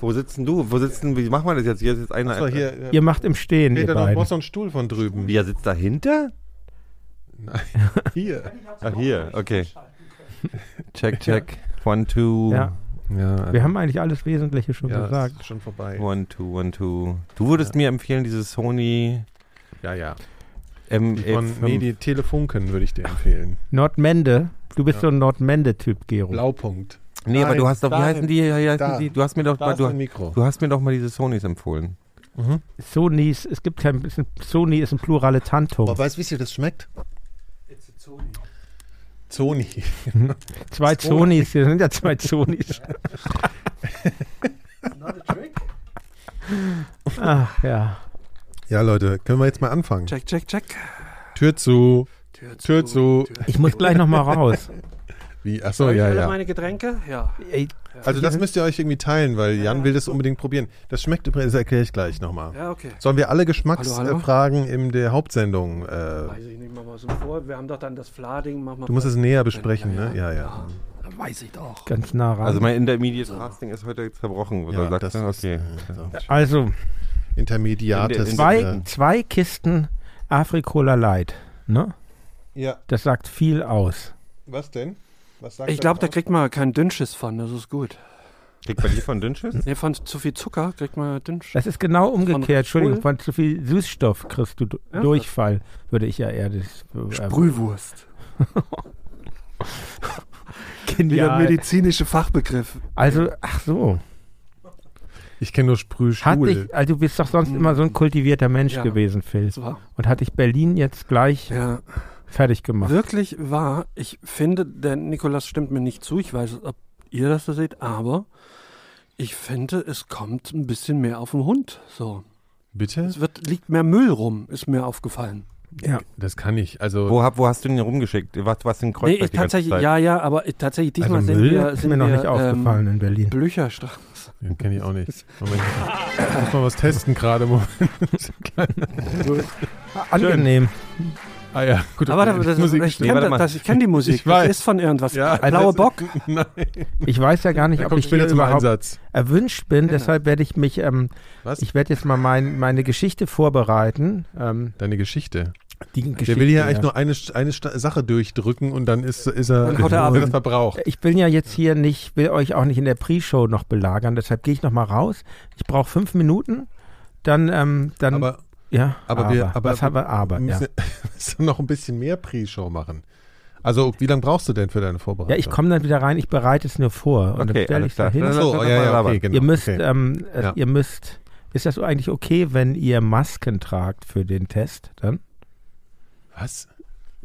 Wo sitzen du? Wo sitzen, wie machen wir das jetzt? Hier ist jetzt einer. Achso, hier, äh, Ihr macht im Stehen, ihr Peter, du beiden. brauchst noch einen Stuhl von drüben. Wie, er sitzt dahinter? Nein, hier. Ach, hier, okay. Check, check. One, two. Ja, Ja, wir haben eigentlich alles Wesentliche schon ja, gesagt. ist schon vorbei. One, two, one, two. Du würdest mir empfehlen, diese Sony Ja, ja. m Die von, nee, die Telefunken würde ich dir empfehlen. Nordmende, du bist Ja. so ein Nordmende-Typ, Gero. Blaupunkt. Nee, aber du Nein, hast doch, wie dahin. heißen die, wie heißen Da. die? Du hast mir doch Da mal, ist ein du, Mikro. du hast mir doch mal diese Sonys empfohlen. Sonys, es gibt kein, es sind- Sony ist ein Plurale Tantum. Aber weißt du, wie dir das schmeckt? Sony. Zwei Sonys, hier sind ja zwei Sonys. Ach ja. Ja, Leute, können wir jetzt mal anfangen. Check, check, check. Tür zu. Tür zu. Tür zu. Ich muss gleich nochmal raus. Wie? Achso, So, ja, alle ja. meine Getränke? Ja. Ey, Also das müsst ihr euch irgendwie teilen, weil Jan will das unbedingt probieren. Das schmeckt übrigens, das erkläre ich gleich nochmal. Ja, okay. Sollen wir alle Hallo, hallo? Geschmacksfragen in der Hauptsendung? Äh, Weiß ich nicht, machen wir so vor. Wir haben doch dann das Flading, machen wir. du musst es näher besprechen, Ja, ne? Ja, ja. Dann weiß ich doch. ganz nah ran. Also Also, mein Intermediate Fasting ist heute zerbrochen. Oder Ja, sagt das er? ist- ne, äh, also. Okay. In So. der- Intermediates. in Also, zwei, äh, zwei Kisten Afrikola Light. Ne? ja, Das sagt viel aus. was denn? Was sagt Ich glaube, da das kriegt man keinen Dünnschiss von, das ist gut. Kriegt bei dir von Dünnschiss? Ne, von zu viel Zucker kriegt man Dünnschiss. Das ist genau umgekehrt. Entschuldigung, Sprüh? von zu viel Süßstoff kriegst du du- Ja. Durchfall, würde ich ja eher das. äh, Brühwurst. Wieder Genial. medizinische Fachbegriff. Also, ach so. aus? Ich kenne nur Hat Sprühstuhl. dich, also du bist doch sonst immer so ein kultivierter Mensch Ja. gewesen, Phil. Das war. Und hat dich Berlin jetzt gleich Ja, fertig gemacht. wirklich wahr. Ich finde, der Nikolas stimmt mir nicht zu. Ich weiß, ob ihr das so seht, aber ich finde, es kommt ein bisschen mehr auf den Hund. So. Bitte? Es wird, liegt mehr Müll rum, ist mir aufgefallen. Ja. Das kann ich. Also, Wo, hab, wo hast du ihn rumgeschickt? Was, was in Nee, Kreuzberg ich die ganze tatsächlich, Zeit? ja, ja, aber ich, tatsächlich diesmal also sind Müll wir, ist sind mir noch wir, nicht aufgefallen in Ähm, Berlin. Blücherstraße. den kenne ich auch nicht. Moment. Ich muss mal was testen gerade. Moment. Angenehm. Ah ja, gut. Aber okay. da- das, Musik ich steht. kenne Warte mal. das, das, ich kenn die Musik. Ich weiß. Das ist von irgendwas. Ja, also, Blaue das- Bock. Nein, Ich weiß ja gar nicht, da ob kommt ich hier später zum überhaupt Einsatz. erwünscht bin. Genau. Deshalb werde ich mich, ähm, Was? ich werde jetzt mal mein, meine Geschichte vorbereiten. Ähm, Deine Geschichte. die Geschichte, Der will hier ja. eigentlich nur eine, eine Sta- Sache durchdrücken und dann ist, ist er, Dann haut er ab. ist er verbraucht. Ich bin ja jetzt hier nicht, will euch auch nicht in der Pre-Show noch belagern. Deshalb gehe ich noch mal raus. Ich brauche fünf Minuten. Dann, ähm, dann, Aber ja. aber wir- aber- was haben wir aber? wir Ja. müssen, müssen noch ein bisschen mehr Pre-Show machen. Also, wie lange brauchst du denn für deine Vorbereitung? Ja, ich komme dann wieder rein, ich bereite es nur vor und dann Okay, stelle alles ich klar. da hin. Dann lass Achso, uns ja, mal ja, labern. okay, genau. ihr müsst, okay. ähm, äh, Ja. ihr müsst, ist das eigentlich okay, wenn ihr Masken tragt für den Test dann? Was?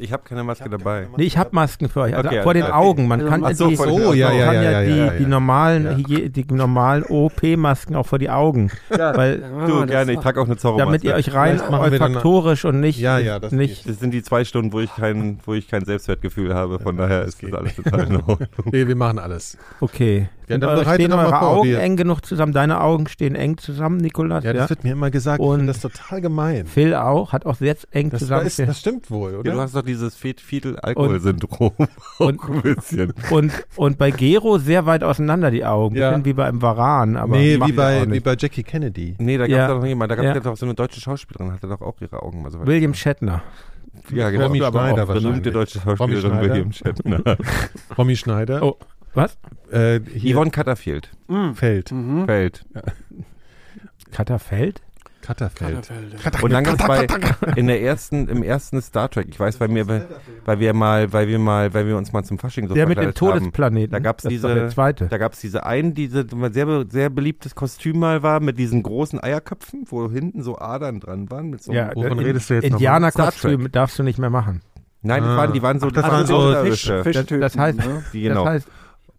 Ich habe keine Maske dabei. Nee, ich habe Masken für euch, also Okay, vor den okay. Augen. Man kann Ach ja so, die, vor man den- Oh, ja, ja, kann ja, ja, ja, die, ja, die ja. normalen, Ja. Hygie- die normalen OP-Masken auch vor die Augen, weil Ja, Du, das gerne, ich war- trage auch eine Zorro. damit ihr euch rein Vielleicht machen wir dann- olfaktorisch und nicht, Ja, ja, das nicht Das sind die zwei Stunden, wo ich kein, wo ich kein Selbstwertgefühl habe. Von daher ist das geht. alles total in Ordnung. Nee, wir machen alles. okay. Ja, Sind dann eure, bereite stehen doch mal eure vor, Augen wir- eng genug zusammen? Deine Augen stehen eng zusammen, Nikolas. Ja, Ja, das wird mir immer gesagt. Und Und- das ist total gemein. Phil auch hat auch sehr eng Das, zusammen. ist, das stimmt wohl, Ja, oder? du hast doch dieses Viertel-Alkohol-Syndrom. Und- Auch ein bisschen. Und, und bei Gero sehr weit auseinander die Augen. Ja. Bisschen wie bei einem Varan, aber. nee, macht wie ja auch bei, wie nicht. bei Jackie Kennedy. Nee, da gab es Ja. doch noch jemanden. Da gab es Ja. ja. doch so eine deutsche Schauspielerin, hatte doch auch ihre Augen mal so weit. William Shatner. Ja, Romy genau. Schneider wahrscheinlich. berühmte deutsche Schauspielerin Schneider. William Shatner. Romy Schneider. Oh, was? Äh, hier Yvonne Catterfield. Hm. Feld. Feld. Katterfeld? Katterfeld. Katterfelde. Und dann gab's bei in der ersten, im ersten Star Trek, ich weiß, weil wir, weil wir mal, weil wir mal, weil wir uns mal zum Fasching so Der mit dem verkleidet haben. Todesplaneten. Da gab's Das ist doch diese- Der zweite. Da gab es diese einen, diese sehr, be- sehr beliebtes Kostüm mal war, mit diesen großen Eierköpfen, wo hinten so Adern dran waren. Mit so einem- wovon der- redest du jetzt nochmal? Star Indianerkostüm darfst du nicht mehr machen. Nein, die Ah. waren, die waren so, Ach, das die waren so unterirdische. Fischtypen, das heißt- ne? Die, genau. Das heißt,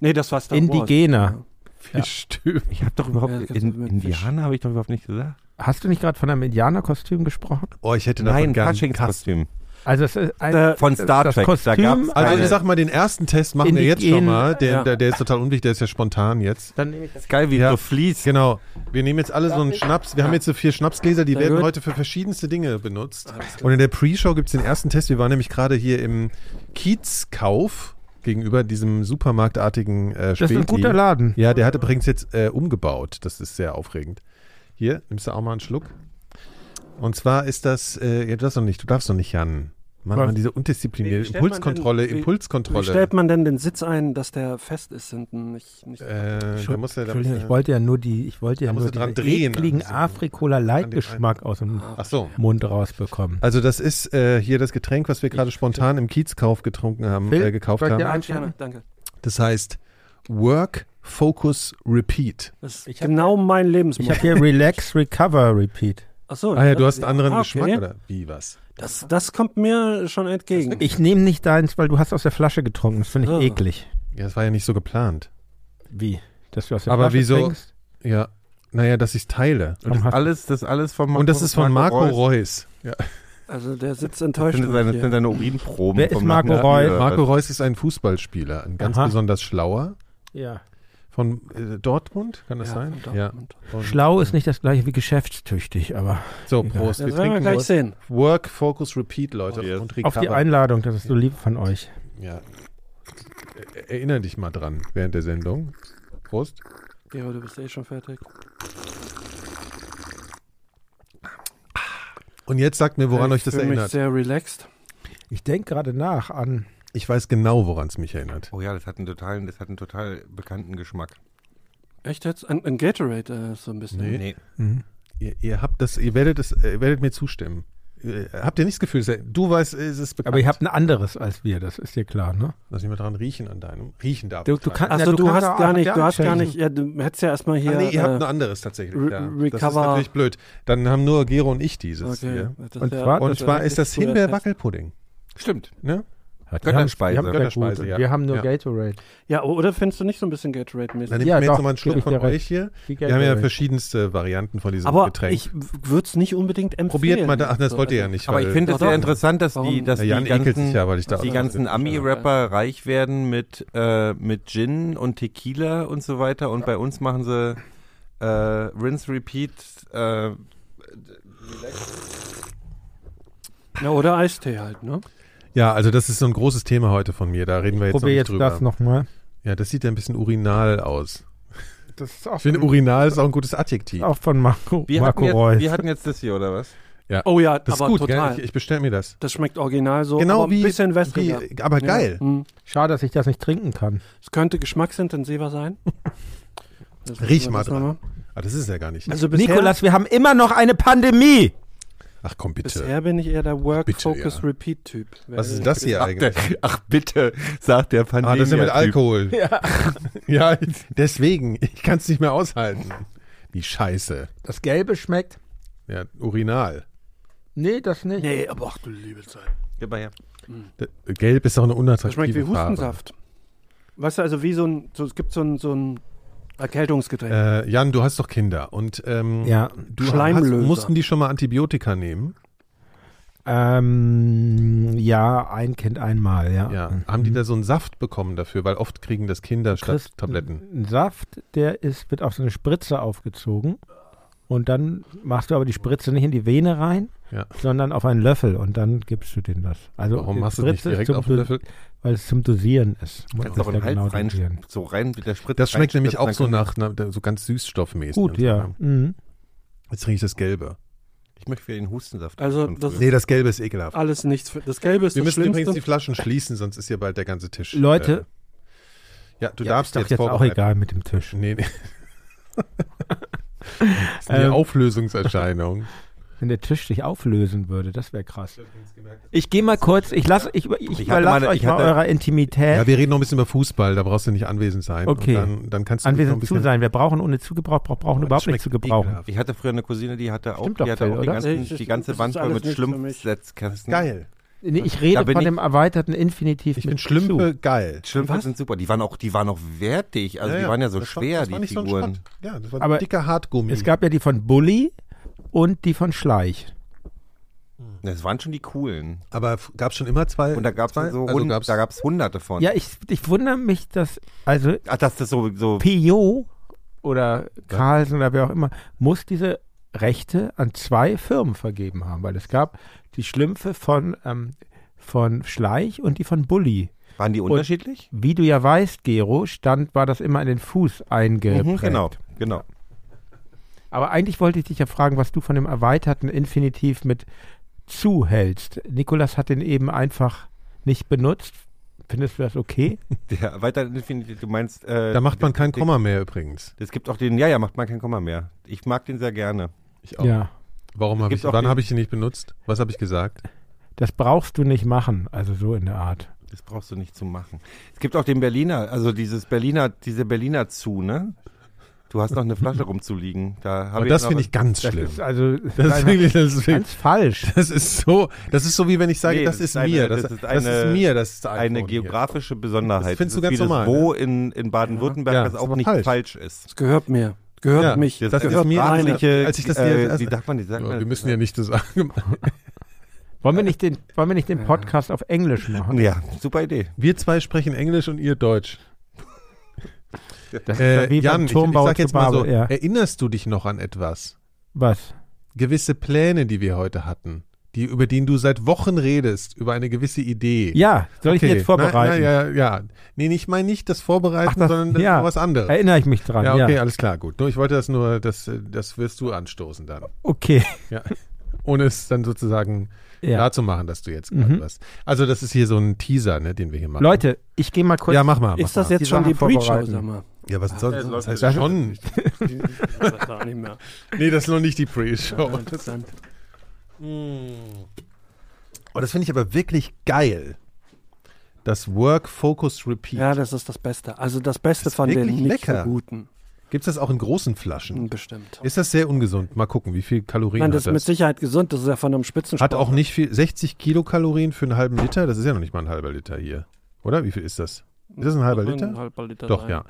Nee, das war Star Wars. Indigener. Fischtyp. ich habe doch überhaupt, Ja, das gibt's in, mit Indianer habe ich doch überhaupt nicht gesagt. Hast du nicht gerade von einem Indianerkostüm gesprochen? Oh, ich hätte davon Nein, gern- Faschingskostüm. Also, es ist ein. Äh, Von Star das Trek. da Kostüm gab's Also, Also keine- ich sag mal, den ersten Test machen wir jetzt schon Indigenen- mal. Der, Ja. der, der ist total unwichtig, der ist ja spontan jetzt. dann nehme ich das. geil, wie Ja. so fließt. Genau. Wir nehmen jetzt alle so einen Schnaps. Wir haben jetzt so vier Schnapsgläser, die Sehr werden gut. heute für verschiedenste Dinge benutzt. Und in der Pre-Show gibt's den ersten Test. Wir waren nämlich gerade hier im Kiezkauf. gegenüber diesem supermarktartigen äh, Das ist ein Späti. guter Laden. Ja, der hat übrigens jetzt äh, umgebaut. Das ist sehr aufregend. Hier, nimmst du auch mal einen Schluck? Und zwar ist das, äh, ja, du darfst noch nicht, du darfst noch nicht, Jan. Mann, Was? Mann, diese Wie undisziplinierte stellt man denn- Impulskontrolle, wie- Wie Impulskontrolle. stellt man denn den Sitz ein, dass der fest ist hinten? Nicht, nicht äh, da Entschuldigung, muss er, da muss Entschuldigung, ich er, wollte ja nur die, ich wollte ja Da musst nur du dran den drehen, ekligen also. Afrikola-Leitgeschmack aus dem Ah, ach so. Mund rausbekommen. Also das ist äh, hier das Getränk, was wir gerade spontan im Kiezkauf getrunken haben, Phil, äh, gekauft sag dir haben. ein- nein, gerne, danke. Das heißt Work, Focus, Repeat. Das ist Ich hab- genau mein Ich habe Lebensmodell. hier Relax, Recover, Repeat. Achso, Ah ja, du hast einen anderen Ah, okay. Geschmack, oder? Wie, was? Das, das kommt mir schon entgegen. Ich nehme nicht deins, weil du hast aus der Flasche getrunken. Das finde ich Ah. eklig. Ja, das war ja nicht so geplant. Wie? Dass du aus der Aber Flasche wieso- trinkst? Ja, naja, dass ich teile. Und das Warum hast- alles, das alles von Und das ist von Marco Reus. Ja. Also der Sitz Das enttäuscht sind seine, das mich. sind Hier. seine Urinproben. Wer ist vom Marco Nacken- Reus? Ja, also Marco Reus ist ein Fußballspieler, ein ganz Aha. besonders schlauer. Ja. Von äh, Dortmund, kann das Ja, sein? verdammt. Ja. Und- Schlau ist nicht das gleiche wie geschäftstüchtig, aber So, Ja. Prost. Wir Das werden wir trinken gleich Prost. sehen. Work, Focus, Repeat, Leute. Oh, yes. Und auf die Recover. Einladung, das ist so lieb von euch. Ja. Er- Erinnere dich mal dran während der Sendung. Prost. Ja, du bist eh schon fertig. Und jetzt sagt mir, woran ich euch das fühl erinnert. Äh, mich sehr relaxed. Ich denke gerade nach an. Ich weiß genau, woran es mich erinnert. Oh ja, das hat einen totalen, das hat einen total bekannten Geschmack. Echt jetzt? Ein, ein Gatorade äh, so ein bisschen. Nee. Mhm. Ihr, ihr habt das, ihr werdet es, ihr werdet mir zustimmen. Äh, Habt ihr nicht das Gefühl, se- du weißt, es ist bekannt. Aber ihr habt ein anderes als wir, das ist dir klar, ne? Lass mich mal dran riechen an deinem. Riechen darf Du- ich du dran. kannst- Achso, Ja, du, kannst hast auch gar an nicht, du der hast gar schenken. nicht, ja, du hättest ja erstmal hier. ah, nee, ihr habt ein äh, anderes tatsächlich. Re- Ja. Das ist Recover- natürlich blöd. Dann haben nur Gero und ich dieses. äh, okay, Hier. das ist Und ja- zwar- das Und zwar ein ist das richtig guter Test. Himbeerwackelpudding. Stimmt. Ne? Hat Götterspeise. Wir haben, Götterspeise, Götterspeise, ja. wir haben nur Ja. Gatorade. Ja, oder findest du nicht so ein bisschen Gatorade-mäßig? Dann nehme Ja, ich mir doch, jetzt nochmal einen Schluck gebe ich von dir recht. euch hier. Die Wir haben ja Gatorade. verschiedenste Varianten von diesem Aber Getränk. ich würde es nicht unbedingt empfehlen. Probiert mal, da, ach, das So, wollt ihr ja also- nicht. Aber weil- ich finde es Doch, sehr doch. interessant, dass die, Warum? dass Ja, Jan die ekelt ganzen, sich ja, weil ich da die ganzen Ami-Rapper reich werden mit, äh, mit Gin und Tequila und so weiter. Und bei uns machen sie äh, Rinse Repeat. Äh, Ja, oder Eistee halt, ne? Ja, also das ist so ein großes Thema heute von mir. Da reden wir jetzt, noch Probier nicht jetzt drüber. das nochmal. Ja, das sieht ja ein bisschen urinal aus. Das ist auch, Ich finde, von, urinal ist auch ein gutes Adjektiv. auch von Marco, wir, Marco hatten jetzt, Reus. wir hatten jetzt das hier, oder was? Oh ja, Das ist aber gut, total. gell? Ich, ich bestelle mir das. das schmeckt original so, Genau aber wie- ein bisschen wässriger. Wie, aber Ja. geil. Hm. Schade, dass ich das nicht trinken kann. Es könnte geschmacksintensiver sein. Das Riech müssen wir mal das dran. nochmal- Ah, das ist es ja gar nicht. Also bisher, Nikolas, wir haben immer noch eine Pandemie. Ach komm, bitte. bisher bin ich eher der Bitte, ja. Work-Focus-Repeat-Typ. Was ist das hier eigentlich? Ach bitte, sagt der Pandemie. Ah, das ist ja mit Alkohol. Ja. Ja, deswegen. Ich kann es nicht mehr aushalten. Die Scheiße. Das Gelbe schmeckt. Ja, Urinal. Nee, das nicht. Nee, aber ach du liebe Zeit. Gib mal her. D- Gelb ist auch eine Das schmeckt wie unattraktive Farbe. Hustensaft. Weißt du, also wie so ein, so, es gibt so ein, so ein Erkältungsgetränk. Äh, Jan, du hast doch Kinder und ähm, Ja. du hast, Schleimlöser. mussten die schon mal Antibiotika nehmen? Ähm, ja, ein Kind einmal, ja. Ja. Mhm. Haben die da so einen Saft bekommen dafür? Weil oft kriegen das Kinder Du statt kriegst Tabletten. einen Saft, der ist, wird auf so eine Spritze aufgezogen. Und dann machst du aber die Spritze nicht in die Vene rein, Ja. sondern auf einen Löffel und dann gibst du den das. Also Warum die machst du es nicht Spritze ist direkt zum auf den Do- Löffel? Weil es zum Dosieren ist. Muss Kannst du auch man in den ja genau Hals rein, dosieren. so rein mit der Spritze. genau Das schmeckt nämlich auch so reinspritzt, dann nach, na, so ganz Süßstoffmäßig. Gut, und so. ne? ja. Mhm. Jetzt trinke ich das Gelbe. kann- Ich möchte wieder den Hustensaft. Also, von das- früher. Nee, das Gelbe ist ekelhaft. Alles nichts. Für, das Gelbe ist Wir das müssen übrigens Schlimmste. die Flaschen schließen, sonst ist hier bald der ganze Tisch. Leute, Äh, ja, du ja, darfst ist doch jetzt, jetzt auch vorbereiten. egal mit dem Tisch. Nee, nee. das ist eine Ähm. Auflösungserscheinung. Wenn der Tisch sich auflösen würde, das wäre krass. Ich gehe mal kurz, ich lasse, ich, über- ich Ich hatte überlasse meine- euch ich mal hatte- eurer Intimität. Ja, wir reden noch ein bisschen über Fußball, da brauchst du nicht anwesend sein. Und Okay. dann, dann kannst du noch ein anwesend bisschen, zu sein. Wir brauchen ohne zugebraucht, brauchen Oh, das überhaupt nicht schmeckt zu gebrauchen. ekelhaft. Ich hatte früher eine Cousine, die hatte auch, Stimmt doch, die hatte Phil, auch die, oder? Nee, ganzen, das die ist- ganze das Wand ist voll alles mit nichts für mich. Schlumpfsetzkästen. Geil. Nee, ich Da rede bin von ich- dem erweiterten Infinitiv. Ich mit finde Schlümpfe geil. Schlümpfe sind super. Die waren auch, die waren auch wertig. Also die waren ja so das war- schwer, das war die nicht so ein Figuren. Schrott. ja, das war Aber ein dicker Hartgummi. Es gab ja die von Bully und die von Schleich. das waren schon die coolen. Aber gab es schon immer zwei? Und da gab zwei? es so also hund- gab's, da gab's hunderte von. Ja, ich, ich wundere mich, dass, also Ach, dass das so, so Pio oder Carlsen oder wer auch immer, muss diese Rechte an zwei Firmen vergeben haben, weil es gab die Schlümpfe von, ähm, von Schleich und die von Bully. Waren die unterschiedlich? Wie du ja weißt, Gero, stand war das immer in den Fuß eingeprägt. Mhm, genau, genau. Aber eigentlich wollte ich dich ja fragen, was du von dem erweiterten Infinitiv mit zu hältst. Nikolas hat den eben einfach nicht benutzt. Findest du das okay? Der weiter Infinitiv, du meinst. Äh, Da macht man das- kein das- Komma mehr übrigens. Es gibt auch den, ja, ja, macht man kein Komma mehr. Ich mag den sehr gerne. Ich auch. Ja. Warum habe Gibt's ich, auch wann den- habe ich den nicht benutzt? Was habe ich gesagt? Das brauchst du nicht machen, also so in der Art. Das brauchst du nicht zu machen. Es gibt auch den Berliner, also dieses Berliner, diese Berliner zu, ne? Du hast noch eine Flasche rumzuliegen. Da habe Aber ich das noch- finde ich ganz Das schlimm. ist also Das ist, wirklich, das, ist wirklich, ganz falsch. das ist so, das ist so wie wenn ich sage, Nee, das, das ist ist eine- mir, das, das das, ist ist eine- mir, das ist eine iPhone hier. geografische Besonderheit. Das findest du ist ganz wie normal, ne? Das Wo in, in Ja, Baden-Württemberg, das ist auch aber nicht falsch. falsch, ist. Es gehört mir. Gehört Ja, mich. Das ist gehört mir allen. eigentlich- sprachliche, als ich das äh, erst- wie sagt man, die sagt Ja, man wir müssen ja nicht das sagen. Wollen wir nicht den, wollen wir nicht den Podcast auf Englisch machen? Ja, super Idee. Wir zwei sprechen Englisch und ihr Deutsch. Das ist ja Äh, wie beim Jan, ich, ich Turmbau sag zu jetzt mal so, Babel, ja. erinnerst du dich noch an etwas? Was? Gewisse Pläne, die wir heute hatten, die, über die du seit Wochen redest, über eine gewisse Idee. Ja, soll ich Okay. den jetzt vorbereiten? Na, na, ja, ja. Nee, nee, ich meine nicht das Vorbereiten, Ach, das- sondern das ja. ist noch was anderes. Erinnere ich mich dran, ja, ja. okay, alles klar, gut. Nur ich wollte das nur, das, äh, das wirst du anstoßen dann. okay. Ja. Ohne es dann sozusagen Ja. klar zu machen, dass du jetzt gerade Mhm. was. Also, das ist hier so ein Teaser, ne, den wir hier machen. Leute, ich gehe mal kurz. ja, mach mal. Mach Ist das mal. jetzt Die schon die Sachen Pre-Show, vorbereiten. sag mal? Ja, was soll das? läuft heißt jetzt schon. Das war nicht mehr. Nee, das ist noch nicht die Pre-Show. Interessant. Hm. Oh, das finde ich aber wirklich geil. Das Work Focus Repeat. Ja, das ist das Beste. Also das Beste Ist von den wirklich nicht lecker. Hm. so guten. Gibt es das auch in großen Flaschen? Bestimmt. Ist das sehr ungesund? Mal gucken, wie viel Kalorien Hm. Nein, hat das ist mit Sicherheit gesund. Das ist ja von einem Spitzensport. Hat auch nicht viel. 60 Kilokalorien für einen halben Liter? Das ist ja noch nicht mal ein halber Liter hier. Oder? Wie viel ist das? Ist das ein halber Liter? Ein halt halber Liter Doch, sein. ja.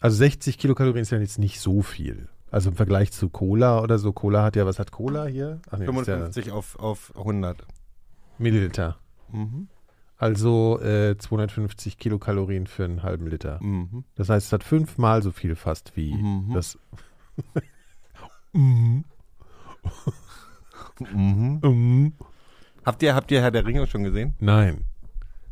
Also 60 Kilokalorien ist ja jetzt nicht so viel. Also im Vergleich zu Cola oder so. Cola hat ja, was hat Cola hier? Ach nee, ist ja 55 auf, auf 100. Milliliter. Mhm. Also äh, 250 Kilokalorien für einen halben Liter. Mhm. Das heißt, es hat fünfmal so viel fast wie Mhm. das. Mhm. Habt ihr, habt ihr Herr der Ringe schon gesehen? Um. Nein.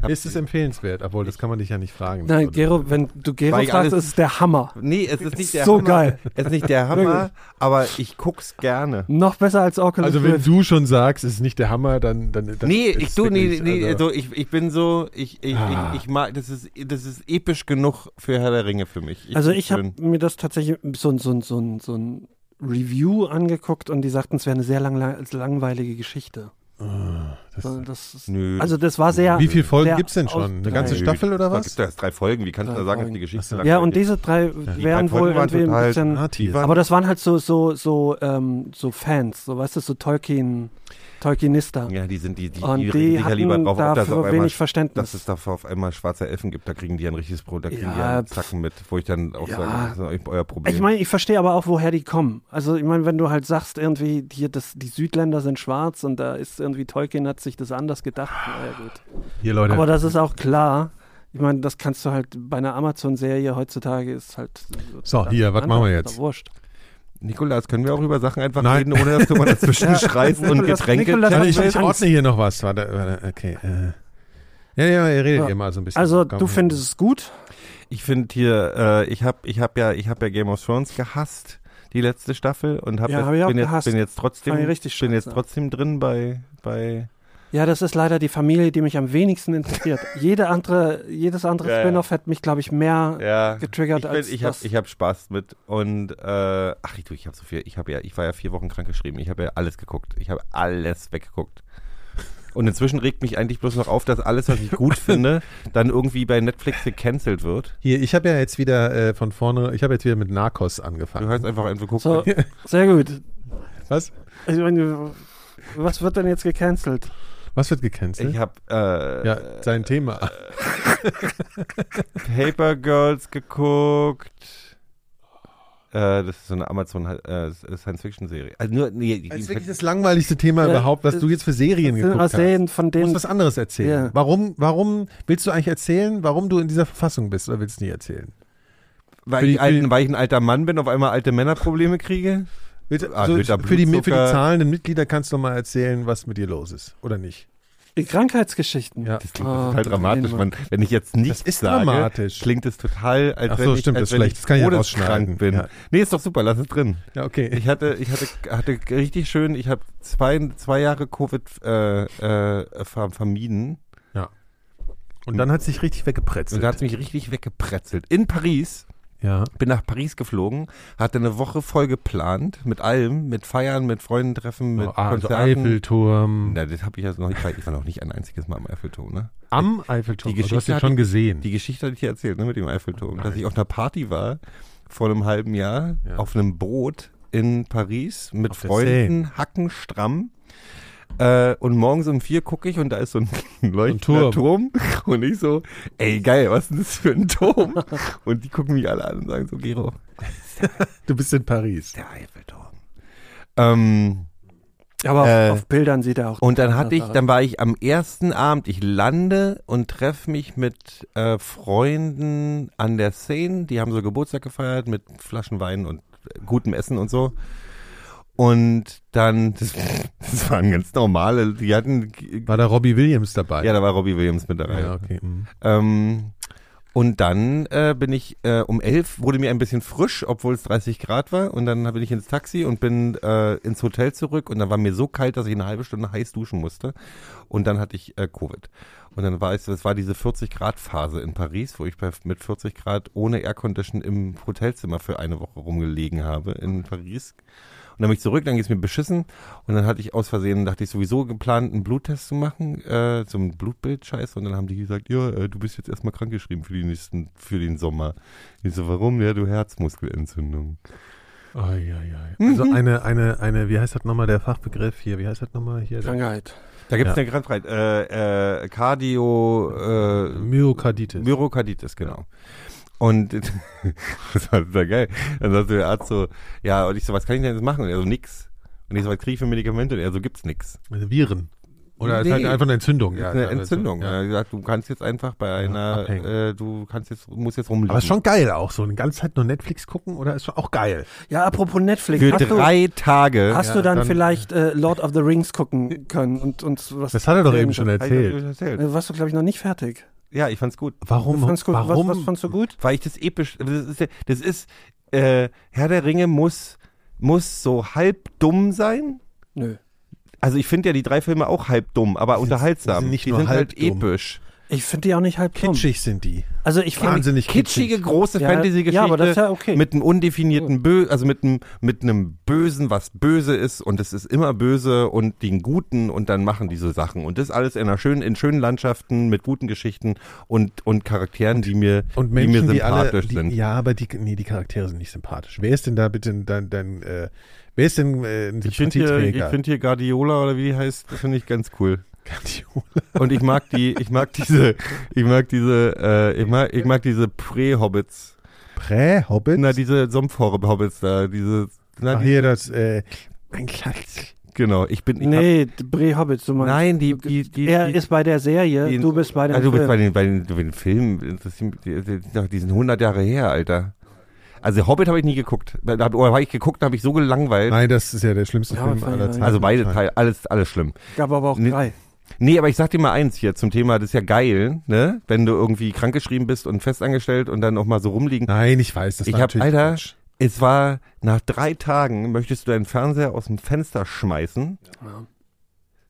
Habt Ist es empfehlenswert? Obwohl, das kann man dich ja nicht fragen. Also, Nein, Gero, wenn du Gero Weil ich fragst, alles- ist es der Hammer. Nee, es ist nicht der So Hammer. geil. Es ist nicht der Hammer, aber ich guck's gerne. Noch besser als Oculus also, wenn Rift. du schon sagst, es ist nicht der Hammer, dann. dann, dann Nee, ist ich du, nee, wirklich- nee, also- also ich, ich bin so, ich, ich, Ah. ich, ich mag, das ist, das ist episch genug für Herr der Ringe für mich. also ich habe bin- mir das tatsächlich so, ein- so, ein- so, ein- so ein Review angeguckt und die sagten, es wäre eine sehr lang, langweilige Geschichte. ah, Äh, das, Das ist, Nö. also das war sehr... wie viele Folgen sehr gibt es denn aus- schon? Eine ganze Nö, Staffel da oder was? gibt's doch erst drei Folgen, wie kannst du Drei da sagen, dass Folgen. die Geschichte Ja, langweilig und diese drei Die wären drei Folgen wohl waren irgendwie ein total bisschen... Ah, tief. waren- Aber das waren halt so, so, so, ähm, so Fans, so weißt du, so Tolkien, Tolkienister. Ja, die sind die, die, und die die, regen sich ja hatten lieber drauf, ob das auf dafür einmal, wenig dass Verständnis. es da auf einmal schwarze Elfen gibt, da kriegen die ein richtiges Brot, da kriegen Ja, die einen pff. Zacken mit, wo ich dann auch Ja. sage, das ist eu- euer Problem. Ich meine, ich verstehe aber auch, woher die kommen. Also ich meine, wenn du halt sagst, irgendwie, hier, das, die Südländer sind schwarz und da ist irgendwie Tolkien hat sich das anders gedacht. Na ja, gut. Hier, Leute. Aber das ist auch klar. Ich meine, das kannst du halt bei einer Amazon-Serie heutzutage ist halt. So, hier, was machen wir jetzt? Ist doch Wurscht. Nikolas, können wir auch über Sachen einfach Nein. reden, ohne dass du mal dazwischen Ja, schreist und Nikolas- Getränke Nikolas- Warte, ich, hat ich Angst. ordne hier noch was. Warte, warte, okay. Äh. Ja, ja, ihr redet Ja. ihr mal so ein bisschen. Also Komm. du findest es gut. Ich finde hier, äh, ich habe ich hab ja, ich hab ja Game of Thrones gehasst, die letzte Staffel, und hab Ja, jetzt, hab ich auch bin, jetzt, gehasst. bin jetzt trotzdem Fand ich richtig bin jetzt scheiße. trotzdem drin bei, bei Ja, das ist leider die Familie, die mich am wenigsten interessiert. Jede andere, jedes andere Ja, ja. Spin-off hätte mich, glaube ich, mehr ja, getriggert ich, als bin, ich habe das. ich hab Spaß mit und äh, ach du, ich habe so viel, ich habe ja, ich war ja vier Wochen krank geschrieben, ich habe ja alles geguckt, ich habe alles weggeguckt. Und inzwischen regt mich eigentlich bloß noch auf, dass alles, was ich gut finde, dann irgendwie bei Netflix gecancelt wird. Hier, ich habe ja jetzt wieder äh, von vorne, ich habe jetzt wieder mit Narcos angefangen. Du hast einfach einfach gucken. so, sehr gut. Was? Also Ich meine, was wird denn jetzt gecancelt? Was wird gecancelt? Ich habe äh, ja, sein Thema. Paper Girls geguckt. Äh, das ist so eine Amazon äh, Science-Fiction-Serie. Also nur, nee, Das ist wirklich das langweiligste Thema Ja, überhaupt, was das- du jetzt für Serien Das sind geguckt hast. Serien, von Du musst denen was anderes erzählen. Ja. Warum, warum willst du eigentlich erzählen, warum du in dieser Verfassung bist oder willst du nie erzählen? weil, für die- ich für die- alten, weil ich ein alter Mann bin, auf einmal alte Männerprobleme kriege. Willst, Ah, so, mit der für, die, für die Blutzucker- zahlenden Mitglieder kannst du noch mal erzählen, was mit dir los ist oder nicht. Die Krankheitsgeschichten. Ja. Das klingt Ah, total da dramatisch. reden wir. Man, wenn ich jetzt nichts Das ist sage, dramatisch. klingt es total, als Ach wenn so, ich, stimmt, als das ist wenn schlecht. ich Das kann ich ja rausschneiden. todeskrank bin. Ja. Nee, ist doch super, lass es drin. Ja, okay. Ich hatte, ich hatte, hatte richtig schön, ich habe zwei, zwei Jahre Covid äh, äh, ver- vermieden. Und dann hat es sich richtig Und weggepretzelt. da hat es mich richtig weggepretzelt. In Paris, ja. bin nach Paris geflogen, hatte eine Woche voll geplant mit allem, mit Feiern, mit Freunden treffen, mit Oh, ah, also Konzerten. Eiffelturm. Na, das habe ich also noch nicht, ich war noch nicht ein einziges Mal am Eiffelturm, ne? Am Eiffelturm. Die Also, du hast Geschichte ihn hat- schon gesehen. Die Geschichte hatte ich dir erzählt, ne, mit dem Eiffelturm, dass ich auf einer Party war vor einem halben Jahr Ja. auf einem Boot in Paris mit Auf der Freunden, Hacken stramm. Äh, und morgens um vier gucke ich und da ist so ein leuchtender Turm. Und ich so, ey geil, was ist denn das für ein Turm? und die gucken mich alle an und sagen so, Gero, du bist in Paris. der Eiffelturm. Ähm, Aber auf, Äh, auf Bildern sieht er auch. Und dann hatte ich, Aha. dann war ich am ersten Abend, ich lande und treffe mich mit äh, Freunden an der Szene, die haben so Geburtstag gefeiert mit Flaschen Wein und äh, gutem Essen und so. Und dann, das, das waren ganz normale, die hatten, War da Robbie Williams dabei? ja, da war Robbie Williams mit dabei. ja okay. mhm. Ähm, und dann äh, bin ich äh, um elf, wurde mir ein bisschen frisch, obwohl es 30 Grad war. Und dann bin ich ins Taxi und bin äh, ins Hotel zurück. Und dann war mir so kalt, dass ich eine halbe Stunde heiß duschen musste. Und dann hatte ich äh, Covid. Und dann war es, es war diese 40 Grad Phase in Paris, wo ich bei, mit 40 Grad ohne Aircondition im Hotelzimmer für eine Woche rumgelegen habe in Paris. Und dann bin ich zurück, dann ging es mir beschissen. Und dann hatte ich aus Versehen, dachte ich sowieso geplant, einen Bluttest zu machen, äh, zum Blutbild-Scheiß. Und dann haben die gesagt, ja, äh, du bist jetzt erstmal krankgeschrieben für, die nächsten, für den Sommer. Ich so, warum? Ja, du Herzmuskelentzündung. Ai, ai, ai. Mhm. Also eine, eine, eine, wie heißt das nochmal der Fachbegriff hier? Wie heißt das nochmal hier? Krankheit. Da gibt es Ja. eine Krankheit, äh, äh, Cardio, äh, Myokarditis. Myokarditis, genau. Und das war sehr geil. Dann sagte der Arzt so, ja, und ich so, was kann ich denn jetzt machen? Und er so, nix. Und ich so, was kriege ich für Medikamente? Und er so, gibt's nix. Also Viren. Oder ist halt Nee. einfach eine Entzündung. Das Ja, ist eine ja, das- Entzündung. Er Ja. hat gesagt, du kannst jetzt einfach bei einer, abhängen. äh, du kannst jetzt, musst jetzt rumliegen. Aber ist schon geil auch. So eine ganze Zeit nur Netflix gucken oder ist schon auch geil. Ja, apropos Netflix. Für hast drei du, Tage. hast Ja, du dann, dann- vielleicht äh, Lord of the Rings gucken können und uns was. Das hat er doch eben schon Hab ich doch erzählt. erzählt. Äh, warst du, glaube ich, noch nicht fertig. Ja, ich fand's gut. Warum? Fandst du, warum? Was, was fandst du gut? Weil ich das episch, das ist, ja- das ist äh, Herr der Ringe muss, muss so halb dumm sein. Nö. Also ich finde ja die drei Filme auch halb dumm, aber unterhaltsam. die sind nicht die nur sind halt halb dumm. episch. Ich finde die auch nicht halb dumm. Kitschig sind die. Also ich finde Wahnsinnig kitschig. Kitschige, große Ja, Fantasy-Geschichte. ja, aber das ist ja okay. Mit einem undefinierten Bö also mit einem, mit einem Bösen, was böse ist und es ist immer böse und den Guten und dann machen diese Sachen. Und das alles in einer schönen, in schönen Landschaften mit guten Geschichten und, und Charakteren, die mir, Und Menschen, die mir die, alle, sympathisch die, sind. Ja, aber die, nee, die Charaktere sind nicht sympathisch. Wer ist denn da bitte dein, dein äh, wer ist denn äh, ein Ich finde hier, ich Sympathieträger? find hier Guardiola oder wie die heißt, finde ich ganz cool. Guardiola. Und ich mag die, ich mag diese, ich mag diese, äh, ich mag, ich mag diese Prä-Hobbits. Prä-Hobbit? Na, diese Sumpf-Hobbits da, diese, na, Ach, die, hier das, äh, mein Schatz. genau, ich bin, ich hab- Nee, Bre Hobbit, du meinst. Nein, die, die, die, er die, ist bei der Serie, die- du bist bei dem Ah, du bist Film. bei den, bei den, bei den Filmen, interessieren mich- die, die, die, die sind 100 Jahre her, Alter. Also Hobbit habe ich nie geguckt. Da hab- Oder habe ich geguckt, habe ich so gelangweilt. Nein, das ist ja der schlimmste Ja, Film aber- aller Zeiten. Also beide Teile, alles, alles schlimm. Gab aber auch Nee. drei. Nee, aber ich sag dir mal eins hier zum Thema, das ist ja geil, ne? Wenn du irgendwie krankgeschrieben bist und festangestellt und dann auch mal so rumliegen. Nein, ich weiß, das Ich war hab- natürlich Alter. Quatsch. Es war, nach drei Tagen möchtest du deinen Fernseher aus dem Fenster schmeißen. Ja.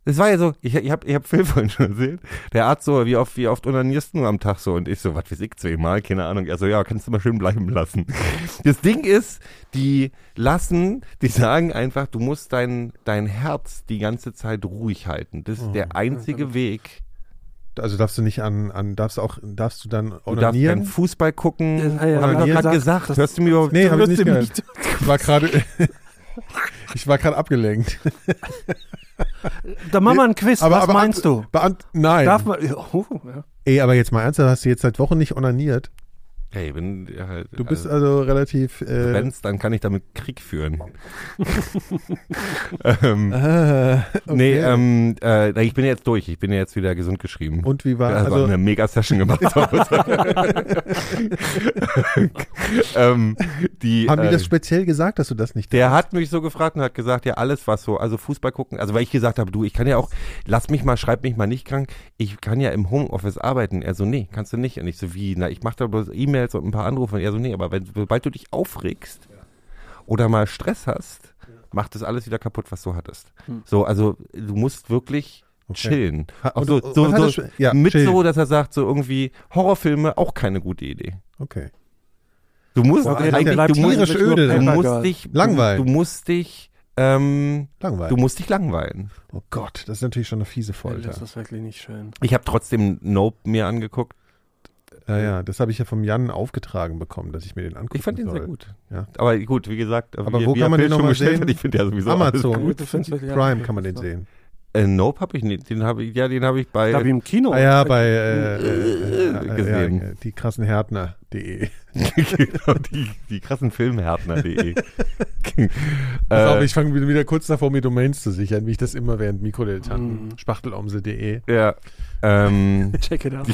Es war ja so, ich, ich habe ich hab Phil vorhin schon erzählt, der Arzt so, wie oft, wie oft unanierst du am Tag so? Und ich so, was weiß ich, zweimal, keine Ahnung. Er so, ja, kannst du mal schön bleiben lassen. Das Ding ist, die lassen, die sagen einfach, du musst dein, dein Herz die ganze Zeit ruhig halten. Das ist Oh, der einzige Weg. Also darfst du nicht an, an darfst auch, darfst du dann Du darfst keinen onanieren? Fußball gucken. Ja, ja, ja, hab ich ja, doch gerade gesagt, gesagt. das- Hörst du mir überhaupt Nee, du hab ich hörst nicht du gehört. Ich war gerade, ich war gerade abgelenkt. Da machen wir ein Quiz, was ab- meinst du? Beant Nein. Darf man. Oh, ja. Ey, aber jetzt mal ernsthaft, hast du jetzt seit Wochen nicht onaniert? Hey, wenn ja, halt, Du bist also relativ. also, Äh, wenn's, dann kann ich damit Krieg führen. ähm, ah, okay. Nee, ähm, äh, ich bin jetzt durch. Ich bin jetzt wieder gesund geschrieben. Und wie war. Ja, also, Also, eine Mega-Session gemacht zu ähm, die, haben die äh, das speziell gesagt, dass du das nicht der hat mich so gefragt und hat gesagt, ja, alles was so, also Fußball gucken, also weil ich gesagt habe, du, ich kann ja auch, lass mich mal, schreib mich mal nicht krank, ich kann ja im Homeoffice arbeiten. Er so, nee, kannst du nicht. Und ich so, wie, na, ich mache da bloß E-Mails und ein paar Anrufe. Und er so, nee, aber wenn, sobald du dich aufregst oder mal Stress hast, macht das alles wieder kaputt, was du hattest. Hm. So, also du musst wirklich chillen. Ha- Auch und- so, und so, hat so, er schon- ja, mit chill. so, dass er sagt, so irgendwie Horrorfilme auch keine gute Idee. Okay. Du musst Boah, Alter, eigentlich, der bleibt du musst, tierisch du, du öde, der musst Bagger. dich, Langweilen. du, du musst dich, ähm, du Langweilig. musst dich langweilen. oh Gott, das ist natürlich schon eine fiese Folter. Folter. Das ist wirklich nicht schön. Ich habe trotzdem Nope mir angeguckt. Ja, ja, das habe ich ja vom Jan aufgetragen bekommen, dass ich mir den angucke. Ich fand den sehr gut. Ja. Aber gut, wie gesagt, Aber wie, wo wie kann er man den Bild schon noch mal gestellt sehen? Hat, ich finde ja sowieso Amazon, alles gut. Du findest wirklich Prime alles kann man den gut. sehen. Äh, nope habe ich nicht, den habe ich, ja, den habe ich bei Ich glaube, im Kino. Ah ja, bei äh, äh, äh, Gesehen. Ja, äh, die krassen Härtner.de. genau, die, die krassen Filmhärtner.de. Pass auf, Äh, ich fange wieder kurz davor, mir Domains zu sichern, wie ich das immer während Mikrodilettanten. Mhm. Spachtelomse.de. ja, ähm, Check it out.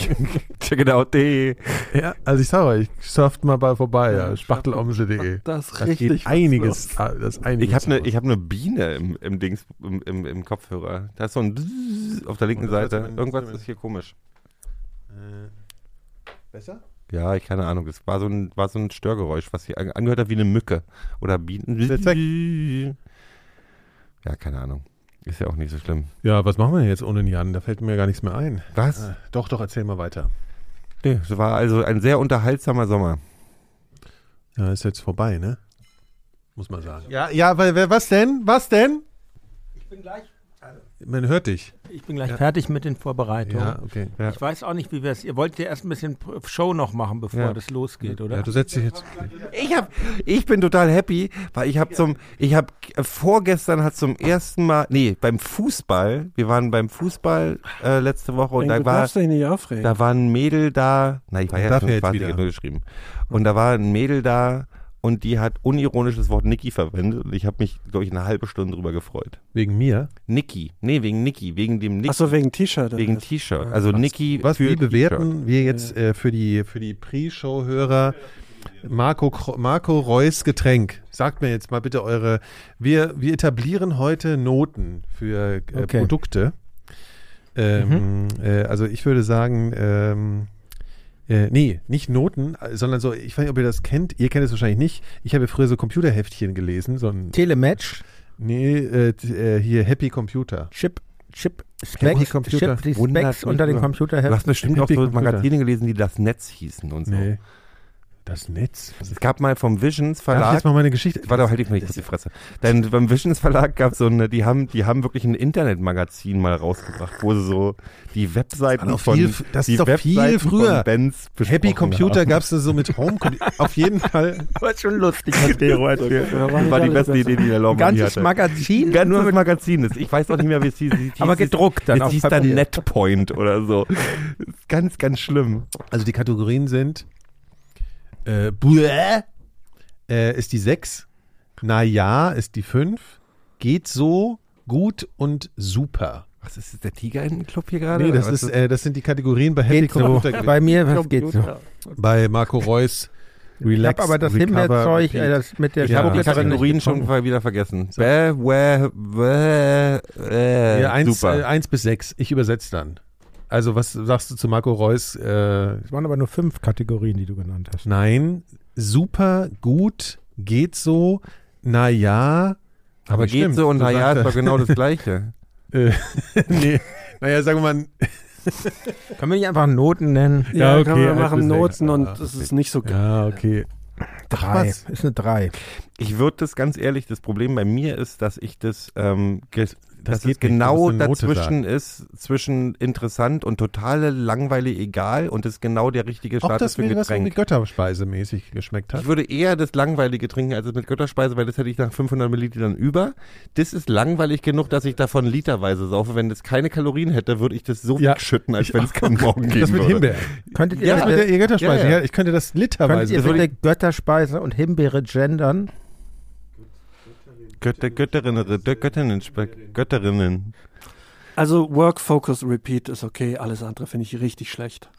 check it out.de. Ja, also ich sage euch, surft mal bei vorbei, Ja, ja. Spachtelomse.de. Das ist Da richtig. geht was los. einiges. ah, Das ist einiges Ich habe eine los. hab ne Biene im, im Dings, im, im, im Kopfhörer. Da ist so ein Bzzz auf der linken Oder hört Seite. man- Irgendwas ist hier komisch. Äh, Besser? Ja, ich keine Ahnung. Es war so ein, war so ein Störgeräusch, was hier an- angehört hat wie eine Mücke. Oder Bienen. Ist jetzt weg. Ja, keine Ahnung. Ist ja auch nicht so schlimm. Ja, was machen wir jetzt ohne den Jan? Da fällt mir gar nichts mehr ein. Was? Äh, doch, doch, erzähl mal weiter. Nee, es war also ein sehr unterhaltsamer Sommer. Ja, ist jetzt vorbei, ne? Muss man sagen. Ja, ja, weil, wer- was denn? Was denn? Ich bin gleich, Man hört dich. ich bin gleich fertig mit den Vorbereitungen. Ja, okay. Ja. Ich weiß auch nicht, wie wir es. Ihr wollt ja erst ein bisschen P- Show noch machen, bevor Ja. das losgeht, oder? Ja, du setzt dich jetzt. Ich hab, ich bin total happy, weil ich hab zum, ich hab äh, vorgestern hat zum ersten Mal, nee, beim Fußball, wir waren beim Fußball äh, letzte Woche oh, und Ey, da du war darfst dich nicht aufregen. Da war ein Mädel da. Na, ich war ja Darf schon er jetzt quasi wieder? nur geschrieben. Und da war ein Mädel da und die hat unironisch das Wort Niki verwendet und ich habe mich, glaube ich, eine halbe Stunde drüber gefreut. Wegen mir? Niki. Nee, wegen Niki. Wegen dem Niki. Achso, wegen T-Shirt. oder wegen was? T-Shirt. Also Niki. Was, für wie T-Shirt. bewerten wir jetzt äh, für die, für die Pre-Show-Hörer Marco, Kro- Marco Reus Getränk? Sagt mir jetzt mal bitte eure. Wir, wir etablieren heute Noten für äh, Okay. Mhm. Produkte. Ähm, äh, also ich würde sagen, ähm, äh, nee, nicht Noten, äh, sondern so, ich weiß nicht, ob ihr das kennt, ihr kennt es wahrscheinlich nicht. Ich habe früher so Computerheftchen gelesen, so ein, Telematch, nee, äh, t- äh, hier Happy Computer. Chip, Chip, Happy Specs, Computer. Chip, die Wundert Specs mich unter den nur. Du Computerheften. hast bestimmt auch Happy so Computer. Magazine gelesen, die das Netz hießen und so. Nee. Das Netz. Das Es gab mal vom Visions Darf ich Verlag jetzt mal meine Geschichte. Warte, halt ich mal kurz die Fresse. Denn beim Visions Verlag gab so eine, die haben, die haben wirklich ein Internetmagazin mal rausgebracht, wo sie so die Webseiten Das war doch von viel- das die ist doch viel Webseiten früher. von Bands Happy besprochen Computer haben. gab es so mit Home Computer. Auf jeden Fall. war schon lustig, was der Da Das nicht war die alles beste besser. Idee, die der Ein Lormann ganzes hatte. Magazin, Ganz nur mit Magazin ist. Ich weiß auch nicht mehr, wie es hieß. Es hieß- aber gedruckt dann Jetzt auf hieß da Papier. Netpoint oder so. Ganz, ganz schlimm. Also die Kategorien sind äh, Buh, äh, ist die 6, Naja ist die 5, geht so, gut und super. Was ist das, der Tiger in dem Club hier gerade? Nee, das, Was ist, äh, das sind die Kategorien bei Happy Geht so. Computer gewesen. Bei mir, was geht so? bei Marco Reus Ich Relax. hab aber das Recover, Himbeerzeug, Repeat. äh, das mit der ich habe die Ja. Schokoladerin Kategorien nicht schon bekommen. mal wieder vergessen. Bäh, wäh, wäh, äh, ja, eins, super. äh, eins bis sechs. Ich übersetze dann. Also was sagst du zu Marco Reus? Äh, Es waren aber nur fünf Kategorien, die du genannt hast. Nein, super, gut, geht so, naja. aber geht so und naja, ist doch genau das Gleiche. nee, naja, sagen wir mal. Können wir nicht einfach Noten nennen? Ja, Ja, kann okay, man eins bis machen Noten sechs. und Ah, es ist nicht so geil. Ja, okay. Drei. was? Ist eine Drei. Ich würde das ganz ehrlich, das Problem bei mir ist, dass ich das ähm, ge- dass geht es nicht, du genau musst eine Note dazwischen ist, zwischen interessant und totale Langweile egal und ist genau der richtige Auch Status das, für mir was irgendwie Getränk. Götterspeise-mäßig geschmeckt hat. Ich würde eher das Langweilige trinken als das mit Götterspeise, weil das hätte ich nach 500 Millilitern über. Das ist langweilig genug, dass ich davon literweise saufe. Wenn das keine Kalorien hätte, würde ich das so Ja. wegschütten, als wenn es keinen Morgen geben das mit würde. Himbeeren. Könntet ihr, Ja, das bitte- mit der ihr Götterspeise. ja, Ja, ja. ich könnte das könntet literweise. ihr das würde bitte Götterspeise und Himbeere gendern? Götter, Götterinnen, Götterinnen, Götterinnen. Also Work, Focus, Repeat ist okay, alles andere finde ich richtig schlecht.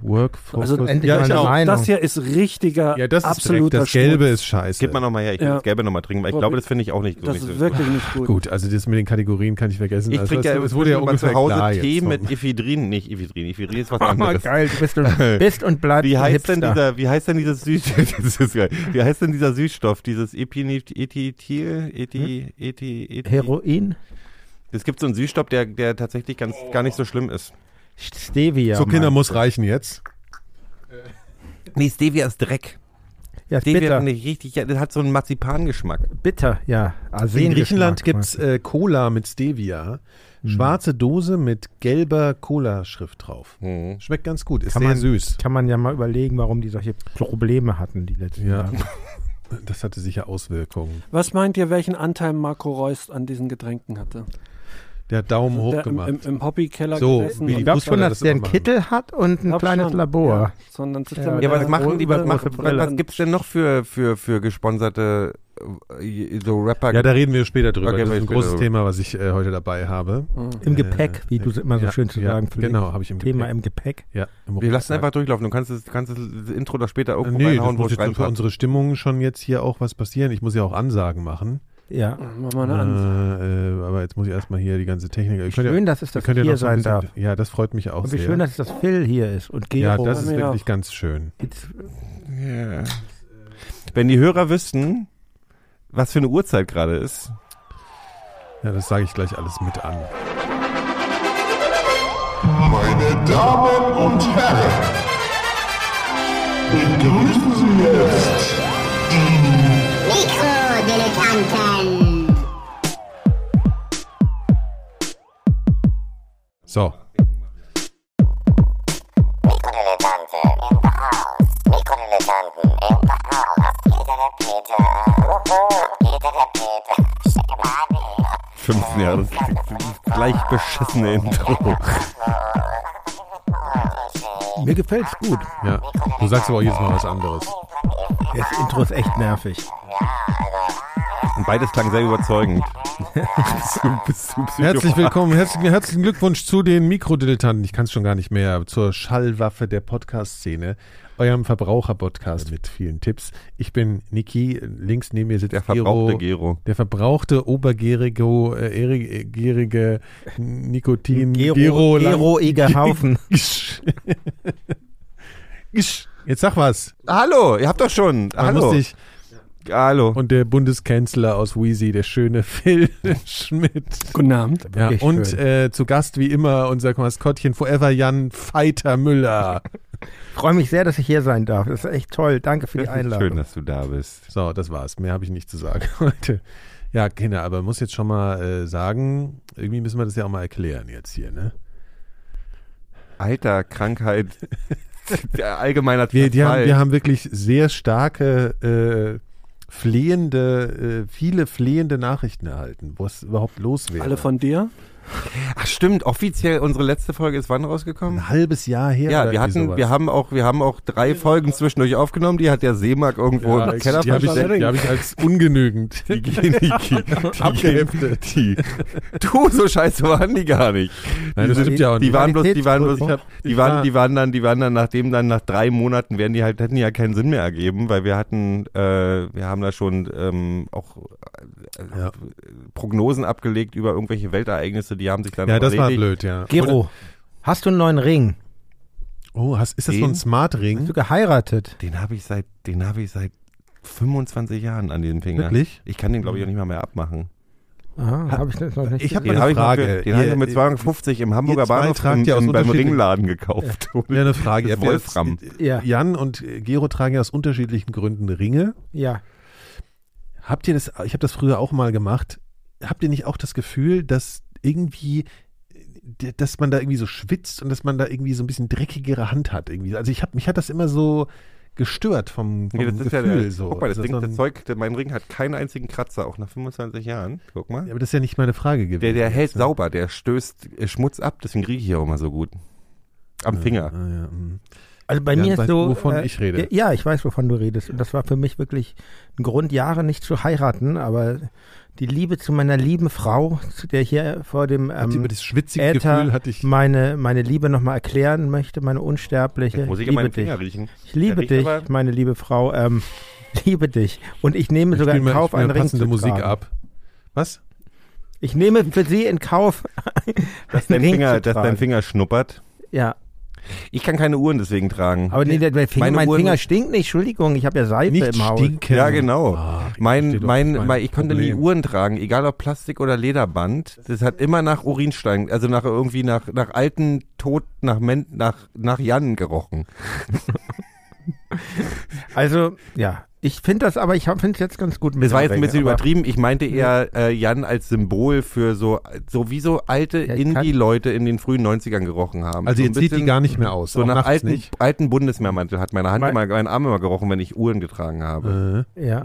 Work Also Focus. endlich ja, mal ich eine auch. Meinung. Das hier ist richtiger, ja, das ist direkt, absoluter das Gelbe Schmutz. ist scheiße. Gib mal nochmal her, ich will Ja. das Gelbe nochmal trinken, weil ich Boah, glaube, wie- das finde ich auch nicht so Das nicht so- ist wirklich nicht gut. Gut, also das mit den Kategorien kann ich vergessen. Ich also, trinke ja es, es wurde ja immer ungefähr zu Hause klar jetzt Tee noch. mit Ephedrin, nicht Ephedrin, Ephedrin ist was Oh, anderes. geil, du bist und, bist und bleibst Wie ein heißt, denn Hipster. dieser, wie heißt denn dieses Süßstoff? Das ist geil. Wie heißt denn dieser Süßstoff? Dieses Epinit, Ethithil, Ethi, Ethi, Ethi. Heroin? Es gibt so einen Süßstoff, der, der tatsächlich ganz, gar nicht so schlimm ist. Stevia. so, Kinder Mann. muss reichen jetzt. Nee, Stevia ist Dreck. Ja, ist Stevia bitter, finde ich richtig, ja, das hat so einen Mazipangeschmack. bitter, ja. In Arsen Griechenland gibt es äh, Cola mit Stevia. Schwarze Dose mit gelber Cola-Schrift drauf. Mhm. Hm. Schmeckt ganz gut, ist Kann sehr man- süß. Kann man ja mal überlegen, warum die solche Probleme hatten die letzten Ja. Jahre. Das hatte sicher Auswirkungen. Was meint ihr, welchen Anteil Marco Reus an diesen Getränken hatte? Der hat Daumen hoch Der im, gemacht. im, im Hobbykeller Um So, gesessen? wie die und- Fußballer Glaubst du, dass das der immer einen machen. Kittel hat und ein Glaub kleines schon, Labor? Ja. Sondern sitzt Ja, er mit Ja, Ja, was einer machen die, was, übergroße machen, Brille. was gibt's denn noch für, für, für gesponserte äh, so Rapper? Ja, da reden wir später drüber. Okay, das ist ein später großes drüber. Thema, was ich äh, heute dabei habe. Mhm. Im Äh, Gepäck, wie du immer so ja, schön zu ja, sagen pflegst. Genau, habe ich im Thema Gepäck. im Gepäck. ja, im wir lassen Rucksack. einfach durchlaufen. Du kannst das, kannst das Intro da später irgendwo Nee, das reinhauen, wo muss es jetzt so für reinpasst. unsere Stimmung schon jetzt hier auch was passieren. Ich muss ja auch Ansagen Oh, machen. Ja. Mach mal Äh, eine Ansage. äh, aber jetzt muss ich erstmal hier die ganze Technik. Ihr könnt ja- Schön, dass es ihr das könnt ja hier noch so ein sein darf. bisschen, Ja, das freut mich auch Und wie sehr. schön, dass es das Phil hier ist und ja, Gero. das ist Ja. wirklich ganz schön. Jetzt- Ja. Wenn die Hörer wüssten, was für eine Uhrzeit gerade ist. Ja, das sage ich gleich alles mit an. Meine Damen und Herren, begrüßen Sie jetzt Mikrodilettanten. So, Fünften Jahre. Das gleich beschissene Intro. Mir gefällt's gut. ja. Du sagst aber auch jedes Mal was anderes. Das Intro ist echt nervig. Und beides klang sehr überzeugend. bist du, bist du Psychopath? Herzlich willkommen, herzlichen, herzlichen Glückwunsch zu den Mikrodilettanten. Ich kann es schon gar nicht mehr. Zur Schallwaffe der Podcast-Szene, eurem Verbraucher-Podcast mit vielen Tipps. Ich bin Niki, links neben mir sitzt Der verbrauchte Gero. Gero. Der verbrauchte obergierige, äh, eri- gierige Nikotin. Gero, Lang- Gero Egerhaufen. Isch. Isch. Jetzt sag was. Hallo, ihr habt doch schon. Man Hallo. muss dich. Hallo. Und der Bundeskanzler aus Wheezy, der schöne Phil Schmidt. Guten Abend. Ja, Wirklich und schön. äh, zu Gast wie immer unser Maskottchen Forever Jan Feiter Müller. Ich freue mich sehr, dass ich hier sein darf. Das ist echt toll. Danke für die Das ist Einladung. Schön, dass du da bist. So, das war's. Mehr habe ich nicht zu sagen heute. Ja, Kinder, aber muss jetzt schon mal äh, sagen, irgendwie müssen wir das ja auch mal erklären jetzt hier, ne? Alter, Krankheit. Der allgemeiner Wir, die haben, Verfall. wir haben wirklich sehr starke, äh, flehende, äh, viele flehende Nachrichten erhalten, wo es überhaupt los wäre. Alle von dir? Ach stimmt, offiziell unsere letzte Folge ist wann rausgekommen? ein halbes Jahr her. Ja, oder wir irgendwie hatten, sowas. wir haben auch, wir haben auch drei Folgen zwischendurch aufgenommen. Die hat der Seemark irgendwo ja, im Keller die habe ich, versteckt. die hab ich als ungenügend abgeheftet. Die, du, so scheiße waren die gar nicht. Nein, das die, stimmt ja auch die nicht. waren bloß, die waren bloß, Ich hab- die ich waren, war- die waren dann, die waren dann, nachdem dann nach drei Monaten werden die halt, hätten die ja keinen Sinn mehr ergeben, weil wir hatten, äh, wir haben da schon ähm, auch äh, Ja. Prognosen abgelegt über irgendwelche Weltereignisse, die haben sich dann Ja, auch das war erledigt. blöd, ja. Gero, hast du einen neuen Ring? Oh, hast, ist das so ein Den? Smart Hast Ring? du geheiratet? Den habe ich seit, den habe ich seit 25 Jahren an diesem Finger. Wirklich? Ich kann den, glaube ich, auch nicht mal mehr abmachen. Ah, habe ich das noch nicht. Ich habe gesehen. Den mal eine habe ich, mal für- Frage. den hab ich Ihr- mir mit 250 im Hamburger ihr zwei Bahnhof tragt im, ja aus im, beim unterschiedlichen- Ringladen gekauft. Ja, eine Frage. Das Ihr habt ja Wolfram. jetzt- Ja. Jan und äh, Gero tragen ja aus unterschiedlichen Gründen Ringe. ja. Habt ihr das, ich habe das früher auch mal gemacht. habt ihr nicht auch das Gefühl, dass irgendwie, d- dass man da irgendwie so schwitzt und dass man da irgendwie so ein bisschen dreckigere Hand hat irgendwie? Also ich hab, mich hat das immer so gestört vom, vom Nee, das ist ja Gefühl der, so. Guck mal, das Also, Ding, dass das man- Zeug, der, mein Ring hat keinen einzigen Kratzer, auch nach 25 Jahren. Guck mal. Ja, aber das ist ja nicht meine Frage gewesen. Der, der hält jetzt, ne? sauber, der stößt äh, Schmutz ab, deswegen rieche ich auch immer so gut. Am Finger. Ah, ja, mm. Also bei Ja, mir ist weißt so. äh, du, wovon ich rede? Ja, ich weiß, wovon du redest. Und das war für mich wirklich ein Grund, Jahre nicht zu heiraten, aber die Liebe zu meiner lieben Frau, zu der ich hier vor dem Hat die- ähm, über das schwitzige Gefühl Äther hatte ich. meine, meine Liebe nochmal erklären möchte, meine unsterbliche. Jetzt muss ich an liebe meinen dich. Finger riechen. Ich liebe Der riecht dich, aber- meine liebe Frau. Ähm, liebe dich. Und ich nehme sogar spiel in Kauf, spiel einen Ring zu passende Musik tragen. ab. Was? Ich nehme für sie in Kauf, dass Dein Finger, dass dein Finger schnuppert. Ja, Ich kann keine Uhren deswegen tragen. aber nee, der, der Finger, Meine mein Uhren- Finger stinkt nicht. Entschuldigung, ich habe ja Seife im Haus. ja, genau. mein, Ah, verstehe doch mein, mein mein, ich konnte nie Problem. Uhren tragen, egal ob Plastik oder Lederband. Das hat immer nach Urinstein, also nach irgendwie nach, nach alten Tod, nach Men, nach, nach Jan gerochen. Also, ja. Ich finde das aber, ich finde es jetzt ganz gut. mit Das war dem jetzt ein Ring, bisschen aber- übertrieben. Ich meinte eher äh, Jan als Symbol für so, so wie so alte Ja, ich kann- Indie-Leute in den frühen 90ern gerochen haben. Also so ein jetzt sieht die bisschen- gar nicht mehr aus. So auch nach nachts alten, nicht. alten Bundesmeermantel hat meine Hand Mein- immer, mein Arm immer gerochen, wenn ich Uhren getragen habe. Äh, Ja.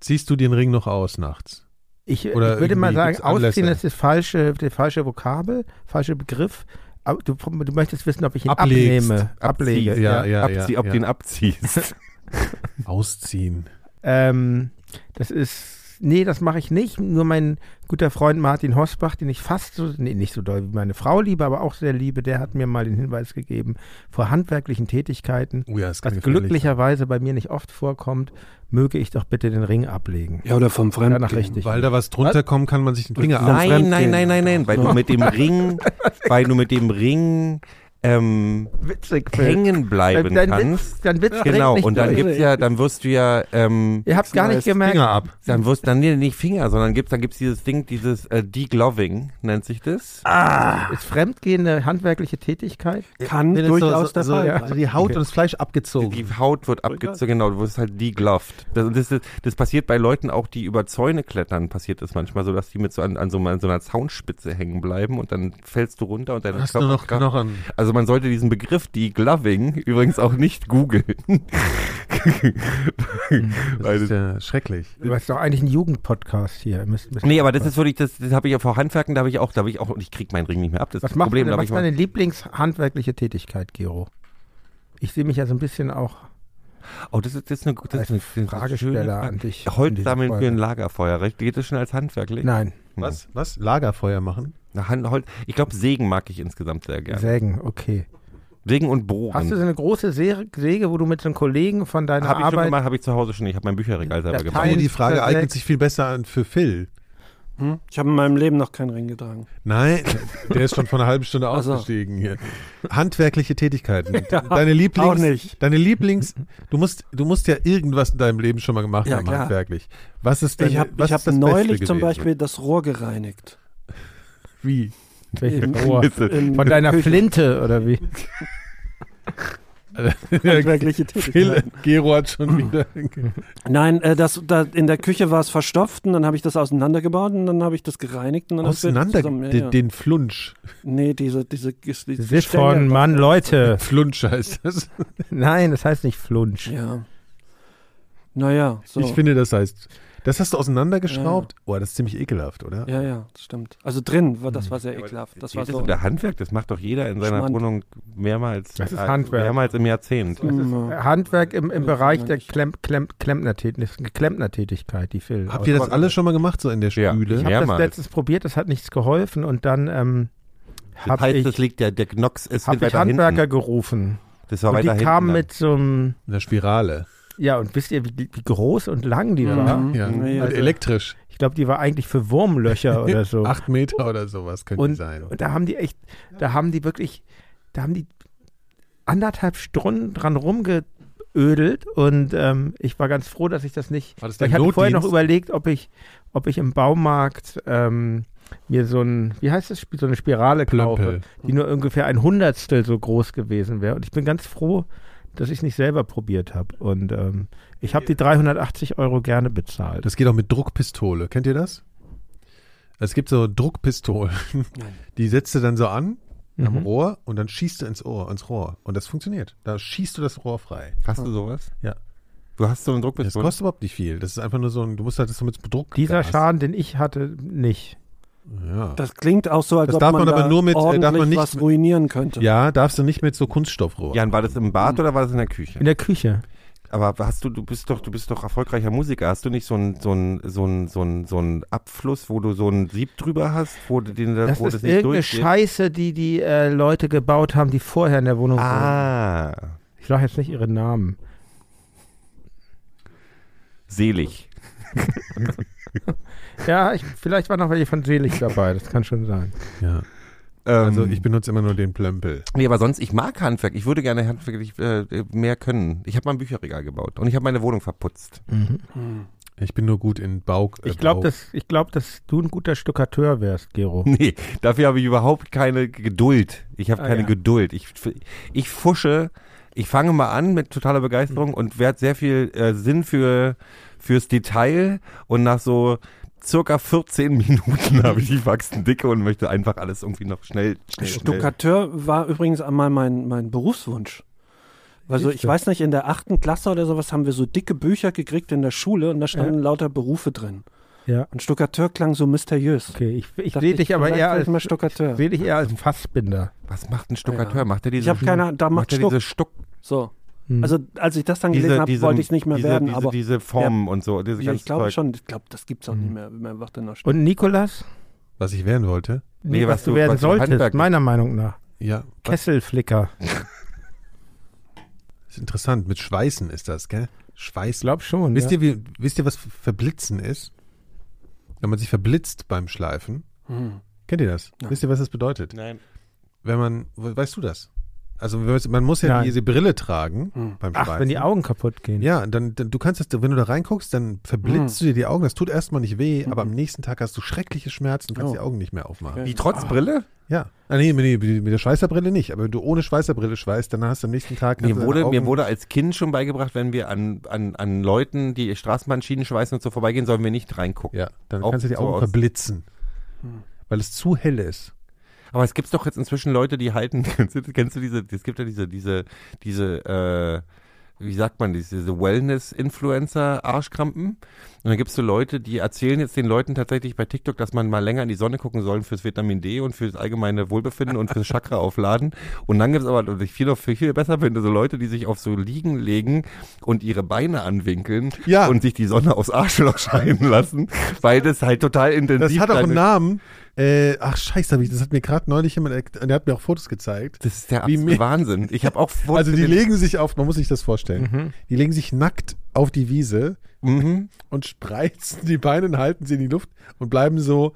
ziehst du den Ring noch aus nachts? Ich, Oder ich würde mal irgendwie sagen, gibt's Anlässe. ausziehen ist das falsche, der falsche Vokabel, falsche Begriff. Aber du, du möchtest wissen, ob ich ihn Ablegst. abnehme, ablege. Abziehst, ja, ja, Abzie ja, ob ja. den abziehst. Ausziehen. Ähm, das ist, nee, das mache ich nicht. Nur mein guter Freund Martin Hosbach, den ich fast so, nee, nicht so doll wie meine Frau liebe, aber auch sehr liebe, der hat mir mal den Hinweis gegeben, vor handwerklichen Tätigkeiten, Oh ja, ist was glücklicherweise bei mir nicht oft vorkommt, möge ich doch bitte den Ring ablegen. Ja, oder vom Fremden. Danach richte ich. Weil da was drunter kommen kann, man sich den Finger ab. Nein. Nein, Fremdgehen. nein, nein, nein, nein, weil du mit dem Ring, weil du mit dem Ring ähm, Witzig, hängen bleiben dein kannst. Witz, dein Witz bringt Genau, nicht und dann durch. gibt's ja, dann wirst du ja, ähm, Ihr habt gar nicht gemerkt. Finger ab. dann wirst dann nee, nicht Finger, sondern gibt's dann gibt's dieses Ding, dieses äh, Degloving nennt sich das. Ist fremdgehende handwerkliche Tätigkeit? Kann Wenn es also durchaus der Fall ja, sein. so die Haut Okay. und das Fleisch abgezogen. Die Haut wird abgezogen, genau, du wirst halt degloved. Das, das, ist- das passiert bei Leuten auch, die über Zäune klettern, passiert das manchmal so, dass die mit so an, an, so, an so einer Zaunspitze hängen bleiben und dann fällst du runter und deine Hast du nur noch Körper- Knochen. Also man sollte diesen Begriff Degloving übrigens auch nicht googeln. Hm, Das Weil das- ist ja schrecklich. Du hast doch eigentlich einen Jugendpodcast hier. Ihr Müsst, müsst Nee, aber das ist wirklich, das, das habe ich ja vor Handwerken, da habe ich auch, da habe ich auch, und ich krieg meinen Ring nicht mehr ab. Das ist Was das macht Problem, denn- da habe ich was ist deine Lieblingshandwerkliche Tätigkeit, Gero? Ich sehe mich ja so ein bisschen auch Oh, das ist, das ist eine, das ist eine, das als ist eine schöne Fragesteller Frage. an dich. Holz in sammeln diesem für ein Fall. Lagerfeuer, recht? Geht das schon als handwerklich? Hm. Nein, Was? Was? Lagerfeuer machen? Na, Hand, Holz. Ich glaube, Sägen mag ich insgesamt sehr gerne. Sägen, okay. Sägen und Hast du Bohren. so eine große Säge, Säge, wo du mit so einem Kollegen von deiner Habe ich schon Arbeit... gemacht, habe ich zu Hause schon. Ich habe mein Bücherregal selber Ja, gebaut. Teil- Nee, Oh, die Frage Perfekt. eignet sich viel besser an für Phil. Hm? Ich habe in meinem Leben noch keinen Ring getragen. Nein, der ist schon vor einer halben Stunde Ach so. ausgestiegen hier. Handwerkliche Tätigkeiten. deine Lieblings, auch nicht. Deine Lieblings, du musst, du musst ja irgendwas in deinem Leben schon mal gemacht Ja, haben, klar. handwerklich. Was ist deine, Ich habe Äh, was hab ist das neulich Beste zum gewesen? Beispiel das Rohr gereinigt. Wie? Welche Im- Rohr? im- Von deiner Küche. Flinte oder wie? Handwerkliche Phil, Tätigkeit. Gero hat schon wieder. Nein, äh, das, da, in der Küche war es verstopft und dann habe ich das auseinandergebaut und dann habe ich das gereinigt und dann hat's wieder Auseinander zusammen- ja, den, ja. den Flunsch. Nee, diese, diese, diese Das ist von Mann, Leute. Flunsch heißt das. Nein, das heißt nicht Flunsch. Ja. Naja, so. Ich finde, das heißt. Das hast du auseinandergeschraubt? Oh, das ist ziemlich ekelhaft, oder? ja, ja, das stimmt. Also drin, war, das war sehr ekelhaft. Das war Geht so. unter Handwerk? Das macht doch jeder in seiner Schmand. Wohnung mehrmals, Das ist äh, Handwerk. mehrmals im Jahrzehnt. Ja. Handwerk im, im Bereich Ja, der ich- Klemm, Klemm, Klempnertätigkeit, Klempnertätigkeit, die Phil. Habt ihr das ausmacht. alle schon mal gemacht, so in der Ja. Spüle? Ich Ich habe das Mehrmals. letztens probiert, das hat nichts geholfen und dann ähm, Das habe heißt, ich, das liegt der, der Knox ist hab ich weiter hinten. Handwerker gerufen. Das war und die weiter hinten kamen dann. mit so einem, In der Spirale. ja und wisst ihr, wie, wie groß und lang die war? Mhm. Ja. Naja. Und elektrisch. Ich glaube, die war eigentlich für Wurmlöcher oder so. Acht Meter oder sowas könnte und, sein. und da haben die echt, da haben die wirklich, da haben die anderthalb Stunden dran rumgeödelt und ähm, ich war ganz froh, dass ich das nicht War das Weil dein ich hatte vorher noch Notdienst? überlegt, ob ich, ob ich im Baumarkt ähm, mir so ein, wie heißt das, Spiel- so eine Spirale kaufe, Plömpel. die nur ungefähr ein Hundertstel so groß gewesen wäre. Und ich bin ganz froh, dass ich es nicht selber probiert habe. Und ähm, ich habe die 380 Euro gerne bezahlt. Das geht auch mit Druckpistole. Kennt ihr das? Es gibt so Druckpistolen, Nein. die setzt du dann so an am Mhm. Rohr und dann schießt du ins Ohr, ins Rohr. Und das funktioniert. Da schießt du das Rohr frei. Hast du sowas? Ja. Du hast so einen Das Druckpistole? kostet überhaupt nicht viel. Das ist einfach nur so ein, du musst halt das so mit Druck. Dieser Gas- Schaden, den ich hatte, nicht. Ja. Das klingt auch so, als Das ob darf man, man aber da nur mit- äh, darf man ordentlich nicht- was ruinieren könnte. ja, darfst du nicht mit so Kunststoffrohr. Jan, war das im Bad oder war das in der Küche? In der Küche. Aber hast du, du bist doch, du bist doch erfolgreicher Musiker. Hast du nicht so einen so einen- so einen- so einen- so einen Abfluss, wo du so einen Sieb drüber hast, wo, du- den, Das wo ist irgendeine Scheiße, die die äh, Leute gebaut haben, die vorher in der Wohnung waren. Ah, Ich sage jetzt nicht ihre Namen. selig. Ja, ich, vielleicht waren noch welche von Selig dabei, das kann schon sein. Ja. Also ich benutze immer nur den Plömpel. Nee, aber sonst, ich mag Handwerk. Ich würde gerne handwerklich äh, mehr können. Ich habe mal ein Bücherregal gebaut und ich habe meine Wohnung verputzt. Hm. Ich bin nur gut in Bauk. äh, Ich glaube, Bau- dass, ich glaub, dass du ein guter Stuckateur wärst, Gero. Nee, dafür habe ich überhaupt keine Geduld. Ich habe Ah, keine ja. Geduld. Ich, ich fusche, ich fange mal an mit totaler Hm. Begeisterung und werde sehr viel äh, Sinn für, fürs Detail und nach so circa 14 Minuten habe ich die Wachsen dicke und möchte einfach alles irgendwie noch schnell, schnell, schnell. Stuckateur war übrigens einmal mein, mein Berufswunsch. Also ich Siehste. weiß nicht, in der achten Klasse oder sowas haben wir so dicke Bücher gekriegt in der Schule und da standen lauter Berufe drin. Ja. Und Stuckateur klang so mysteriös. Okay, ich, ich Dachte sehe dich aber vielleicht eher werd als, ich mal Stuckateur. seh dich eher als einen Fassbinder. Was macht ein Stuckateur? Ja. Macht er diese Ich habe keine Ahnung, da macht macht er diese Stuck. Stuck So. Hm. Also als ich das dann gelesen diese, habe, diese, wollte ich nicht mehr diese, werden, diese, aber diese Formen und so, diese ja, ich ganze glaube Zeug. schon, ich glaube, das gibt's auch nicht mehr, wenn man wacht dann noch Und Nikolas? was ich werden wollte. Nee, Nee, was was du du- werden was du solltest, handwerklich- meiner Meinung nach. Ja, was, Kesselflicker. ist interessant. Mit Schweißen ist das, gell? Ich Schweißen. glaube schon. Wisst, ja. ihr, wie, wisst ihr, was Verblitzen ist? Wenn man sich verblitzt beim Schleifen. Hm. Kennt ihr das? Nein. Wisst ihr, was das bedeutet? Nein. Wenn man, we- weißt du das? Also wenn man- man muss ja Nein. diese Brille tragen Hm. beim Schweißen. Ach, wenn die Augen kaputt gehen. Ja, und dann, dann du kannst das, wenn du da reinguckst, dann verblitzt du dir die Augen. Das tut erstmal nicht weh, aber am nächsten Tag hast du schreckliche Schmerzen, kannst Oh. die Augen nicht mehr aufmachen. Okay. Die Trotzbrille? Ja. Ah, nee, nee, mit mit der Schweißerbrille nicht. Aber wenn du ohne Schweißerbrille schweißt, dann hast du am nächsten Tag. kannst Mir du deine wurde, mir Augen- wurde als Kind schon beigebracht, wenn wir an, an, an Leuten, die Straßenbahnschienen schweißen und so vorbeigehen, sollen wir nicht reingucken. Ja, dann auch kannst du die so Augen aus- verblitzen. Weil es zu hell ist. Aber es gibt doch jetzt inzwischen Leute, die halten, kennst du, kennst du diese, es gibt ja diese, diese, diese, äh, wie sagt man, diese, diese Wellness-Influencer-Arschkrampen. Und dann gibt es so Leute, die erzählen jetzt den Leuten tatsächlich bei TikTok, dass man mal länger in die Sonne gucken soll fürs Vitamin D und fürs allgemeine Wohlbefinden und fürs Chakra aufladen. Und dann gibt es aber, was ich viel, noch- viel, viel besser finde, so Leute, die sich auf so Liegen legen und ihre Beine anwinkeln Ja. und sich die Sonne aufs Arschloch scheinen lassen, weil das halt total intensiv Das hat auch einen deine- Namen. Äh, ach, scheiße, hab ich- das hat mir gerade neulich jemand, erk- der hat mir auch Fotos gezeigt. Das ist der Wie absolute mir- Wahnsinn. Ich habe auch vor- Also die legen sich auf, man muss sich das vorstellen, Mhm. die legen sich nackt auf die Wiese Mhm. und spreizen die Beine und halten sie in die Luft und bleiben so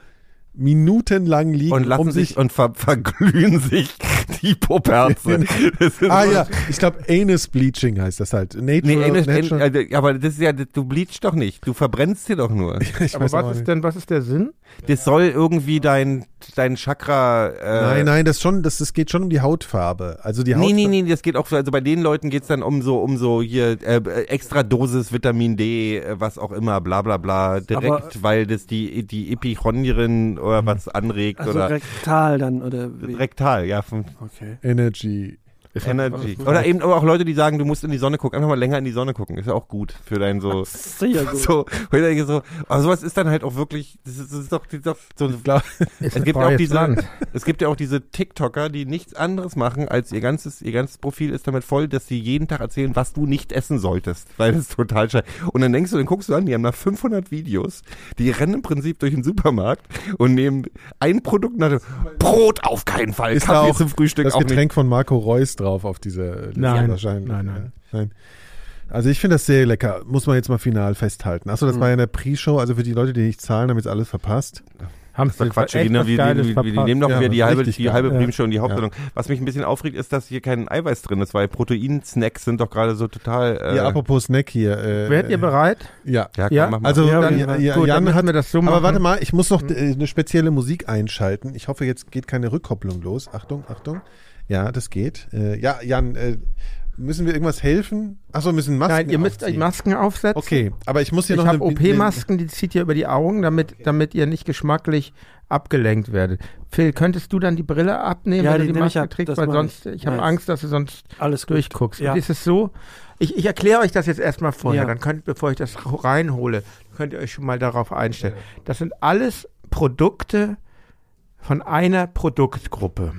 minutenlang liegen, und lassen um sich, und ver verglühen sich die Poperze. Das ist Ah so- ja, ich glaube Anus Bleaching heißt das halt. Natural, Nee, Englisch, natural, Englisch, aber das ist ja, du bleachst doch nicht, du verbrennst dir doch nur. ich Aber weiß auch was nicht. ist denn, was ist der Sinn? Das soll irgendwie dein, dein Chakra. Äh, Nein, nein, das schon, das, das geht schon um die Hautfarbe. Also die Nee, Hautfarbe. nee, nee, das geht auch, also bei den Leuten geht's dann um so, um so hier äh, extra Dosis Vitamin D, äh, was auch immer, bla bla bla, direkt, Aber- weil das die, die Epichondrien Hm. oder was anregt Also oder rektal dann oder wie? rektal, ja, vom Okay. Energy. Energy. Oder eben aber auch Leute, die sagen, du musst in die Sonne gucken, einfach mal länger in die Sonne gucken. Ist ja auch gut für dein so. Sehr gut. So, wo ich denke so, aber sowas ist dann halt auch wirklich, das ist, das ist doch, das ist doch so ein Klar. Ist es ein gibt, ja auch freies diese, Land. es gibt ja auch diese TikToker, die nichts anderes machen, als ihr ganzes, ihr ganzes Profil ist damit voll, dass sie jeden Tag erzählen, was du nicht essen solltest, weil das ist total scheiße. Und dann denkst du, dann guckst du an, die haben nach 500 Videos, die rennen im Prinzip durch den Supermarkt und nehmen ein Produkt nach dem, Brot auf keinen Fall, Ist da Kaffee auch zum Frühstück das auch nicht. Getränk von Marco Reus drauf auf diese Liste Nein. wahrscheinlich. Nein, ne? nein. nein. Also ich finde das sehr lecker, muss man jetzt mal final festhalten. Achso, Hm. das war ja in der Pre-Show, also für die Leute, die nicht zahlen, haben jetzt alles verpasst. Haben Das sie ist doch Quatsch, wir, echt nehmen- was wir, Geiles wir, wir, wir verpasst. nehmen doch Ja, wieder die das ist halbe, richtig die halbe geil. Primshow und die Hauptsendung. Was mich ein bisschen aufregt, ist, dass hier kein Eiweiß drin ist, weil Proteinsnacks sind doch gerade so total. Äh, ja, apropos Snack hier. Äh, Wärt ihr bereit? Ja. ja, komm, ja, mach mal. Also Ja, Jan, dann- Jan, gut, dann müssen hat, wir das so aber machen. warte mal, ich muss Hm. noch äh, eine spezielle Musik einschalten. Ich hoffe, jetzt geht keine Rückkopplung los. Achtung, Achtung. Ja, das geht. Äh, ja, Jan, äh, Müssen wir irgendwas helfen? Achso, müssen Masken Nein, ihr müsst euch aufziehen. Masken aufsetzen. Okay, aber ich muss hier Ich noch habe eine- eine- OP-Masken, die zieht ihr über die Augen, damit, damit ihr nicht geschmacklich abgelenkt werdet. Phil, könntest du dann die Brille abnehmen, Ja, wenn die du die nehme ich Maske ab, trägst? das Weil mache sonst, ich, habe Nice. Angst, dass du sonst Alles gut. durchguckst. Ja. Und ist es so? Ich, ich erkläre euch das jetzt erstmal vorher, Ja. dann könnt, bevor ich das ra- reinhole, könnt ihr euch schon mal darauf einstellen. Das sind alles Produkte von einer Produktgruppe.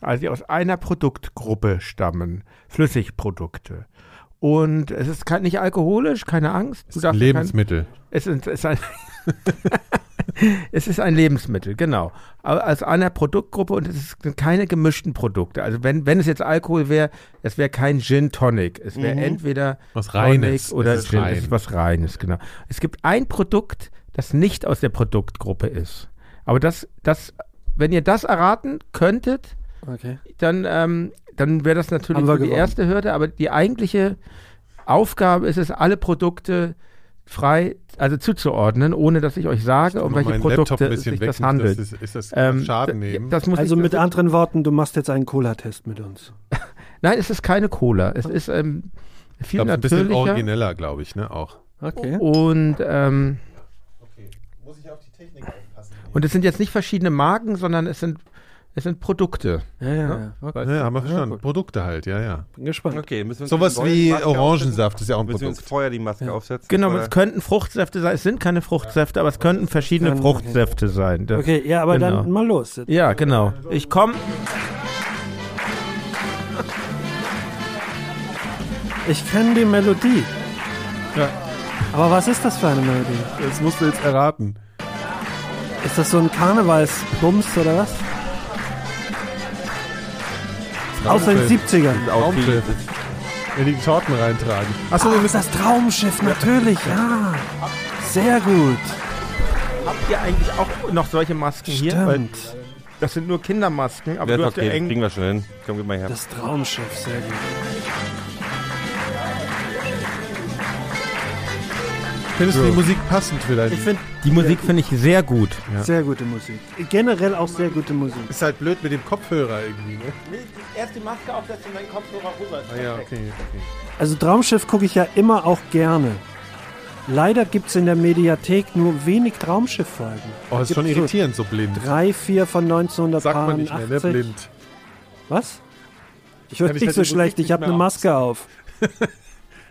Also die aus einer Produktgruppe stammen. Flüssigprodukte. Und es ist kein, nicht alkoholisch, keine Angst. Du darfst kein- Lebensmittel. es ist, es ist ein Es ist ein Lebensmittel, genau. Aber aus einer Produktgruppe und es ist- sind keine gemischten Produkte. Also wenn, wenn es jetzt Alkohol wäre, es wäre kein Gin Tonic. Es wäre entweder Mhm. Was Reines. Tonic oder Es ist Gin. rein. Es ist was Reines, genau. Es gibt ein Produkt, das nicht aus der Produktgruppe ist. Aber das, das, wenn ihr das erraten könntet, Okay. dann, ähm, dann wäre das natürlich Haben wir so die gewonnen. erste Hürde, aber die eigentliche Aufgabe ist es, alle Produkte frei, also zuzuordnen, ohne dass ich euch sage, um welche Produkte sich das handelt. Ist, ist das Ähm, Schaden d- nehmen? Das muss Also ich, mit anderen Worten, du machst jetzt einen Cola-Test mit uns. Nein, es ist keine Cola. Es ist ähm, ich viel glaube, ein bisschen natürlicher origineller, glaube ich, ne, auch. Okay. und ähm, Muss ich auf die Technik aufpassen? und es sind jetzt nicht verschiedene Marken, sondern es sind es sind Produkte. Ja, ja, ja. Okay. Ja, haben wir verstanden. gut. Produkte halt, ja, ja. oh. Bin gespannt. Okay, müssen wir uns Sowas vorher die wie Maske aufsetzen? Orangensaft ist ja auch ein Müssen wir uns Produkt. vorher die Maske aufsetzen? Genau, Oder? es könnten Fruchtsäfte sein. Es sind keine Fruchtsäfte, aber es könnten verschiedene Dann- Fruchtsäfte sein. Da- Okay, ja, aber Genau. dann mal los. Ja, genau. Ich komme. Ich kenne die Melodie. Aber was ist das für eine Melodie? Das musst du jetzt erraten. Ist das so ein Karnevalsbums oder was? Aus den 70ern. Traumschiff. Wenn die Torten reintragen. Achso, wir müssen das Traumschiff, natürlich, ja. Sehr gut. Habt ihr eigentlich auch noch solche Masken hier? Weil Stimmt. das sind nur Kindermasken, aber Ja, du ist hast ja okay, eng. kriegen wir schon hin. Komm, gib mal her. Das Traumschiff, sehr gut. Findest du die Musik passend für dein... Ich finde Die Musik finde ich sehr gut. sehr gute Musik. Generell auch sehr gute Musik. Ist halt blöd mit dem Kopfhörer irgendwie, ne? Erst die Maske aufsetzen und dann kommt Kopfhörer rüber. Ah ja, okay. okay. Also Traumschiff gucke ich ja immer auch gerne. Leider gibt es in der Mediathek nur wenig Traumschiff-Folgen. Oh, ist schon Gibt's so irritierend, so blind. Drei, vier von 1980. Sagt man nicht mehr, ne? Blind. Was? Ich Ja, höre ich nicht hör die so Musik schlecht, nicht ich habe mehr eine aus. Maske auf.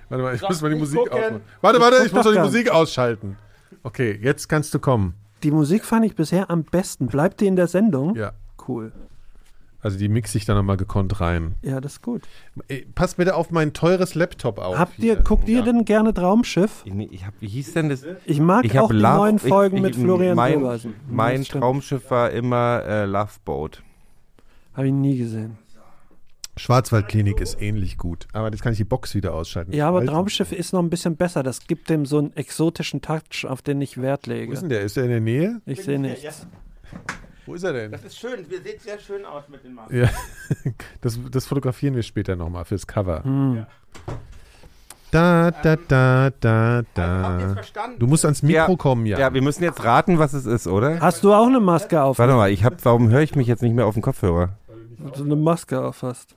Warte mal, ich muss mal die nicht Musik gucken. ausmachen. Warte, warte, guck ich muss doch mal die gar Musik ausschalten. Okay, jetzt kannst du kommen. Die Musik fand ich bisher am besten. Bleibt die in der Sendung? Ja. Cool. Also die mixe ich dann nochmal gekonnt rein. Ja, das ist gut. Ey, passt bitte auf mein teures Laptop auf. Habt hier. ihr, guckt ihr denn gerne Traumschiff? Ich, nee, ich hab, wie hieß denn das? Ich mag Ich hab auch die Love- neuen ich- Folgen ich- mit Florian mein- Silbereisen. Mein Das stimmt. Traumschiff war immer äh, Love Boat. Hab ich nie gesehen. Schwarzwaldklinik ist ähnlich gut. Aber jetzt kann ich die Box wieder ausschalten. Ja, aber Alter, Traumschiff ist noch ein bisschen besser. Das gibt dem so einen exotischen Touch, auf den ich Wert Wo ist lege. denn der? Ist der in der Nähe? Ich sehe nichts. Wo ist er denn? ist schön, wir sehen sehr schön aus mit den Masken. Ja. Das, das fotografieren wir später nochmal fürs Cover. Hm. Da, da, da, da, da. verstanden? Du musst ans Mikro Ja. kommen, ja. Ja. wir müssen jetzt raten, was es ist, oder? Hast du auch eine Maske auf? Warte mal, ich hab, warum höre ich mich jetzt nicht mehr auf dem Kopfhörer? So eine Maske auf hast.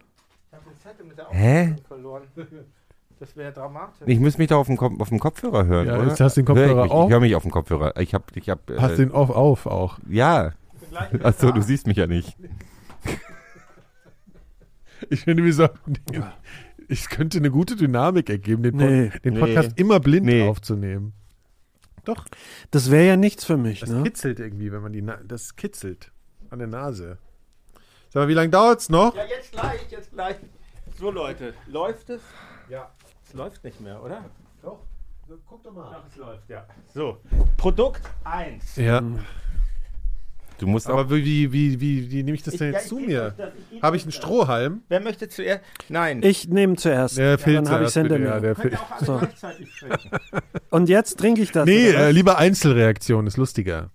Hä? verloren. Das wäre dramatisch. Ich muss mich doch auf dem, Kopf- auf dem Kopfhörer hören, Ja, oder? jetzt hast du den Hör Kopfhörer ich mich, auf. Ich höre mich auf dem Kopfhörer. Ich hab, ich hab, äh, Hast den Ah. off auf auch. ja. Achso, du siehst mich ja nicht. Ich finde, wir sollten. Ich könnte eine gute Dynamik ergeben, den, Pod Nee. den Podcast immer blind Nee. aufzunehmen. Doch, Das wäre ja nichts für mich, das ne? kitzelt irgendwie, wenn man die Na das kitzelt an der Nase. Sag mal, wie lange dauert's noch? Ja, jetzt gleich, jetzt gleich. So, Leute, läuft es? Ja. Es läuft nicht mehr, oder? Doch. Guck doch mal. Doch, es läuft, ja. So, Produkt 1. Ja, Du musst aber. aber wie, wie, wie, wie, wie nehme ich das denn jetzt zu mir? Habe ich einen Strohhalm? Wer möchte zuerst? Nein. Ich nehme zuerst. Der fehlt dann habe ich zuerst, bitte. hinter Ja, mir. der fehlt. auch alle So. gleichzeitig trinken. Und jetzt trinke ich das. Nee, oder was? äh, lieber Einzelreaktion, ist lustiger.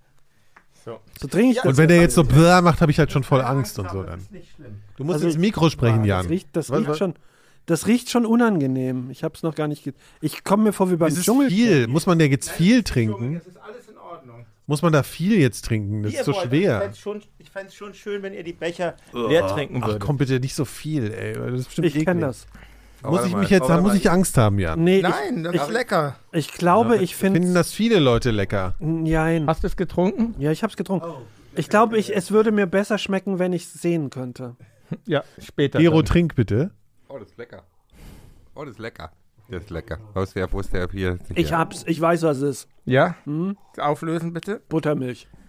so trinke ich das. Und wenn der jetzt so brrr macht, habe ich halt schon voll Angst und so dann. ist nicht schlimm. Du musst Also ins Mikro sprechen, Jan. Das riecht, das Was- riecht was- schon. Das riecht schon unangenehm. Ich habe es noch gar nicht. Ge ich komme mir vor wie beim Es ist Dschungel. viel. Muss man der jetzt viel trinken? Es ist alles in Ordnung. Muss man da viel jetzt trinken? Das ist so schwer. Ich fände es schon schön, wenn ihr die Becher leer trinken Ach würdet. komm bitte, nicht so viel, ey. weil Das ist bestimmt Ich kenne eklig. das. Muss ich mich jetzt, muss ich Angst haben, Jan? Nee, Nein, das ich, ist lecker. ich, ich glaube, ich Finden finde das viele Leute lecker. Nein. Hast du es getrunken? Ja, ich hab's getrunken. Oh. Ich glaube, ich, es würde mir besser schmecken, wenn ich es sehen könnte. Ja, später. Gero, dann. trink bitte. Oh, das ist lecker. Oh, das ist lecker. Das ist lecker. Wo ist der, wo ist der hier? Ich hab's, ich weiß, was es ist. Ja? Hm? Auflösen bitte. Buttermilch. Nee,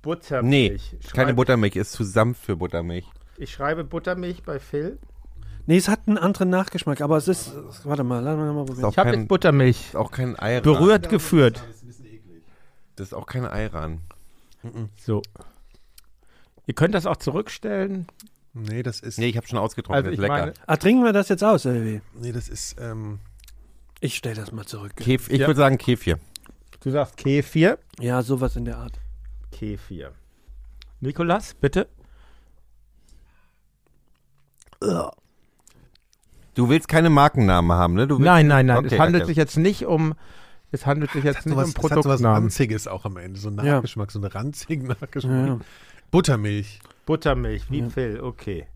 Buttermilch. keine Buttermilch, ist zu sanft für Buttermilch. Ich schreibe Buttermilch bei Phil. Nee, es hat einen anderen Nachgeschmack, aber es ist. Warte mal, lass mal mal probieren. Ist auch Ich habe kein- jetzt Buttermilch. Ist auch kein Eiran. Ähm, Berührt geführt. Das ist auch kein Eiran. So. Ihr könnt das auch zurückstellen. Nee, das ist. Nee, ich habe schon ausgetrunken, Also das ist ich lecker. meine- Ah, trinken wir das jetzt aus, Elvi? Nee, das ist. Ähm, Ich stell das mal zurück. Kef, ich Ja. würde sagen Kefir. Du sagst Kefir. Ja, sowas in der Art. Kefir. Nikolas, bitte. Du willst keine Markennamen haben, ne? Du willst, Nein, nein, nein. Okay, es handelt okay. sich jetzt nicht um. Es handelt sich jetzt nicht sowas, um das hat sowas Produktnamen. Ranziges auch am Ende. So ein Ja. Nachgeschmack, so einen ranzigen Nachgeschmack. Ja. Buttermilch. Buttermilch, wie Phil, okay.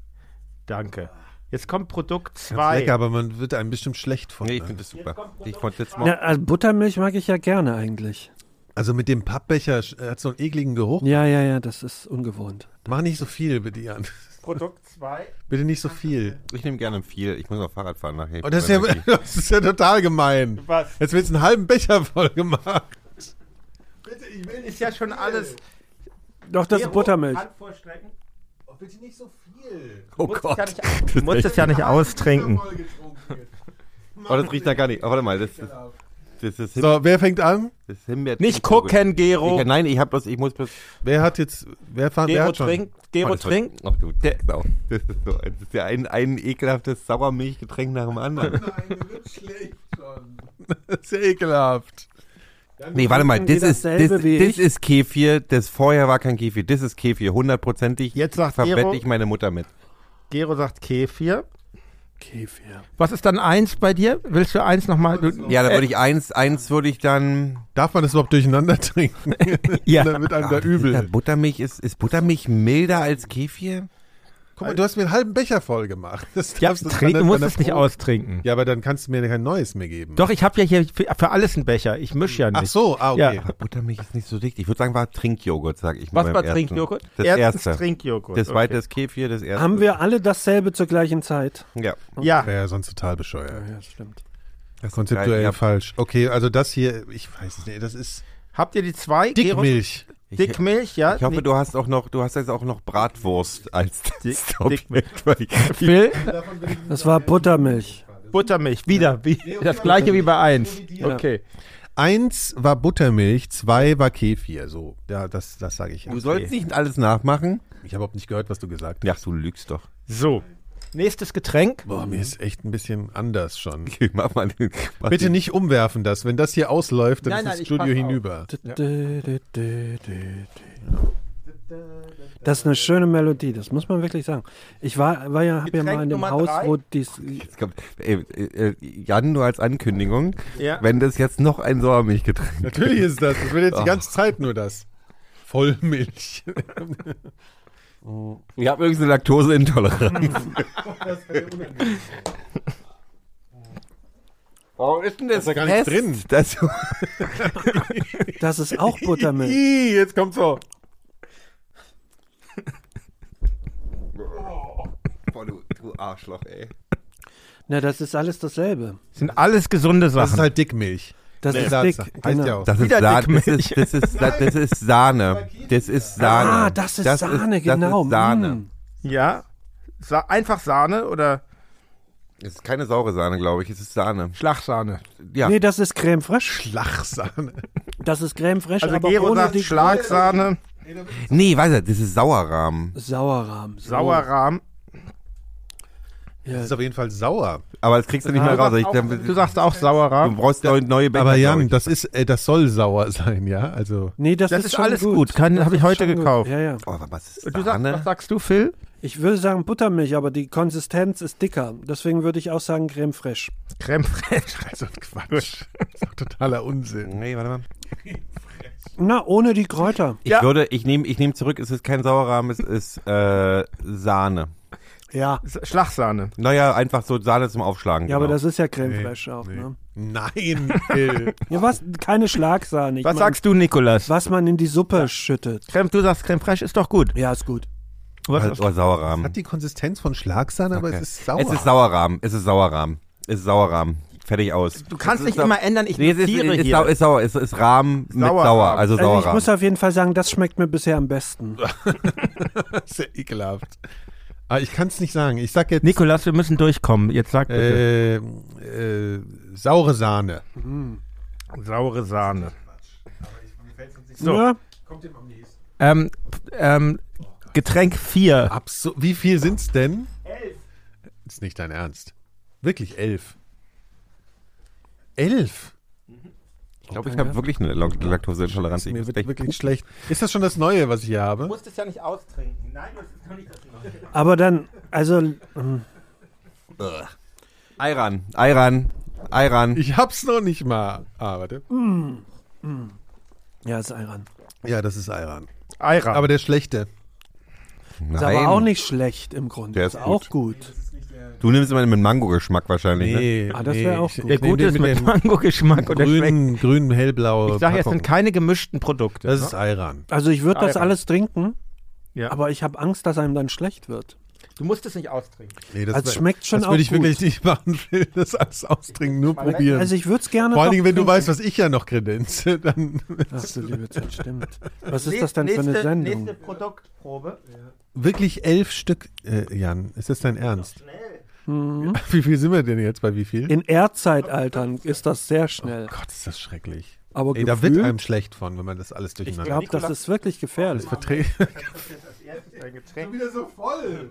Danke. Jetzt kommt Produkt Ganz 2. lecker, aber man wird einem bestimmt schlecht von. Nee, ich ne? finde das super. Ich konnte jetzt mal. Na, also Buttermilch mag ich ja gerne eigentlich. Also mit dem Pappbecher sch- äh, hat so einen ekligen Geruch. Ja, ja, ja, das ist ungewohnt. Mach nicht so viel, bitte, Jan. Produkt 2. Bitte nicht so viel. Ich nehme gerne viel. Ich muss noch Fahrrad fahren nachher. Oh, das, ist ja, das ist ja total gemein. Was? Jetzt wird einen halben Becher voll gemacht. Ist ja schon alles. Doch, das ist Buttermilch. Hand vorstrecken. Oh, bitte nicht so viel. oh Muss Gott. ja nicht- Du musst es ja nicht austrinken. Oh, das riecht da gar nicht. Oh, warte mal, das ist. Das ist, Him So, wer fängt an? das ist Himbeer. Nicht gucken, Ich, Gero. nein, ich hab bloß, ich muss bloß. Wer hat jetzt. Wer, fahr, wer Gero hat schon? trinkt, Gero trinkt. Oh, du, der, genau. Das ist so. Das ist ja ein, ein ekelhaftes Sauermilchgetränk nach dem anderen. Das ist ja ekelhaft. Nee, warte mal, trinken die das ist, das, dasselbe wie das ich? ist Kefir, das vorher war kein Kefir, das ist Kefir, hundertprozentig. Jetzt sagt verbette Gero- ich meine Mutter mit. Gero sagt Kefir. Kefir. Was ist dann eins bei dir? Willst du eins Äh, nochmal? Ja, da würde ich eins, eins würde ich dann. Darf man das überhaupt durcheinander trinken? Ja. Dann wird einem da Ja, übel. Buttermilch ist, ist Buttermilch milder als Kefir? Guck mal, du hast mir einen halben Becher voll gemacht. Das Ja, darfst du- trinken, dann- du musst dann- es nicht austrinken. Ja, aber dann kannst du mir kein neues mehr geben. Doch, ich habe ja hier für, für alles einen Becher. Ich mische ja nicht. Ach so, ah, okay. Ja. Buttermilch ist nicht so dicht. Ich würde sagen, war Trinkjoghurt, sag ich mal Was beim war ersten. Trinkjoghurt? Das Erstens erste. Trinkjoghurt. das zweite okay. ist Kefir, das erste. Haben wir alle dasselbe zur gleichen Zeit? Ja. Ja, Wäre ja sonst total bescheuert. Ja, das stimmt. Das ist Konzeptuell geil. Ja, falsch. Okay, also das hier, ich weiß es nicht, das ist habt ihr die zwei? Gero? Dickmilch. Ich, Dickmilch, ja. ich hoffe, Nee. du hast auch noch, du hast jetzt auch noch Bratwurst als Dick- Hauptmilch, weil ich- Phil, Das war Buttermilch. Buttermilch, wieder. Wie, das gleiche wie bei eins. Ja. Okay. Eins war Buttermilch, zwei war Kefir. So, ja, das, das sage ich. Du sollst nicht alles nachmachen. Ich habe überhaupt nicht gehört, was du gesagt hast. Ja, du lügst doch. So. Nächstes Getränk. Boah, mir ist echt ein bisschen anders schon. Mach mal, den- mach Bitte den- nicht umwerfen das. Wenn das hier ausläuft, dann Nein, ist nein, das ich Studio pass auf. hinüber. Dü, dü, dü, dü, dü. Das ist eine schöne Melodie, das muss man wirklich sagen. Ich war, war ja, hab ja Getränk mal in dem Nummer Haus, drei. wo dies. Es kommt, ey, äh, äh, Jan, nur als Ankündigung, Ja. wenn das jetzt noch ein Sauermilchgetränk ist. Natürlich ist das. Das wird jetzt Ach. die ganze Zeit nur das. Vollmilch. Ich habe irgendeine Laktoseintoleranz. Warum ist denn das, da gar nichts fest? drin? Das, Das ist auch Buttermilch. Ih, jetzt kommt so. boah, du, du Arschloch, ey. Na, das ist alles dasselbe. Sind alles gesunde Das ist Sachen. halt Dickmilch. Das Nee. ist Heißt dick. ja Genau. auch. Das ist, Wieder Sa das, Dickmilch. ist, das, ist, das, das ist Sahne. Das ist Sahne. Ah, das ist Sahne, genau. Das ist Sahne. mm. Ja. Sa einfach Sahne oder Es ist keine saure Sahne, glaube ich. Es ist Sahne. Schlagsahne. Ja, Nee, das ist Creme Fraiche. Lachsahne. Das ist Creme Fraiche, Also aber Gero ohne sagt die Schlagsahne, nee, weiß er, das ist Sauerrahm. Sauerrahm. So. Sauerrahm. Ja. Das ist auf jeden Fall sauer. Aber das kriegst du nicht mehr raus. Ich, also Du du, sagst auch du Sauerrahm. brauchst neue, neue Becher. Aber glaub Jan, ich. das ist, äh, das soll sauer sein, ja? Also Nee, das, Das ist, ist schon alles gut. gut. Kann- Das hab ich ist heute schon gut. gekauft. Ja, ja. Oh, aber was ist Und Du sagst, Sahne? was sagst du, Phil? Ich würde sagen Buttermilch, aber die Konsistenz ist dicker. Deswegen würde ich auch sagen Creme Fraiche. Creme fraiche. so also ein Quatsch. Das ist doch totaler Unsinn. nee, warte mal. Na, ohne die Kräuter. Ich würde, ich nehme ich nehm zurück, es ist kein Sauerrahm, es ist äh, Sahne. Ja. S- Schlagsahne. Naja, einfach so Sahne zum Aufschlagen. Ja, aber genau. das ist ja Creme Fraiche auch, ne? Nein, Phil. Ja, was? Keine Schlagsahne. Ich Was mein, sagst du, Nikolas? Was man in die Suppe schüttet. Creme, du sagst, Creme Fraiche ist doch gut. Also Ja, ist gut. Was Halt, oder Sauerrahm. Hat die Konsistenz von Schlagsahne, aber Okay. es ist sauer. Es ist Sauerrahm. Es ist Sauerrahm. Es ist Sauerrahm. Fertig aus. du kannst Es ist nicht immer ändern, ich Nee, es ist, notiere ist, ist, hier. sau, ist sauer. Es ist Rahm mit Sauerrahm. sauer. Also Also ich Sauerrahm. muss auf jeden Fall sagen, das schmeckt mir bisher am besten. sehr ekelhaft. Aber ich kann es nicht sagen. Ich sag jetzt Nikolas, wir müssen durchkommen. Jetzt sag bitte. äh, äh, saure Sahne. Saure Sahne. So. Ja, Ähm, ähm, Getränk 4. Absu Wie viel sind's denn? Elf. Ist nicht dein Ernst. Wirklich elf. Elf? ich glaube, ich habe wirklich eine Lak- Laktoseintoleranz. Ich Mir muss wird echt- wirklich schlecht. Ist das schon das Neue, was ich hier habe? musst es ja nicht austrinken. Nein, das ist noch nicht das Neue. aber dann, also, ähm, Ayran. Ayran. Ayran. Ich hab's noch nicht mal. Ah, warte. ja, ist Ayran. Ja, das ist Ayran. Eira. Aber der schlechte. ne? Ist aber auch nicht schlecht im Grunde. Der ist, ist auch gut. Du nimmst immer den mit Mango-Geschmack wahrscheinlich, ne? Ah, das wäre auch ich- gut. der ich nehm gute den ist mit mit dem Mango-Geschmack und der schmeckt. grünen, grünen, hellblau. Ich sage, jetzt sind keine gemischten Produkte. ne? Das ist Ayran. Also ich würde das Ayran. alles trinken, Ja. aber ich habe Angst, dass einem dann schlecht wird. Du musst es nicht austrinken. Nee, das Also wär- schmeckt schon das auch würde ich gut. wirklich nicht machen, Phil. Das alles austrinken, nur probieren. Also ich würde es gerne Vor allen doch Dingen, wenn du trinken. weißt, was ich ja noch kredenze, dann Ach du liebe Zeit, halt, stimmt. Was ist das denn für eine nächste, Sendung? Nächste Produktprobe. wirklich elf Stück, äh, Jan. Ist das dein Ernst? Wie viel sind wir denn jetzt bei wie viel? Mhm. In Erdzeitaltern ist das sehr schnell. Oh Gott, ist das schrecklich. Aber Ey, da gefühlt, wird einem schlecht von, wenn man das alles ich durcheinander glaube, das ist wirklich gefährlich. verträgt. Ein Getränk. Wieder so voll.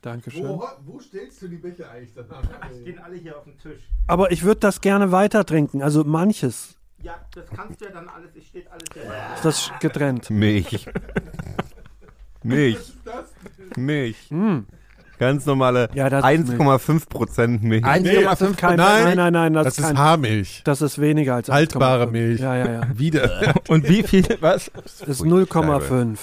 Dankeschön. stellst du die Becher eigentlich danach? Stehen alle hier auf dem Tisch. Aber ich würde das gerne weiter trinken. Also manches Ja, das kannst du ja dann alles. Es steht alles hier. ist das getrennt. Milch. Milch. Milch. Ganz normale Ja, das ist 1,5 Prozent Milch. 1,5 Kein, Nein. nein, nein, nein, nein, das, Das ist ist kein, Haarmilch. das ist weniger als 1,5. Haltbare Milch. Ja, ja, ja. Wieder. Und wie viel? Was? Das ist 0,5.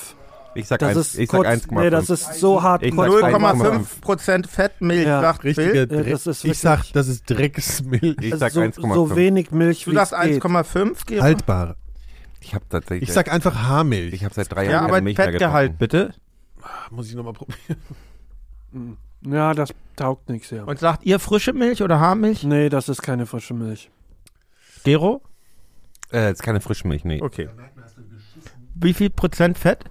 Ich sag Das 1,5. ist Ich sag kurz, nee, das 1,5. ist so hart Ich kurz. sag 0,5% Fettmilch, Ja, sagt Bill. Richtiger das Dreck. ist wirklich- ich sag, das ist Drecksmilch. Ich Also sag so, 1,5. so wenig Milch Du wie sagst es geht. 1,5, Gero? Haltbare. Ich habe tatsächlich. Ich sag einfach Haarmilch. ich habe seit drei Ja, Jahren aber keine Milch mehr Fettgehalt getrunken. bitte. muss ich nochmal probieren. Ja, das taugt nichts, ja. Und sagt ihr frische Milch oder Haarmilch? Nee, das ist keine frische Milch. Gero? Äh, ist keine Frischmilch, nee. Okay. Wie viel Prozent Fett?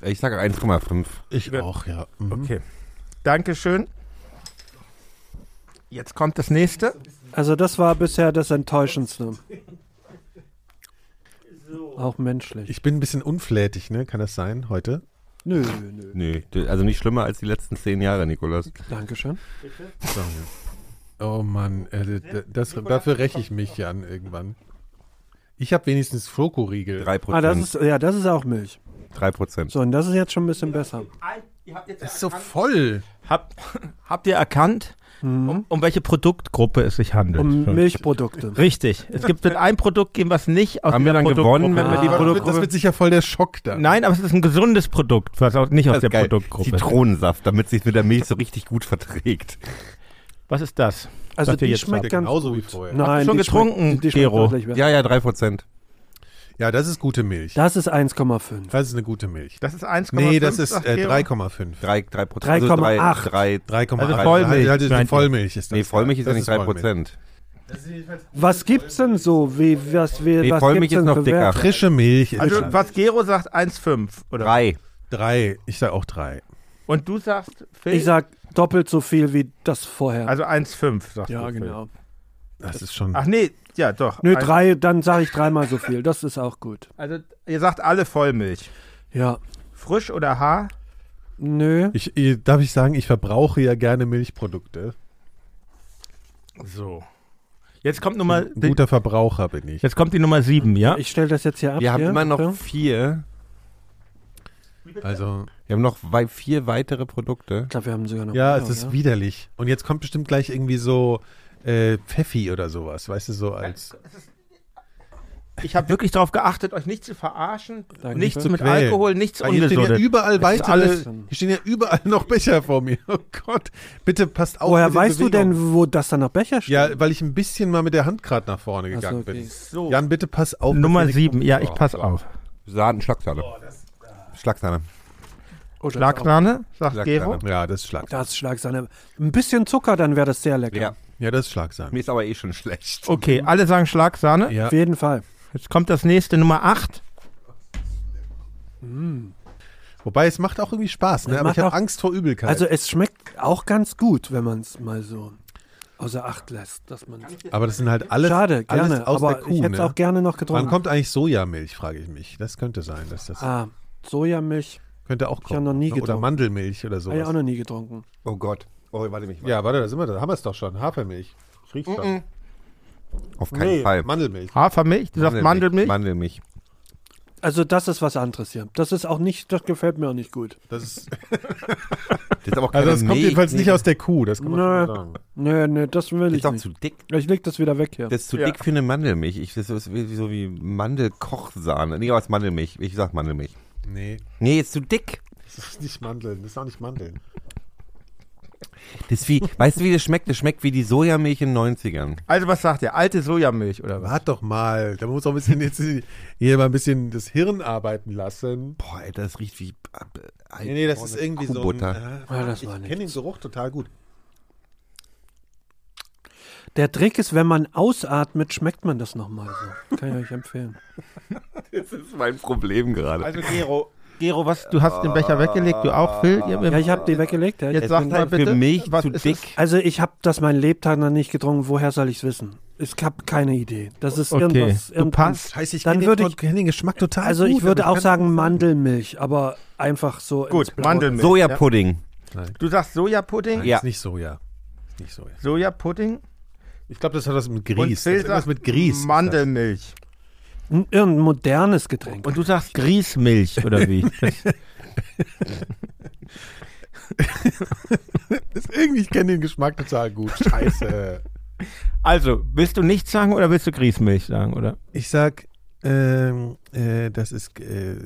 Ich sag 1,5. Ich auch, ja. Mhm. Okay. Dankeschön. Jetzt kommt das nächste. Also das war bisher das Enttäuschendste. Auch menschlich. Ich bin ein bisschen unflätig, ne? Kann das sein heute? Nö, nö. Nee, d- also nicht schlimmer als die letzten zehn Jahre, Nikolas. Dankeschön. Oh Mann, äh, d- das, dafür räche ich mich Jan irgendwann. Ich habe wenigstens Schokoriegel. Drei Ah, das Prozent. ist, ja, das ist auch Milch. Drei Prozent. So, und das ist jetzt schon ein bisschen besser. Ein, ihr habt jetzt Das ist so voll. Hab, habt ihr erkannt, Mhm. um, um welche Produktgruppe es sich handelt? Um Milchprodukte. Richtig. Es gibt mit einem Produkt gehen, was nicht aus Haben der wir dann Produktgruppe- gewonnen, wenn wir die Ah. Produktgruppe. Das wird sicher voll der Schock da. Nein, aber es ist ein gesundes Produkt, was auch nicht aus Das der ist Also geil. Produktgruppe. ist. Zitronensaft, damit sich mit der Milch so richtig gut verträgt. Was ist das? Also Sagt ihr die jetzt schmeckt Der ganz genauso wie vorher. Nein, schon die getrunken, schmeckt, die schmeckt Gero? deutlich besser. Ja, ja, drei Prozent. Ja, das ist gute Milch. Das ist 1,5. Das ist eine gute Milch. Das ist 1,5. Nee, das ist sagt äh, Gero. 3,5. Drei, drei Prozent. 3,8. drei, drei, 3,8. Also Vollmilch, Also, meint ihr? also, Vollmilch ist das. nee, Vollmilch ist ja Das nicht drei Vollmilch. Prozent. Was gibt's denn so? Wie, was wir, Nee, was Vollmilch gibt's denn ist noch für dicker. Werte? Frische Milch ist Also, das. was Gero sagt, 1,5. Oder? Drei. drei. Ich sag auch drei. Und du sagst, Phil? Ich sag doppelt so viel wie das vorher. also 1,5, sagst du. ja, Phil. genau. Das ist schon. Ach nee, ja doch. Nö, Also Ein- drei, dann sage ich dreimal so viel. Das ist auch gut. Also ihr sagt alle Vollmilch. Ja. Frisch oder Haar? Nö. Ich, äh, darf ich sagen, ich verbrauche ja gerne Milchprodukte. So. Jetzt kommt Nummer Ein die, guter Verbraucher bin ich. Jetzt kommt die Nummer 7, ja? Ich stelle das jetzt hier ab. Wir haben hier. immer noch Okay. vier. Also, Wir haben noch wei- vier weitere Produkte. Ich glaube, wir haben sogar noch. ja, mehr, es ist oder? widerlich. Und jetzt kommt bestimmt gleich irgendwie so äh, Pfeffi oder sowas, weißt du, so als. Ich habe wirklich darauf geachtet, euch nicht zu verarschen, Danke. nichts mit quälen. Alkohol, nichts Ah, Hier stehen ja ungesundes. überall Das ist weitere, alles- hier stehen ja überall noch Becher vor mir. Oh Gott, bitte passt auf. Woher mit den weißt du Bewegungen. denn, wo das dann nach Becher steht? Ja, weil ich ein bisschen mal mit der Hand gerade nach vorne Ach so, gegangen okay. bin. Jan, bitte pass auf. Nummer dass wir sieben. nicht- ja, ich pass auf. Saaten, Schlagsahne. Schlagsahne. Oh, das ist auch- Schlagsahne, sagt Schlagsahne. Gero. Ja, das ist Schlag. Das ist Schlagsahne. Ein bisschen Zucker, dann wäre das sehr lecker. Ja, Ja, das ist Schlagsahne. mir ist aber eh schon schlecht. Okay, alle sagen Schlagsahne. Ja. Auf jeden Fall. Jetzt kommt das nächste, Nummer 8. Wobei es macht auch irgendwie Spaß, ne? Es Aber macht ich habe auch- Angst vor Übelkeit. Also es schmeckt auch ganz gut, wenn man es mal so außer Acht lässt, dass man. aber das sind halt alles, äh, Schade, alles gerne. aus aber der Kuh. ich hätte es ne? auch gerne noch Wann getrunken. kommt eigentlich Sojamilch, frage ich mich. Das könnte sein, dass das ah, Sojamilch. könnte auch hab kommen. noch nie ne? oder getrunken. Ah Mandelmilch oder Habe ich auch sowas. noch nie getrunken. Oh Gott. Oh, warte mich. Ja, warte, da sind wir, da haben wir es doch schon. Hafermilch. Ich riech's schon. Auf keinen Fall. Mandelmilch. Hafermilch, du sagst Mandelmilch. Mandelmilch. Also das ist was anderes hier. Das ist auch nicht, das gefällt mir auch nicht gut. Das ist, Das ist aber auch keine also das kommt Milch. jedenfalls nicht aus der Kuh, das kann man Nö. schon mal sagen. Nee, nee, das will Das ich ist doch nicht. zu dick. Ich leg das wieder weg hier. Das ist zu Ja. dick für eine Mandelmilch. Ich, das ist wie, so wie Mandelkochsahne. Nee, aber es ist Mandelmilch. Ich sag Mandelmilch. Nee, Nee, ist zu dick. das ist nicht Mandeln, das ist auch nicht Mandeln. Das ist wie, weißt du, wie das schmeckt? Das schmeckt wie die Sojamilch in den 90ern. Also was sagt ihr? Alte Sojamilch oder was? Wart doch mal, da muss auch ein bisschen jetzt hier mal ein bisschen das Hirn arbeiten lassen. Boah, Alter, das riecht wie. äh, Nee, nee, das ist irgendwie so ein, Kuhbutter. äh, Ah, das Ich war kenne den nichts. Geruch total gut. Der Trick ist, wenn man ausatmet, schmeckt man das nochmal so. Kann ich euch empfehlen. Das ist mein Problem gerade. Also Gero. Gero, was? Du hast den Becher weggelegt, du auch, Phil? Ihr- Ja, ich habe die weggelegt. Ja. Jetzt Es sag ist mal halt für bitte, Milch was zu ist dick. es? Also ich habe das mein Lebtag noch nicht getrunken. Woher soll ich es wissen? Ich habe keine Idee. Das ist Okay. irgendwas. Du irgendwas- passt. Scheiße, ich Dann kenne würde den, ich- kenn den Geschmack total Also gut. ich würde aber auch kann- sagen Mandelmilch, aber einfach so. Gut, ins Blaue. Mandelmilch. Sojapudding. Du sagst Sojapudding? Nein, Ja. ist nicht Soja. Ist nicht Soja. Sojapudding Ich glaube, das hat was mit und Grieß. Phil das hat was sagt mit Grieß. Mandelmilch. N- Irgendein modernes Getränk. Und du sagst Grießmilch oder wie? Ist irgendwie, ich kenne den Geschmack total gut. Scheiße. also, willst du nichts sagen oder willst du Grießmilch sagen, oder? ich sag, ähm, äh, das ist äh,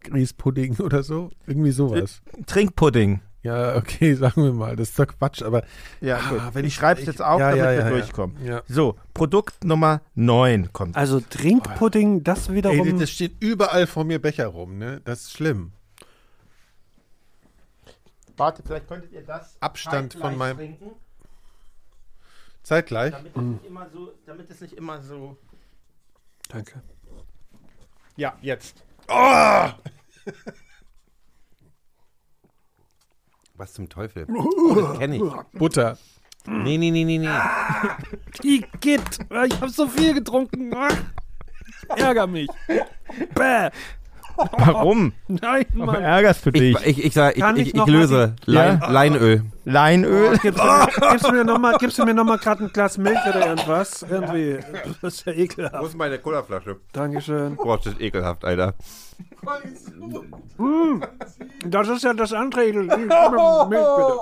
Grießpudding oder so. Irgendwie sowas. Trinkpudding. Ja, okay, sagen wir mal. Das ist doch Quatsch, aber Ja, Ah, gut. wenn ich- ich schreibe ich- es jetzt auf, ja, damit ja, wir ja, ja. durchkommen. Ja. So, Produkt Nummer 9 kommt. Also Trinkpudding, das wiederum. ey, das steht überall vor mir Becher rum, ne? Das ist schlimm. Warte, vielleicht könntet ihr das Abstand von Leicht meinem. trinken, Zeitgleich. damit Mm. es nicht immer so, damit es nicht immer so. Danke. Ja, jetzt. Was zum Teufel? Oh, das kenne ich. Butter. Nee, nee, nee, nee, nee. Igitt, ich habe so viel getrunken. Ah, Ich ärgere mich. Bäh. Warum? Nein, Warum Mann. ärgerst du dich? Ich, ich, ich, sag, ich, Kann ich, ich ich, noch mal löse Lein, Leinöl. Leinöl? Gibst du mir, gibst du mir nochmal noch mal gerade ein Glas Milch oder irgendwas? Irgendwie. Das ist ja ekelhaft. ist meine Colaflasche? Dankeschön. Boah, das ist ekelhaft, Alter. Das ist ja das andere Edel. Milch, bitte.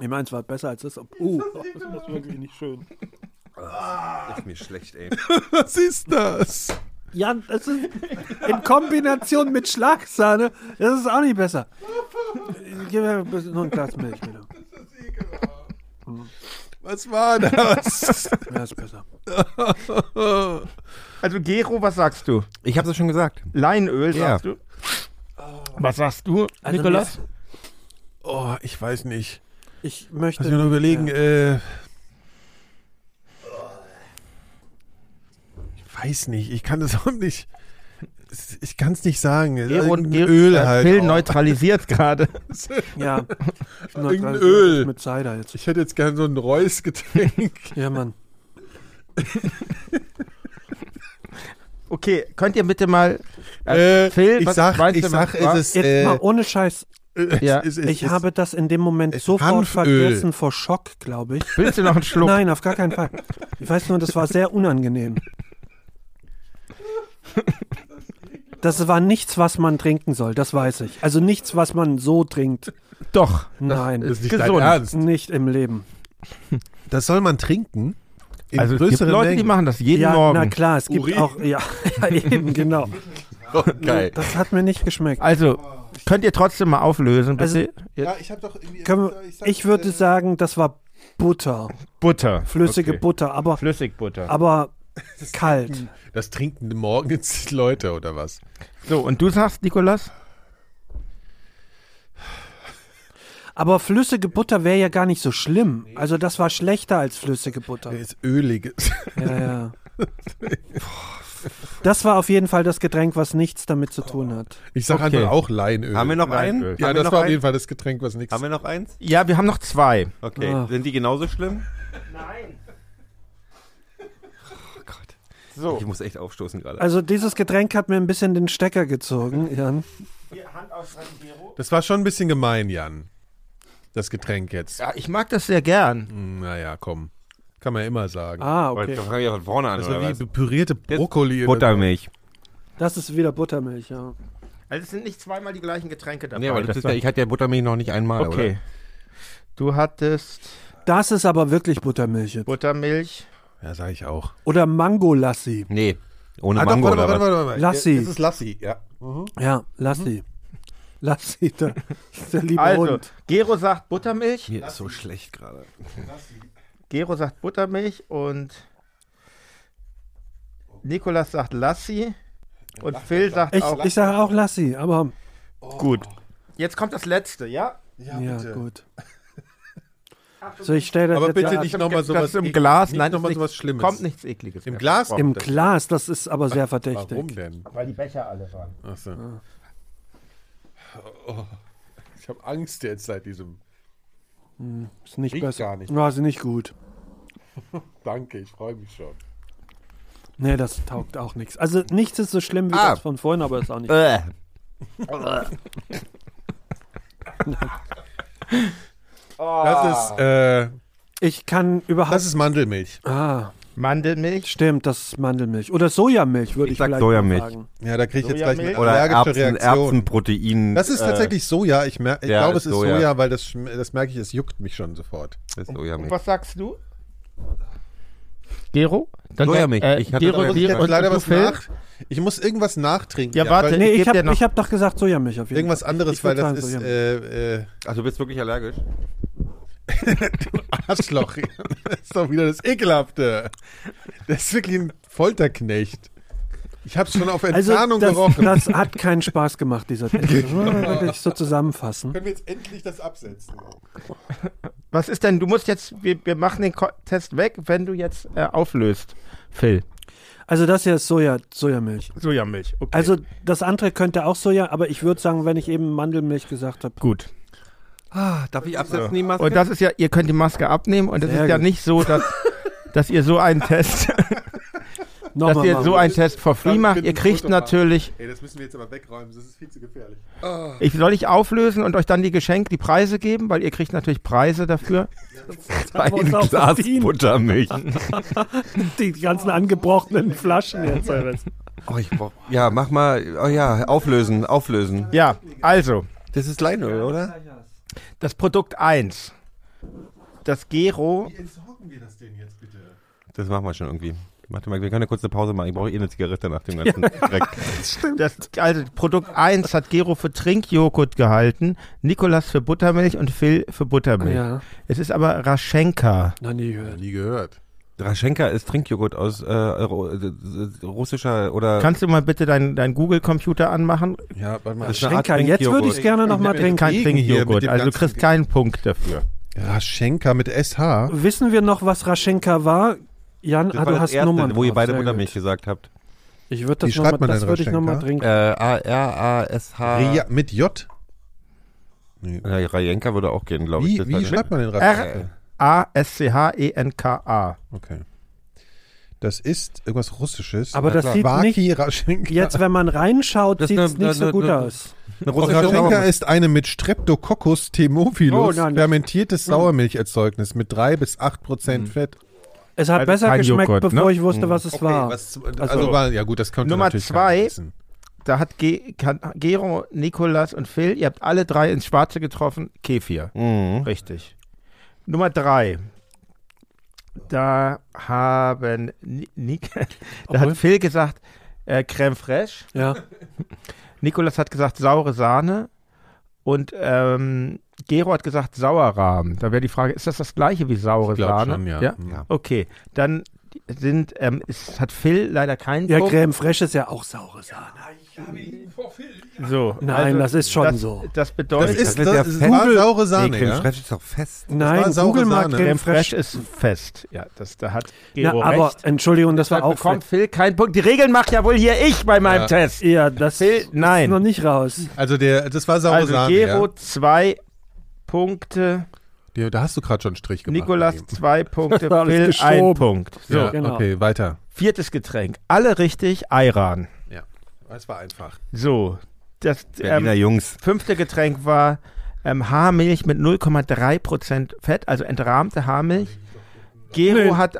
Ich meine, es war besser als das. Oh, das ist wirklich nicht schön. Ist mir schlecht, ey. Was ist das? Ja, das ist in Kombination mit Schlagsahne, das ist auch nicht besser. Gib mir ein bisschen- noch ein Glas Milch, bitte. Was war das? Ja, ist besser. Also Gero, was sagst du? Ich hab's ja schon gesagt. Leinöl Ja. sagst du? Was sagst du, Also Nikolas? oh, ich weiß nicht. Ich möchte. Lass mich noch überlegen. Ja. Äh, ich weiß nicht. Ich kann das auch nicht. Ich kann es nicht sagen. Irgendein Öl äh, halt. Phil auch. neutralisiert gerade. Ja. Ich neutral- Irgendein Öl. Mit Cider jetzt. Ich hätte jetzt gern so ein Reus-Getränk. Ja, Mann. Okay, könnt ihr bitte mal äh, Phil, ich was sag, meinst ich du, sag, was war? es ist. Jetzt Äh, mal ohne Scheiß. Ja. es, es, Ich es, habe das in dem Moment es- sofort Hanföl. vergessen vor Schock, glaube ich. Willst du noch einen Schluck? Nein, auf gar keinen Fall. Ich weiß nur, das war sehr unangenehm. Das war nichts, was man trinken soll, das weiß ich. Also nichts, was man so trinkt. Doch. Nein, Das ist nicht dein gesund. Ernst. nicht im Leben. Das soll man trinken. in also es gibt größeren Leute, die Mengen. machen das jeden ja, Morgen. na klar, es gibt Urin. auch, ja, ja, eben, genau. Oh, geil. Das hat mir nicht geschmeckt. Also könnt ihr trotzdem mal auflösen, Also, bitte. ja, ich habe doch irgendwie. Können wir- Ich würde sagen, das war Butter, Butter. flüssige Okay. Butter, Ah. aber, Flüssigbutter. aber kalt. äh, Das trinken morgens Leute oder was? So, und du sagst, Nikolas? Aber flüssige Butter wäre ja gar nicht so schlimm. Also das war schlechter als flüssige Butter. Das ist öliges. Ja, ja. Das war auf jeden Fall das Getränk, was nichts damit zu tun hat. Ich sage Okay. einfach auch Leinöl. Haben wir noch einen? Leinöl. ja, Haben wir das noch war auf einen? jeden Fall das Getränk, was nichts. Haben wir noch eins? Ja, wir haben noch zwei. Okay. Ah. Sind die genauso schlimm? Nein. So. Oh Ich muss echt aufstoßen gerade. Also dieses Getränk hat mir ein bisschen den Stecker gezogen, Jan. Hier, Hand ausstrecken, Gero. Das war schon ein bisschen gemein, Jan. Das Getränk jetzt. Ja, ich mag das sehr gern. Hm, Naja, komm. Kann man ja immer sagen. Ah, Okay. okay. Dann fange ich von vorne an, das oder war Also wie was? pürierte Brokkoli. oder Buttermilch. Das ist wieder Buttermilch, ja. Also es sind nicht zweimal die gleichen Getränke dabei. Nee, aber das Das ist war- ja, ich hatte ja Buttermilch noch nicht einmal, okay. oder? Du hattest Das ist aber wirklich Buttermilch. jetzt. so. Buttermilch. Ja, sage ich auch. Oder Mangolassi. Nee. Ohne Ah, doch, Mango warte, oder warte, was? warte, warte. Lassi. Ja, Das ist Lassi, ja. Ja, Lassi. Lassi, der, der liebe Also, Hund. Gero sagt Buttermilch. Mir ist so schlecht gerade. Gero sagt Buttermilch und Nikolas sagt Lassi und Phil sagt Ich, auch ich sage auch Lassi, aber gut. Jetzt kommt das letzte, ja? ja, gut. So, ich stelle das Aber jetzt bitte ja nicht nochmal Das sowas. ist im eklig- Glas, nicht nein, nochmal das ist sowas Schlimmes. Kommt nichts ekliges. Im Glas? im Glas, das ist aber sehr verdächtig. Warum denn? Weil die Becher alle waren. Achso. Oh, ich habe Angst jetzt seit diesem. Ist nicht Riecht besser. gar nicht. Ja, ist nicht gut. Danke, ich freue mich schon. Nee, das taugt auch nichts. Also nichts ist so schlimm wie Ah. das von vorhin, aber ist auch nicht. Äh. Das ist, äh, Ich kann überhaupt. das ist Mandelmilch. ah, Mandelmilch. stimmt, das ist Mandelmilch. Oder Sojamilch würde Ich ich, sag vielleicht Sojamilch. mal sagen. Ja, da kriege ich jetzt gleich eine Sojamilch? Oder allergische Erbsen, Reaktion. Erbsenprotein. Das ist tatsächlich Soja. Ich, mer ich ja, glaube, ist es ist Soja. Soja, weil das, schm- das merke ich, es juckt mich schon sofort. Äh, das ist Sojamilch. Was sagst du? Gero? Dann Sojamilch. Äh, Ich hatte Gero, Sojamilch. Muss ich Gero, jetzt und leider du, was Phil? nach? Ich muss irgendwas nachtrinken. Ja, warte. weil Nee, Ich ich geb dir habe noch- hab doch gesagt Sojamilch auf jeden irgendwas anderes, Ich weil würd das ist sagen Sojamilch. äh, äh, Ach, Also, du bist wirklich allergisch? Arschloch. das ist doch wieder das Ekelhafte. Das ist wirklich ein Folterknecht. Ich habe es schon auf Fall. Also, Entfernung das, gerochen. das hat keinen Spaß gemacht, dieser Test. Das muss man wirklich so zusammenfassen. Können wir jetzt endlich das absetzen? Was ist denn? Du musst jetzt, wir, wir machen den Ko- Test weg, wenn du jetzt äh, auflöst, Phil. Also, das hier ist Soja, Sojamilch. Sojamilch. Okay. Also Also, das andere könnte auch Soja, aber ich würde sagen, wenn ich eben Mandelmilch gesagt habe. gut. Ah, darf ich absetzen, die Maske? Und das ist ja, ihr könnt die Maske abnehmen und es ist Sehr ja gut. nicht so, dass, dass ihr so einen Test, dass Nochmal. ihr so machen. einen Test for free Dann macht. bitte Ihr ein kriegt Foto machen. natürlich, Ey, das müssen wir jetzt aber wegräumen, das ist viel zu gefährlich. ich soll ich auflösen und euch dann die Geschenke, die Preise geben, weil ihr kriegt natürlich Preise dafür. ein wir uns auch Glas verdienen. Buttermilch. die ganzen angebrochenen Flaschen jetzt. Oh, ich brauch, ja, mach mal. Oh ja, auflösen, auflösen. Ja, also, Das ist Leinöl, oder? das Produkt 1. Das Gero. Entsorgen wir das denn jetzt bitte? Das machen wir schon irgendwie. Warte mal, wir können ja kurz eine Pause machen. Ich brauche eh eine Zigarette nach dem ganzen Dreck. Das, also Produkt 1 hat Gero für Trinkjoghurt gehalten, Nikolas für Buttermilch und Phil für Buttermilch. Ah, Ja, Es ist aber Raschenka. noch nie gehört. Nie gehört. Draschenka ist Trinkjoghurt aus äh, ru- äh, russischer oder. Kannst du mal bitte deinen dein Google-Computer anmachen? Ja, warte mal. Das ist eine Art Schenker, jetzt würde ich es Trinkjoghurt. gerne nochmal Ich- ich- trinken. Kein Gegen hier mit Trinkjoghurt. dem Also du ganzen kriegst keinen Punkt dafür. Raschenka mit SH. Wissen wir noch, was Raschenka war? Jan, Das ah, war du das hast erste, Nummern. wo ihr drauf, beide sehr Buttermilch gut. gesagt habt. Ich würde Wie das schreibt nochmal, man das denn würde ich nochmal Raschenka? Äh, trinken. Ah. A-R-A-S-H. Ria, mit J. Ja, Rajenka würde auch gehen, glaube ich. Wie, Das wie war- schreibt man den R- Raschenka? E A-S-C-H-E-N-K-A. Okay. Das ist irgendwas Russisches. Aber Na das klar. sieht Waki nicht- Raschenka. Jetzt, wenn man reinschaut, Das sieht es ne- ne- nicht so ne- gut ne- aus. Eine Raschenka Rajenka ist eine mit Streptococcus Oh, thermophilus nein. fermentiertes Sauermilcherzeugnis mit 3 bis 8 Prozent Fett. Es hat Also besser kein geschmeckt, Joghurt, bevor ne? ich wusste, was es war. was, also, Also- war, ja gut, das könnte Nummer natürlich zwei. keiner wissen. Da hat Ge kann, Gero, Nikolas und Phil, ihr habt alle drei ins Ähm, Schwarze getroffen. Kefir. mhm. Richtig. Nummer drei. da haben Ni- Nik, da Obwohl- hat Phil gesagt, äh, Crème fraîche. Ja, Nikolas hat gesagt, saure Sahne. Und ähm, Gero hat gesagt, Sauerrahmen. Da wäre die Frage, ist das das gleiche wie saure Sahne? Hm. Okay, dann sind, ähm, es hat Phil leider keinen ja Punkt. Crème Fraiche ist ja auch saure Sahne. so, also Nein, das ist schon das, so. Das Das bedeutet, ist, Das ist ja das ist fest. war saure nee, Sahne, Creme ja? Fraiche ist doch fest. Nein, saure Google mal Sahne. Crème Creme Fraiche Fraiche. ist fest. Ja, das, da hat Ja, Gero aber recht. Entschuldigung, das war Da auch bekommt Phil keinen Punkt. Die Regeln macht ja wohl hier ich bei meinem Ja. Test. Ja, das Phil, ist noch nein. nicht raus. Also der, das war saure Also Sahne. Gero zwei Punkte, ja. Ja, Da hast du gerade schon einen Strich gemacht. Nikolas daneben. zwei Punkte, Das war alles Phil ein geschoben. Punkt. So. Ja, genau. okay, weiter. Viertes Getränk. Alle richtig, Ayran. Das war einfach. So. Das Berliner ähm, Jungs. fünfte Getränk war ähm, Haarmilch mit 0,3% Fett, also entrahmte Haarmilch. Gero hat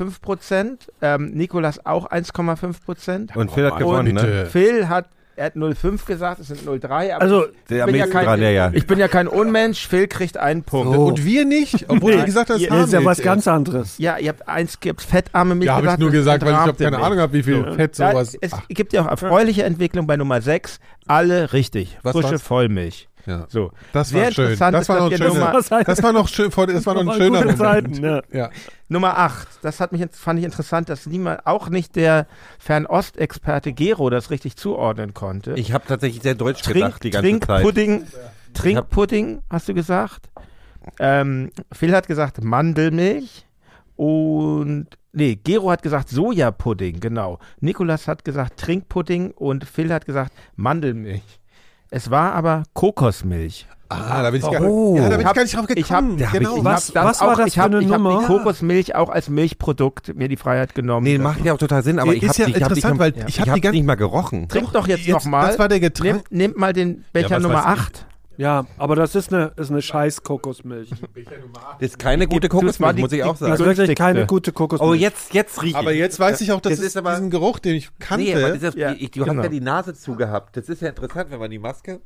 1,5%, ähm, Nikolas auch 1,5%. Und Phil hat Oh, gewonnen, ne? bitte. Phil hat, er hat 0,5 gesagt, es sind 0,3, aber Also, Der am bin ja nächsten kein- dran, ja, ja. ich bin ja kein Unmensch, Phil kriegt einen Punkt. So. Und wir nicht, obwohl Nee. du gesagt hast, das ist ja Haarmilch was ganz anderes. Ja, ihr habt eins, gibt fettarme Milch. Ja, habe ich nur das gesagt, weil ich hab entrahmte keine Milch. Ahnung habe, wie viel Fett Ja, sowas. es Ach, gibt ja auch erfreuliche Entwicklung bei Nummer 6. Alle richtig. Was Frische war's? Vollmilch. ja. So. Das Sehr war schön. interessant Das ist, war noch dass ein ihr schöner. Nummer- Das heißt, Das war noch schön, vor- das war noch ein Nochmal schöner gute Moment. Zeiten, ja. ja. Nummer 8. Das hat mich jetzt, fand ich interessant, dass niemand, auch nicht der Fernost-Experte Gero das richtig zuordnen konnte. Ich habe tatsächlich sehr deutsch gedacht die ganze Zeit. Trinkpudding, Ich hab- Trinkpudding, hast du gesagt? Ähm, Phil hat gesagt Mandelmilch und nee, Gero hat gesagt Sojapudding, genau. Nikolas hat gesagt Trinkpudding und Phil hat gesagt Mandelmilch. Es war aber Kokosmilch. Ah, da bin ich, gar, Oh. ja, da bin ich hab- gar nicht drauf Ich habe gekommen. Genau. ich Genau. Was- hab das was auch, war das ich für hab, eine ich Nummer? Hab die Kokosmilch auch als Milchprodukt mir die Freiheit genommen. Nee, macht ja auch total Sinn, aber ich Ist habe ja die, ich hab die, interessant, weil ich hab die ganze- nicht mal gerochen. Trink doch jetzt, nochmal. Das war der Nimm, Getränk. nehmt mal den Becher was Nummer weiß 8. Ja, aber das ist eine, ist eine scheiß Kokosmilch. Das ist keine gute das war Kokosmilch, die- muss ich auch die- Das sagen. ist wirklich günstigste. keine gute Kokosmilch. Oh, jetzt, jetzt rieche ich. Aber jetzt weiß ich auch, dass Das es ist aber- diesen Geruch, den ich kannte. Nee, aber das ist ja, Ja, ich, du genau. hast ja die Nase zugehabt. Das ist ja interessant, wenn man die Maske.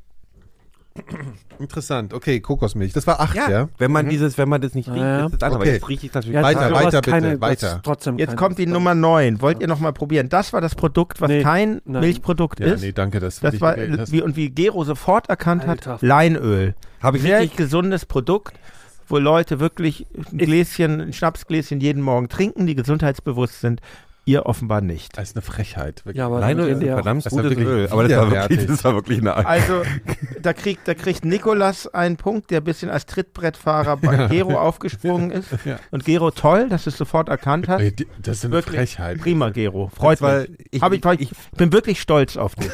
Interessant. Okay, Kokosmilch. Das war 8, ja? Mhm. Wenn man dieses, wenn man das nicht riecht, Ja. ist das anders. Okay. Aber jetzt rieche ich natürlich. Ja, Weiter, sowas weiter bitte, keine, das weiter. ist Trotzdem Jetzt keine- kommt die Nummer 9. Wollt ihr nochmal probieren? Das war das Produkt, was Nee, kein nein. Milchprodukt Ja, ist. nee, danke, das, das will ich war, nicht. Das- wie, und wie Gero sofort erkannt Alter. hat, Leinöl. Habe ich Sehr richtig. gesundes Produkt, wo Leute wirklich ein Gläschen, ein Schnapsgläschen jeden Morgen trinken, die gesundheitsbewusst sind. Ihr offenbar nicht. Das ist eine Frechheit. wirklich. Ja, aber Nein, Leinöl ist ist ja ein verdammt Das war gutes wirklich Öl. Aber das war, wirklich, widerwärtig. das war wirklich eine Eins. Also, da kriegt, da kriegt Nikolas einen Punkt, der ein bisschen als Trittbrettfahrer bei Gero aufgesprungen ist. Ja. Und Gero, toll, dass du es sofort erkannt hast. Ey, die- das ist eine Wirklich. Frechheit. Prima, Gero. Freut war- mich. ich- Hab ich, war- ich bin wirklich stolz auf dich.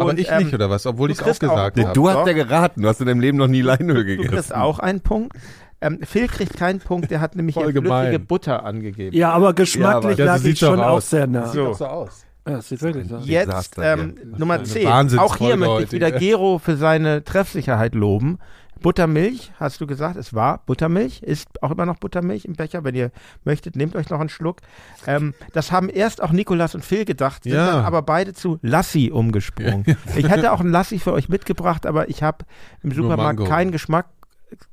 aber ich ähm, nicht, oder was? Obwohl du ich es auch kriegst auch- gesagt Nee, habe. Du Doch. hast ja geraten, du hast in deinem Leben noch nie Leinöl Du kriegst gegessen. auch einen Punkt. Ähm, Phil kriegt keinen Punkt, der hat nämlich Voll hier flüssige gemein. Butter angegeben. Ja, aber geschmacklich Ja, aber- lag Das sieht ich schon doch auch aus. sehr nah. So. so aus. Ja, das sieht wirklich so aus. Jetzt Desaster ähm, hier. Nummer eine 10. Wahnsinnsfolge Auch hier möchte ich heute, wieder ey. Gero für seine Treffsicherheit loben. Buttermilch, hast du gesagt, es war Buttermilch, ist auch immer noch Buttermilch im Becher. Wenn ihr möchtet, nehmt euch noch einen Schluck. Ähm, das haben erst auch Nikolas und Phil gedacht, sind Ja. dann aber beide zu Lassi umgesprungen. Ich hätte auch einen Lassi für euch mitgebracht, aber ich habe im Supermarkt Mango. keinen Geschmack.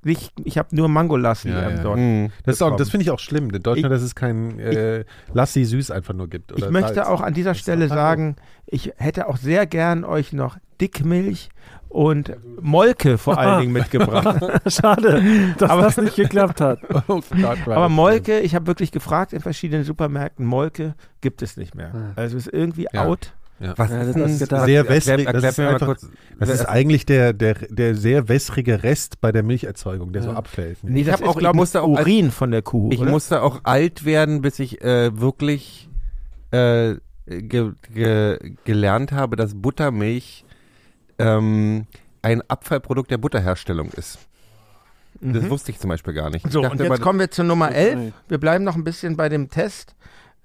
Ich, ich habe nur Mangolassi Ja, ähm, ja. dort. Mhm. Das, ist auch- das bekommen. finde ich auch schlimm. In Deutschland, dass es kein äh, Lassi süß einfach nur gibt. Oder Ich möchte Salz. auch an dieser Stelle Hallo. sagen, ich hätte auch sehr gern euch noch Dickmilch und Molke vor allen Dingen mitgebracht. Schade, dass Aber- das nicht geklappt hat. Oh Gott, Aber aber Molke, ich habe wirklich gefragt in verschiedenen Supermärkten, Molke gibt es nicht mehr. Also ist irgendwie Ja. out. Was Ja, ist das denn- ist gedacht. sehr Erklär, wässrig. erklär Das ist, mir mal einfach, kurz. das ist eigentlich der, der, der sehr wässrige Rest bei der Milcherzeugung, der so Ja. abfällt. Nee, das hab auch- ich glaub musste auch als- Urin von der Kuh. ich oder? musste auch alt werden, bis ich äh, wirklich äh, ge ge gelernt habe, dass Buttermilch ähm, ein Abfallprodukt der Butterherstellung ist. Mhm. Das wusste ich zum Beispiel gar nicht. so, ich und dachte Hm. jetzt immer, kommen wir zu Nummer Okay. 11. Wir bleiben noch ein bisschen bei dem Test.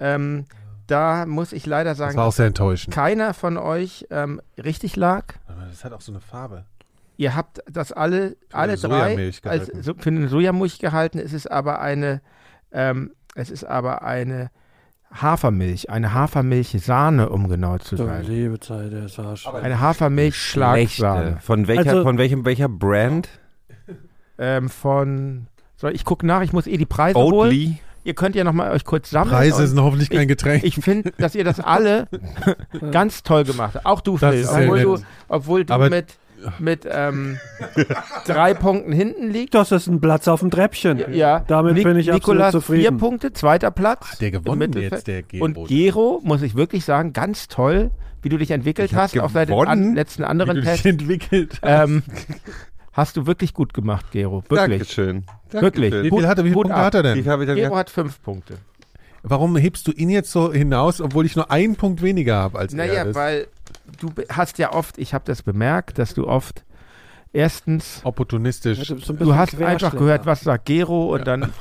Ähm, da muss ich leider Das sagen, war auch dass sehr enttäuschend. keiner von euch ähm, richtig lag. Aber das hat auch so eine Farbe. Ihr habt das alle, alle drei Sojamilch als, gehalten. so, für eine Sojamilch gehalten. Es ist aber eine, ähm, es ist aber eine Hafermilch, eine Hafermilch-Sahne, um genau zu So, sein. liebe Zeit, der ist Arsch. Eine Hafermilch-Schlagsahne. Schlechte. Von welcher, Also- von welchem, welcher Brand? Ähm, von, soll ich gucke nach, ich muss eh die Preise holen. Oatly. ihr könnt ja nochmal euch kurz sammeln. Preise und- sind hoffentlich kein Getränk. Ich finde, dass ihr das alle ganz toll gemacht habt. Auch du, Das Phil. ist sehr Obwohl du, nett. obwohl du Aber- mit, mit ähm, drei Punkten hinten liegst. Das ist ein Platz auf dem Treppchen. Ja, Damit Nik- bin ich Nikolas absolut zufrieden. vier Punkte, zweiter Ah, Platz. der gewonnen im Mittelfeld. jetzt, der Gero. Und Gero, muss ich wirklich sagen, ganz toll, wie du dich entwickelt Ich hab hast, auch seit den gewonnen, an, letzten anderen Tests. entwickelt. Ähm, hast du wirklich gut gemacht, Gero. Wirklich. Dankeschön. Wie Wirklich. Dankeschön. viel hat er, wie viele Hut Punkte ab. hat er Ich denn? habe Gero wieder hat fünf Punkte. Warum hebst du ihn jetzt so hinaus, obwohl ich nur einen Punkt weniger habe als er? Naja, Das- weil du be- hast ja oft, ich habe das bemerkt, dass du oft erstens, Ja, Opportunistisch. so ein bisschen du hast einfach Querschläger. gehört, was sagt Gero und dann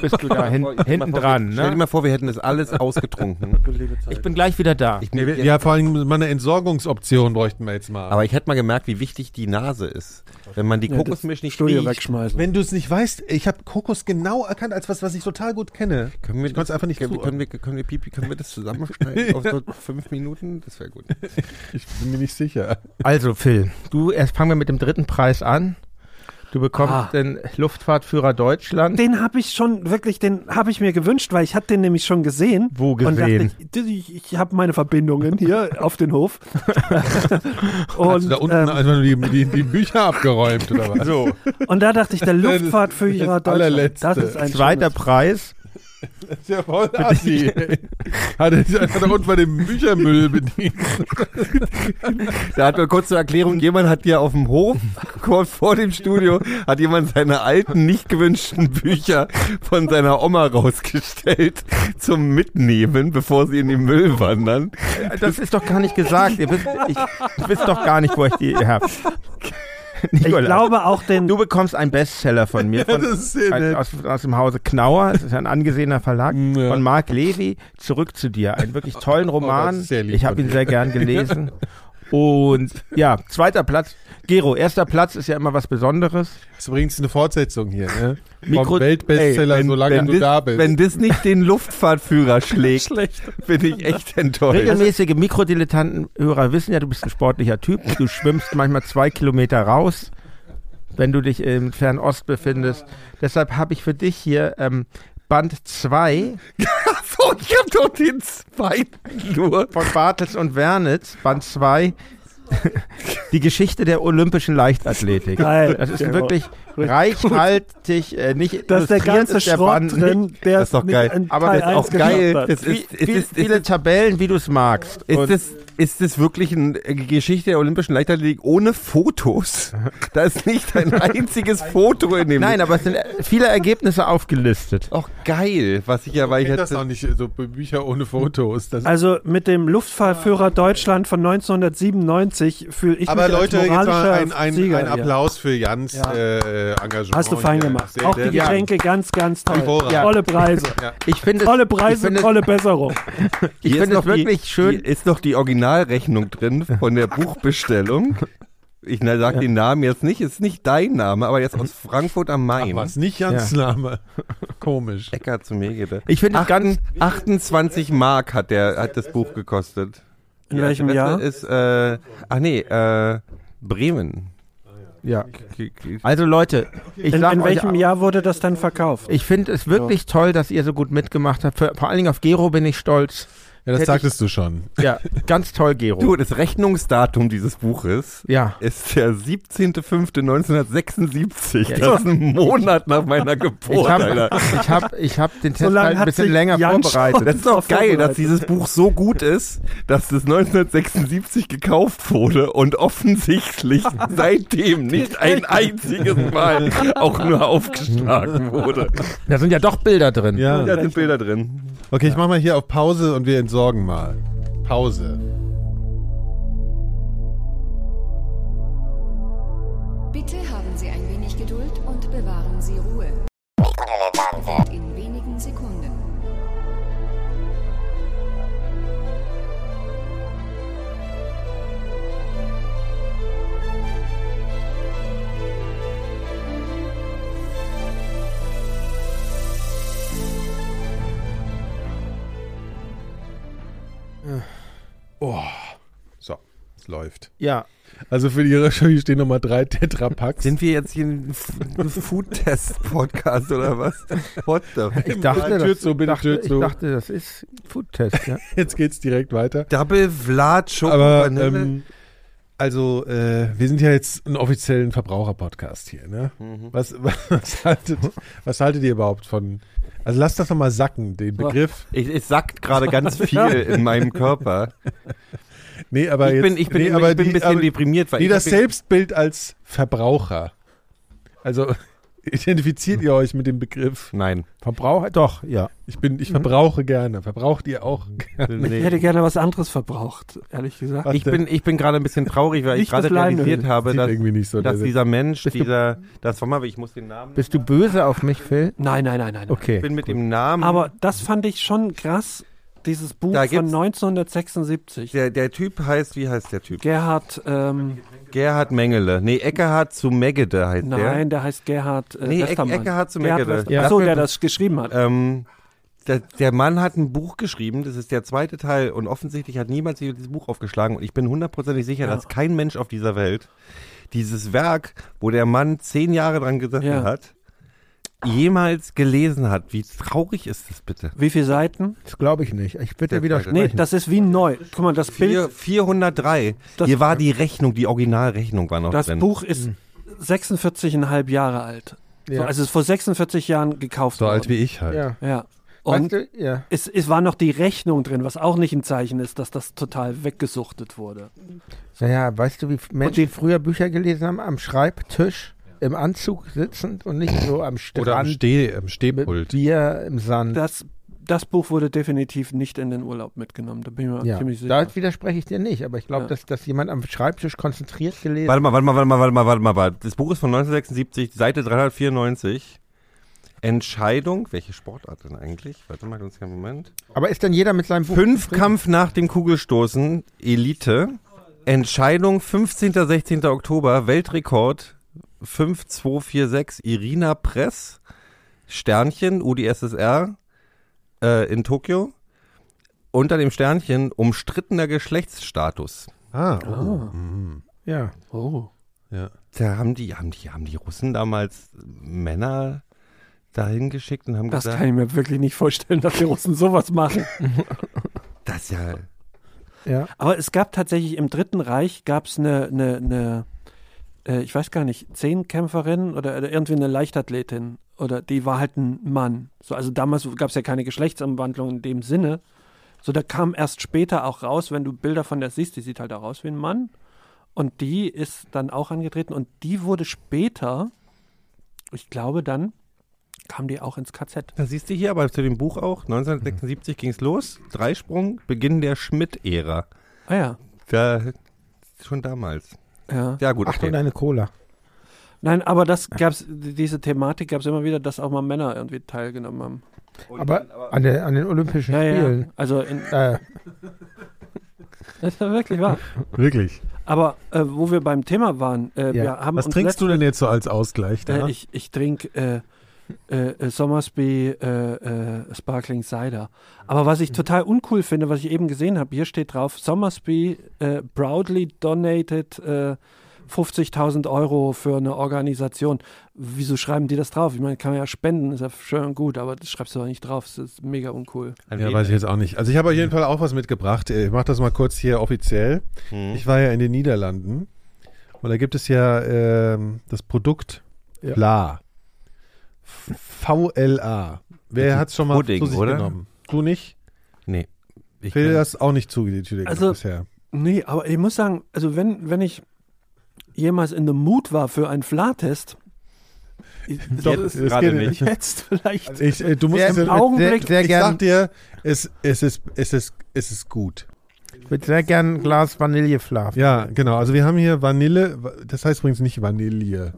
bist du da hin, hinten dran. Stell dir Ne? mal vor, wir hätten das alles ausgetrunken. Du liebe Zeit. Ich bin gleich wieder da. Ich Nee, wir- Ja, vor allem mal eine Entsorgungsoption bräuchten wir jetzt mal. Aber ich hätte mal gemerkt, wie wichtig die Nase ist. Wenn man die Ja, das Kokosmilch nicht Studio riecht, wegschmeißen. Wenn du es nicht weißt, ich habe Kokos genau erkannt als was, was ich total gut kenne. Können wir Ich konnte es einfach nicht können, zuordnen. können wir, können wir Pipi, können wir das zusammenschneiden auf so fünf Minuten? Das wäre gut. Ich bin mir nicht sicher. Also Phil, du erst fangen wir mit dem dritten Preis an. Du bekommst Ah. den Luftfahrtführer Deutschland. Den habe ich schon, wirklich, den habe ich mir gewünscht, weil ich hatte den nämlich schon gesehen. Wo Und dachte, gesehen? ich, ich, ich habe meine Verbindungen hier auf den Hof. Hast du und, Also da unten ähm, einfach nur die, die, die Bücher abgeräumt oder was? So. und da dachte ich, der Das ist Luftfahrtführer das Deutschland, das allerletzte. ist ein Zweiter schönes- Preis. Ist ja voll assi. Hat er sich einfach da unten bei dem Büchermüll bedient. Da hat man kurz zur Erklärung, jemand hat dir auf dem Hof, kurz vor dem Studio, hat jemand seine alten, nicht gewünschten Bücher von seiner Oma rausgestellt zum Mitnehmen, bevor sie in den Müll wandern. äh, Das ist doch gar nicht gesagt. Ihr wisst, ich, ihr wisst doch gar nicht, wo ich die her. Ich glaube auch den, du bekommst einen Bestseller von mir. Von, Das ist sehr ein, nett. aus, aus dem Hause Knauer, das ist ja ein angesehener Verlag, Mm, ja. Oh, von Marc Levy, Zurück zu dir. Einen wirklich tollen das Roman. ist sehr lieb ich habe von ihn dir. sehr gern gelesen. Und ja, zweiter Platz. Gero, erster Platz ist ja immer was Besonderes. Das ist übrigens eine Fortsetzung hier. Ne? Mikro- Vom Weltbestseller, Ey, wenn- solange wenn du dis- da bist. Wenn das nicht den Luftfahrtführer schlägt, bin ich echt enttäuscht. Regelmäßige Mikrodilettantenhörer wissen ja, du bist ein sportlicher Typ. Du schwimmst manchmal zwei Kilometer raus, wenn du dich im Fernost befindest. Deshalb habe ich für dich hier ähm, Band 2 So, ich hab doch den zweiten nur. von Bartels und Wernitz, Band 2, die Geschichte der olympischen Leichtathletik. Geil. Das ist Genau. wirklich reichhaltig, äh, nicht da ist der illustriert ganze ist der Schrott Band nicht. drin, der Das ist doch mit geil. in Aber Teil das ist auch 1 geklappt geil. hat. Das Wie, ist- viele, ist- ist- viele Tabellen, wie du es magst. Ist Und- das, ist das wirklich eine Geschichte der Olympischen Leichtathletik ohne Fotos? Da ist nicht ein einziges Foto in dem. nein, aber es sind äh, viele Ergebnisse aufgelistet. Auch geil, was ich ja, weil ich ich kenne das jetzt. auch nicht, so Bücher ohne Fotos. Das Also mit dem Luftfahrtführer Deutschland von 1997 fühle ich aber mich Leute, als jetzt mal moralischer ein, ein, Sieger ein hier. Applaus für Jans Ja. äh, Engagement. Hast du fein hier. gemacht. Sehr, Auch sehr die gut. Getränke ganz, ganz toll. Hervorragend. Ja. Tolle Preise. Ich finde Tolle es, ich Preise, finde es- tolle Besserung. ich Hier ist finde es noch die- wirklich schön. Hier ist noch die Originalrechnung drin von der Buchbestellung. Ich na, sag den Namen jetzt nicht, ist nicht dein Name, aber jetzt aus Frankfurt am Main. Was nicht Jans Name. Komisch. Ecker zu mir geht. er. Ich finde es ganz. 28 Mark hat der hat das Buch gekostet. In welchem Adresse Jahr? Ist äh, ach nee, äh, Bremen. Ja. Also Leute, ich In, sag in welchem euch, Jahr wurde das dann verkauft? Ich finde es wirklich toll, dass ihr so gut mitgemacht habt. Vor vor allen Dingen auf Gero bin ich stolz. Ja, das Hätte sagtest du schon. Ja, ganz toll, Gero. Du, Also, das Rechnungsdatum dieses Buches Ja. ist der 17.05.1976. Ja, das ist ein Monat nach meiner Geburt, Ich habe Oh, Alter. ich hab, ich hab den Test lange halt ein hat bisschen sich länger Jan vorbereitet. Das ist doch geil, dass vorbereitet. dieses Buch so gut ist, dass es 1976 gekauft wurde und offensichtlich seitdem nicht ein einziges Mal auch nur aufgeschlagen wurde. Da sind ja doch Bilder drin. Da sind Bilder drin. Okay, ich mach mal hier auf Pause und wir entsorgen mal. Pause. Bitte haben Sie ein wenig Geduld und bewahren Sie Ruhe. In wenigen Sekunden. So. es läuft. Ja, Also für die Ihrer hier stehen nochmal drei Tetrapacks. Sind wir jetzt hier ein F- Food-Test-Podcast oder was? What the ich dachte, Tür das, zu, bitte dachte, Tür ich zu. dachte das ist Foodtest. Ja. Jetzt geht's direkt weiter. Double Vlad Schoko Aber Vanille. ähm, also, äh, wir sind ja jetzt ein offiziellen Verbraucher-Podcast hier, ne? Mhm. Was, was, haltet, was haltet ihr überhaupt von? Also lasst das nochmal sacken, den Begriff. ich, es sackt gerade ganz viel in meinem Körper. Nee, aber ich jetzt, bin, ich bin, nee, ich aber bin ein die- bisschen aber- deprimiert, weil Nee, ich das hab- Selbstbild als Verbraucher. Also identifiziert ihr euch mit dem Begriff Nein. Verbraucher, doch, ja. Ich bin, ich verbrauche gerne. Verbraucht ihr auch? Mhm. Nee. Ich hätte gerne was anderes verbraucht, ehrlich gesagt. Was Ich denn? bin, ich bin gerade ein bisschen traurig, weil ich Nicht das gerade Leinöl. realisiert habe, Sieht dass, irgendwie nicht so. dass der- dieser Mensch, Bist du- dieser, das war mal, ich muss den Namen, Bist du böse auf mich, Phil? Nein, nein, nein, nein. nein. ich Okay. bin mit dem Namen, Aber das fand ich schon krass, dieses Buch Mhm. Da von gibt's- 1976. der, der Typ heißt, wie heißt der Typ? Gerhard, ähm, Gerhard Mengele. Nee, Eckehard zu Meggede heißt nein, der heißt Gerhard äh, Nee, Eck- Westermann. Eckehard zu Gerhard Meckede. Wester- Ja. Ach so, der das geschrieben hat. der. Ähm, der, der Mann hat ein Buch geschrieben, das ist der zweite Teil und offensichtlich hat niemand sich dieses Buch aufgeschlagen und ich bin hundertprozentig sicher, Ja. dass kein Mensch auf dieser Welt dieses Werk, wo der Mann zehn Jahre dran gesessen Ja. hat, jemals gelesen hat. Wie traurig ist das bitte? Wie viele Seiten? Das glaube ich nicht. Ich bitte Der widersprechen. Nee, das ist wie neu. Guck mal, das Vier, Bild, 403. Das- Hier war die Rechnung, die Originalrechnung war noch das drin. Buch ist 46,5 Jahre alt. So, Ja. also es ist vor 46 Jahren gekauft so worden. alt wie ich halt. ja. Ja. Und weißt du, ja. es, es war noch die Rechnung drin, was auch nicht ein Zeichen ist, dass das total weggesuchtet wurde. Naja, weißt du, wie Menschen früher Bücher gelesen haben? Am Schreibtisch, im Anzug sitzend und nicht so am Strand Oder am, Steh, am mit Stehpult. Bier im Sand. Das, das Buch wurde definitiv nicht in den Urlaub mitgenommen. Da bin ich mir ja. ziemlich sicher. Da widerspreche ich dir nicht, aber ich glaube, Ja. dass, dass jemand am Schreibtisch konzentriert gelesen Warte mal, warte mal, warte mal, warte mal, warte mal, warte. Das Buch ist von 1976, Seite 394. Entscheidung, welche Sportart denn eigentlich? Warte mal ganz kleinen Moment. Aber ist dann jeder mit seinem Buch? Fünfkampf nach dem Kugelstoßen, Elite. Entscheidung 15. 16. Oktober, Weltrekord 5246, Irina Press, Sternchen, UdSSR äh, in Tokio. Unter dem Sternchen umstrittener Geschlechtsstatus. Ah, oh. Mhm. Ja. Oh. Ja. Da haben die, haben die, haben die Russen damals Männer dahin geschickt und haben Das gesagt, kann ich mir wirklich nicht vorstellen, dass die Russen sowas machen. das ist ja. ja. Aber es gab tatsächlich im Dritten Reich gab es eine, eine, eine äh, ich weiß gar nicht, Zehnkämpferin oder, oder irgendwie eine Leichtathletin. Oder die war halt ein Mann. So, also damals gab es ja keine Geschlechtsumwandlung in dem Sinne. So, da kam erst später auch raus, wenn du Bilder von der siehst, die sieht halt auch aus wie ein Mann. Und die ist dann auch angetreten und die wurde später, ich glaube dann, kam die auch ins KZ. Da siehst du hier aber zu dem Buch auch, 1976 ging es los, Dreisprung, Beginn der Schmidt-Ära. Ah ja. Da, schon damals. ja. Ja gut, Achtung, okay. eine Cola. Nein, aber das gab's, diese Thematik gab es immer wieder, dass auch mal Männer irgendwie teilgenommen haben. Aber an, der, an den Olympischen Ja, ja. Spielen. Also, in, Äh, das ist ja wirklich wahr. Wirklich. Aber äh, wo wir beim Thema waren, äh, Ja. wir haben Was uns trinkst du denn jetzt so als Ausgleich letzt- da? Äh, ich ich trinke äh, äh, äh, Somersby äh, äh, Sparkling Cider. Aber was ich total uncool finde, was ich eben gesehen habe, hier steht drauf: Somersby äh, proudly donated. Äh, 50.000 Euro für eine Organisation. Wieso schreiben die das drauf? Ich meine, kann man ja spenden, ist ja schön und gut, aber das schreibst du doch nicht drauf. Das ist mega uncool. An ja, wen? weiß ich jetzt auch nicht. Also ich habe auf jeden Fall auch was mitgebracht. Äh, Ich mache das mal kurz hier offiziell. Hm. Ich war ja in den Niederlanden und da gibt es ja ähm, das Produkt Ja. VLA. VLA. Wer hat es schon mal Pudding, zu sich oder? genommen? Du nicht? nee. Ich Phil bin- hat es auch nicht zugetütet Also- bisher. Nee, aber ich muss sagen, also wenn, wenn ich jemals in dem Mut war für einen Flahtest, Doch, jetzt, ist- gerade nicht. Also jetzt vielleicht. Ich, äh, du musst Sehr es- im ich- Augenblick- sehr ich gern. sag dir, es, es, ist, es, ist, es ist gut. ich würde sehr gern ein Glas Vanilleflaf. Ja, genau. Also wir haben hier Vanille. Das heißt übrigens nicht Vanille.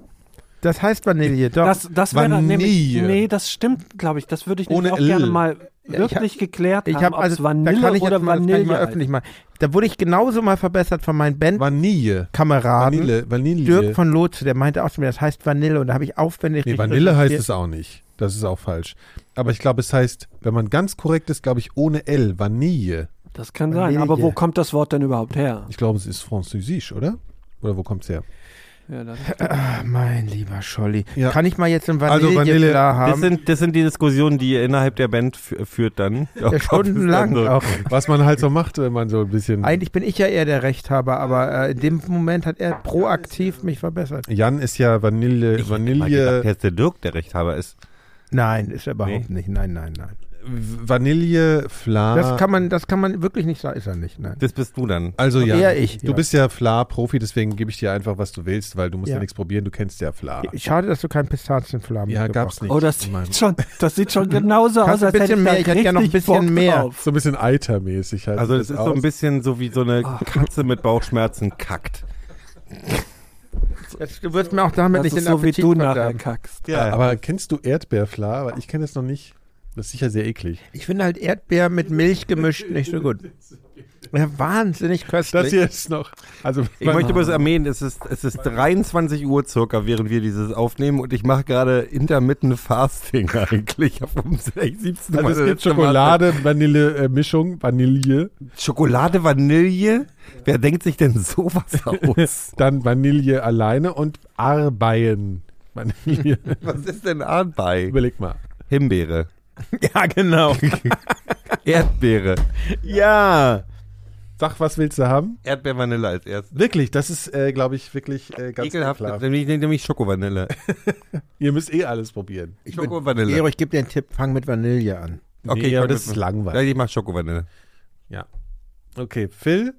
Das heißt Vanille, doch. Das, das wäre dann Vanille. nämlich. Nee, das stimmt, glaube ich. Das würde ich Ohne nämlich auch L. gerne mal Ja, ich wirklich geklärt ich haben, habe ob es also, da Vanille kann ich oder jetzt mal, das kann ich Vanille halt. mal heißt. öffentlich mal. Da wurde ich genauso mal verbessert von meinen Vanille. Bandkameraden. Vanille. Vanille. Dirk von Lotze, der meinte auch zu mir, das heißt Vanille und da habe ich aufwendig nee, richtig Vanille heißt recherchiert. es auch nicht. Das ist auch falsch. Aber ich glaube, es heißt, wenn man ganz korrekt ist, glaube ich, ohne L. Vanille. Das kann sein. Aber wo kommt das Wort denn überhaupt her? Ich glaube, es ist französisch, oder? Oder wo kommt es her? Ja, das, Ah, mein lieber Scholli. Ja. Kann ich mal jetzt einen Also Vanille, Vanille- Das haben? sind, das sind die Diskussionen, die ihr innerhalb der Band fü- führt dann. Oh ja, stundenlang. So. Auch. Was man halt so macht, wenn man so ein bisschen. Eigentlich bin ich ja eher der Rechthaber, aber äh, in dem Moment hat er proaktiv mich verbessert. Jan ist ja Vanille. Ich hätte mal Vanille. gedacht, jetzt der Dirk der Rechthaber ist. Nein, ist er überhaupt nicht. Nein, nein, nein. Vanille, Fla. Das kann man, das kann man wirklich nicht sagen. Ist er nicht, nein. Das bist du dann. also Jan, Eher ich, du ja. bist ja Fla-Profi, deswegen gebe ich dir einfach, was du willst, weil du musst ja, Ja. nichts probieren, du kennst ja Fla. Schade, dass du kein Pistazienflamm Ja, gab's nicht. oh, das Mann. sieht, schon, das sieht schon genauso Kannst aus, du als ein hätte bisschen ich mehr? da Ich hätte gern noch ein richtig bisschen Bock mehr. drauf. So ein bisschen eitermäßig halt. Also es ist Oh. so ein aus. bisschen so wie so eine Katze mit Bauchschmerzen kackt. Jetzt, du wirst mir auch damit Das nicht ist den so, wie Appetit du nachher verderben. kackst. Ja, Aber kennst du Erdbeerfla? Weil ich kenne das noch nicht. Das ist sicher sehr eklig. Ich finde halt Erdbeer mit Milch gemischt nicht so gut. Ja, wahnsinnig köstlich. Das hier ist noch. Also Ich möchte bloß erwähnen, es ist, es ist 23 Uhr circa, während wir dieses aufnehmen und ich mache gerade intermittent Fasting eigentlich. Ich habe um 17 Uhr das also es gibt letzte Mal- Schokolade, Vanille-Mischung, Vanille, Schokolade, Vanille. Wer denkt sich denn sowas aus? dann Vanille alleine und Arbeien. Vanille. Was ist denn an bei? Überleg mal. Himbeere, ja, genau. Erdbeere, ja. Sag, was willst du haben? Erdbeervanille als erstes. Wirklich, das ist, äh, glaube ich, wirklich äh, ganz Ekelhaft, klar. nämlich, nämlich Schokovanille. Ihr müsst eh alles probieren. Schokovanille. Gero, ich gebe dir einen Tipp. Fang mit Vanille an. Okay, ich aber mach das mit- ist langweilig. Ich mach Schokovanille. Okay, Phil,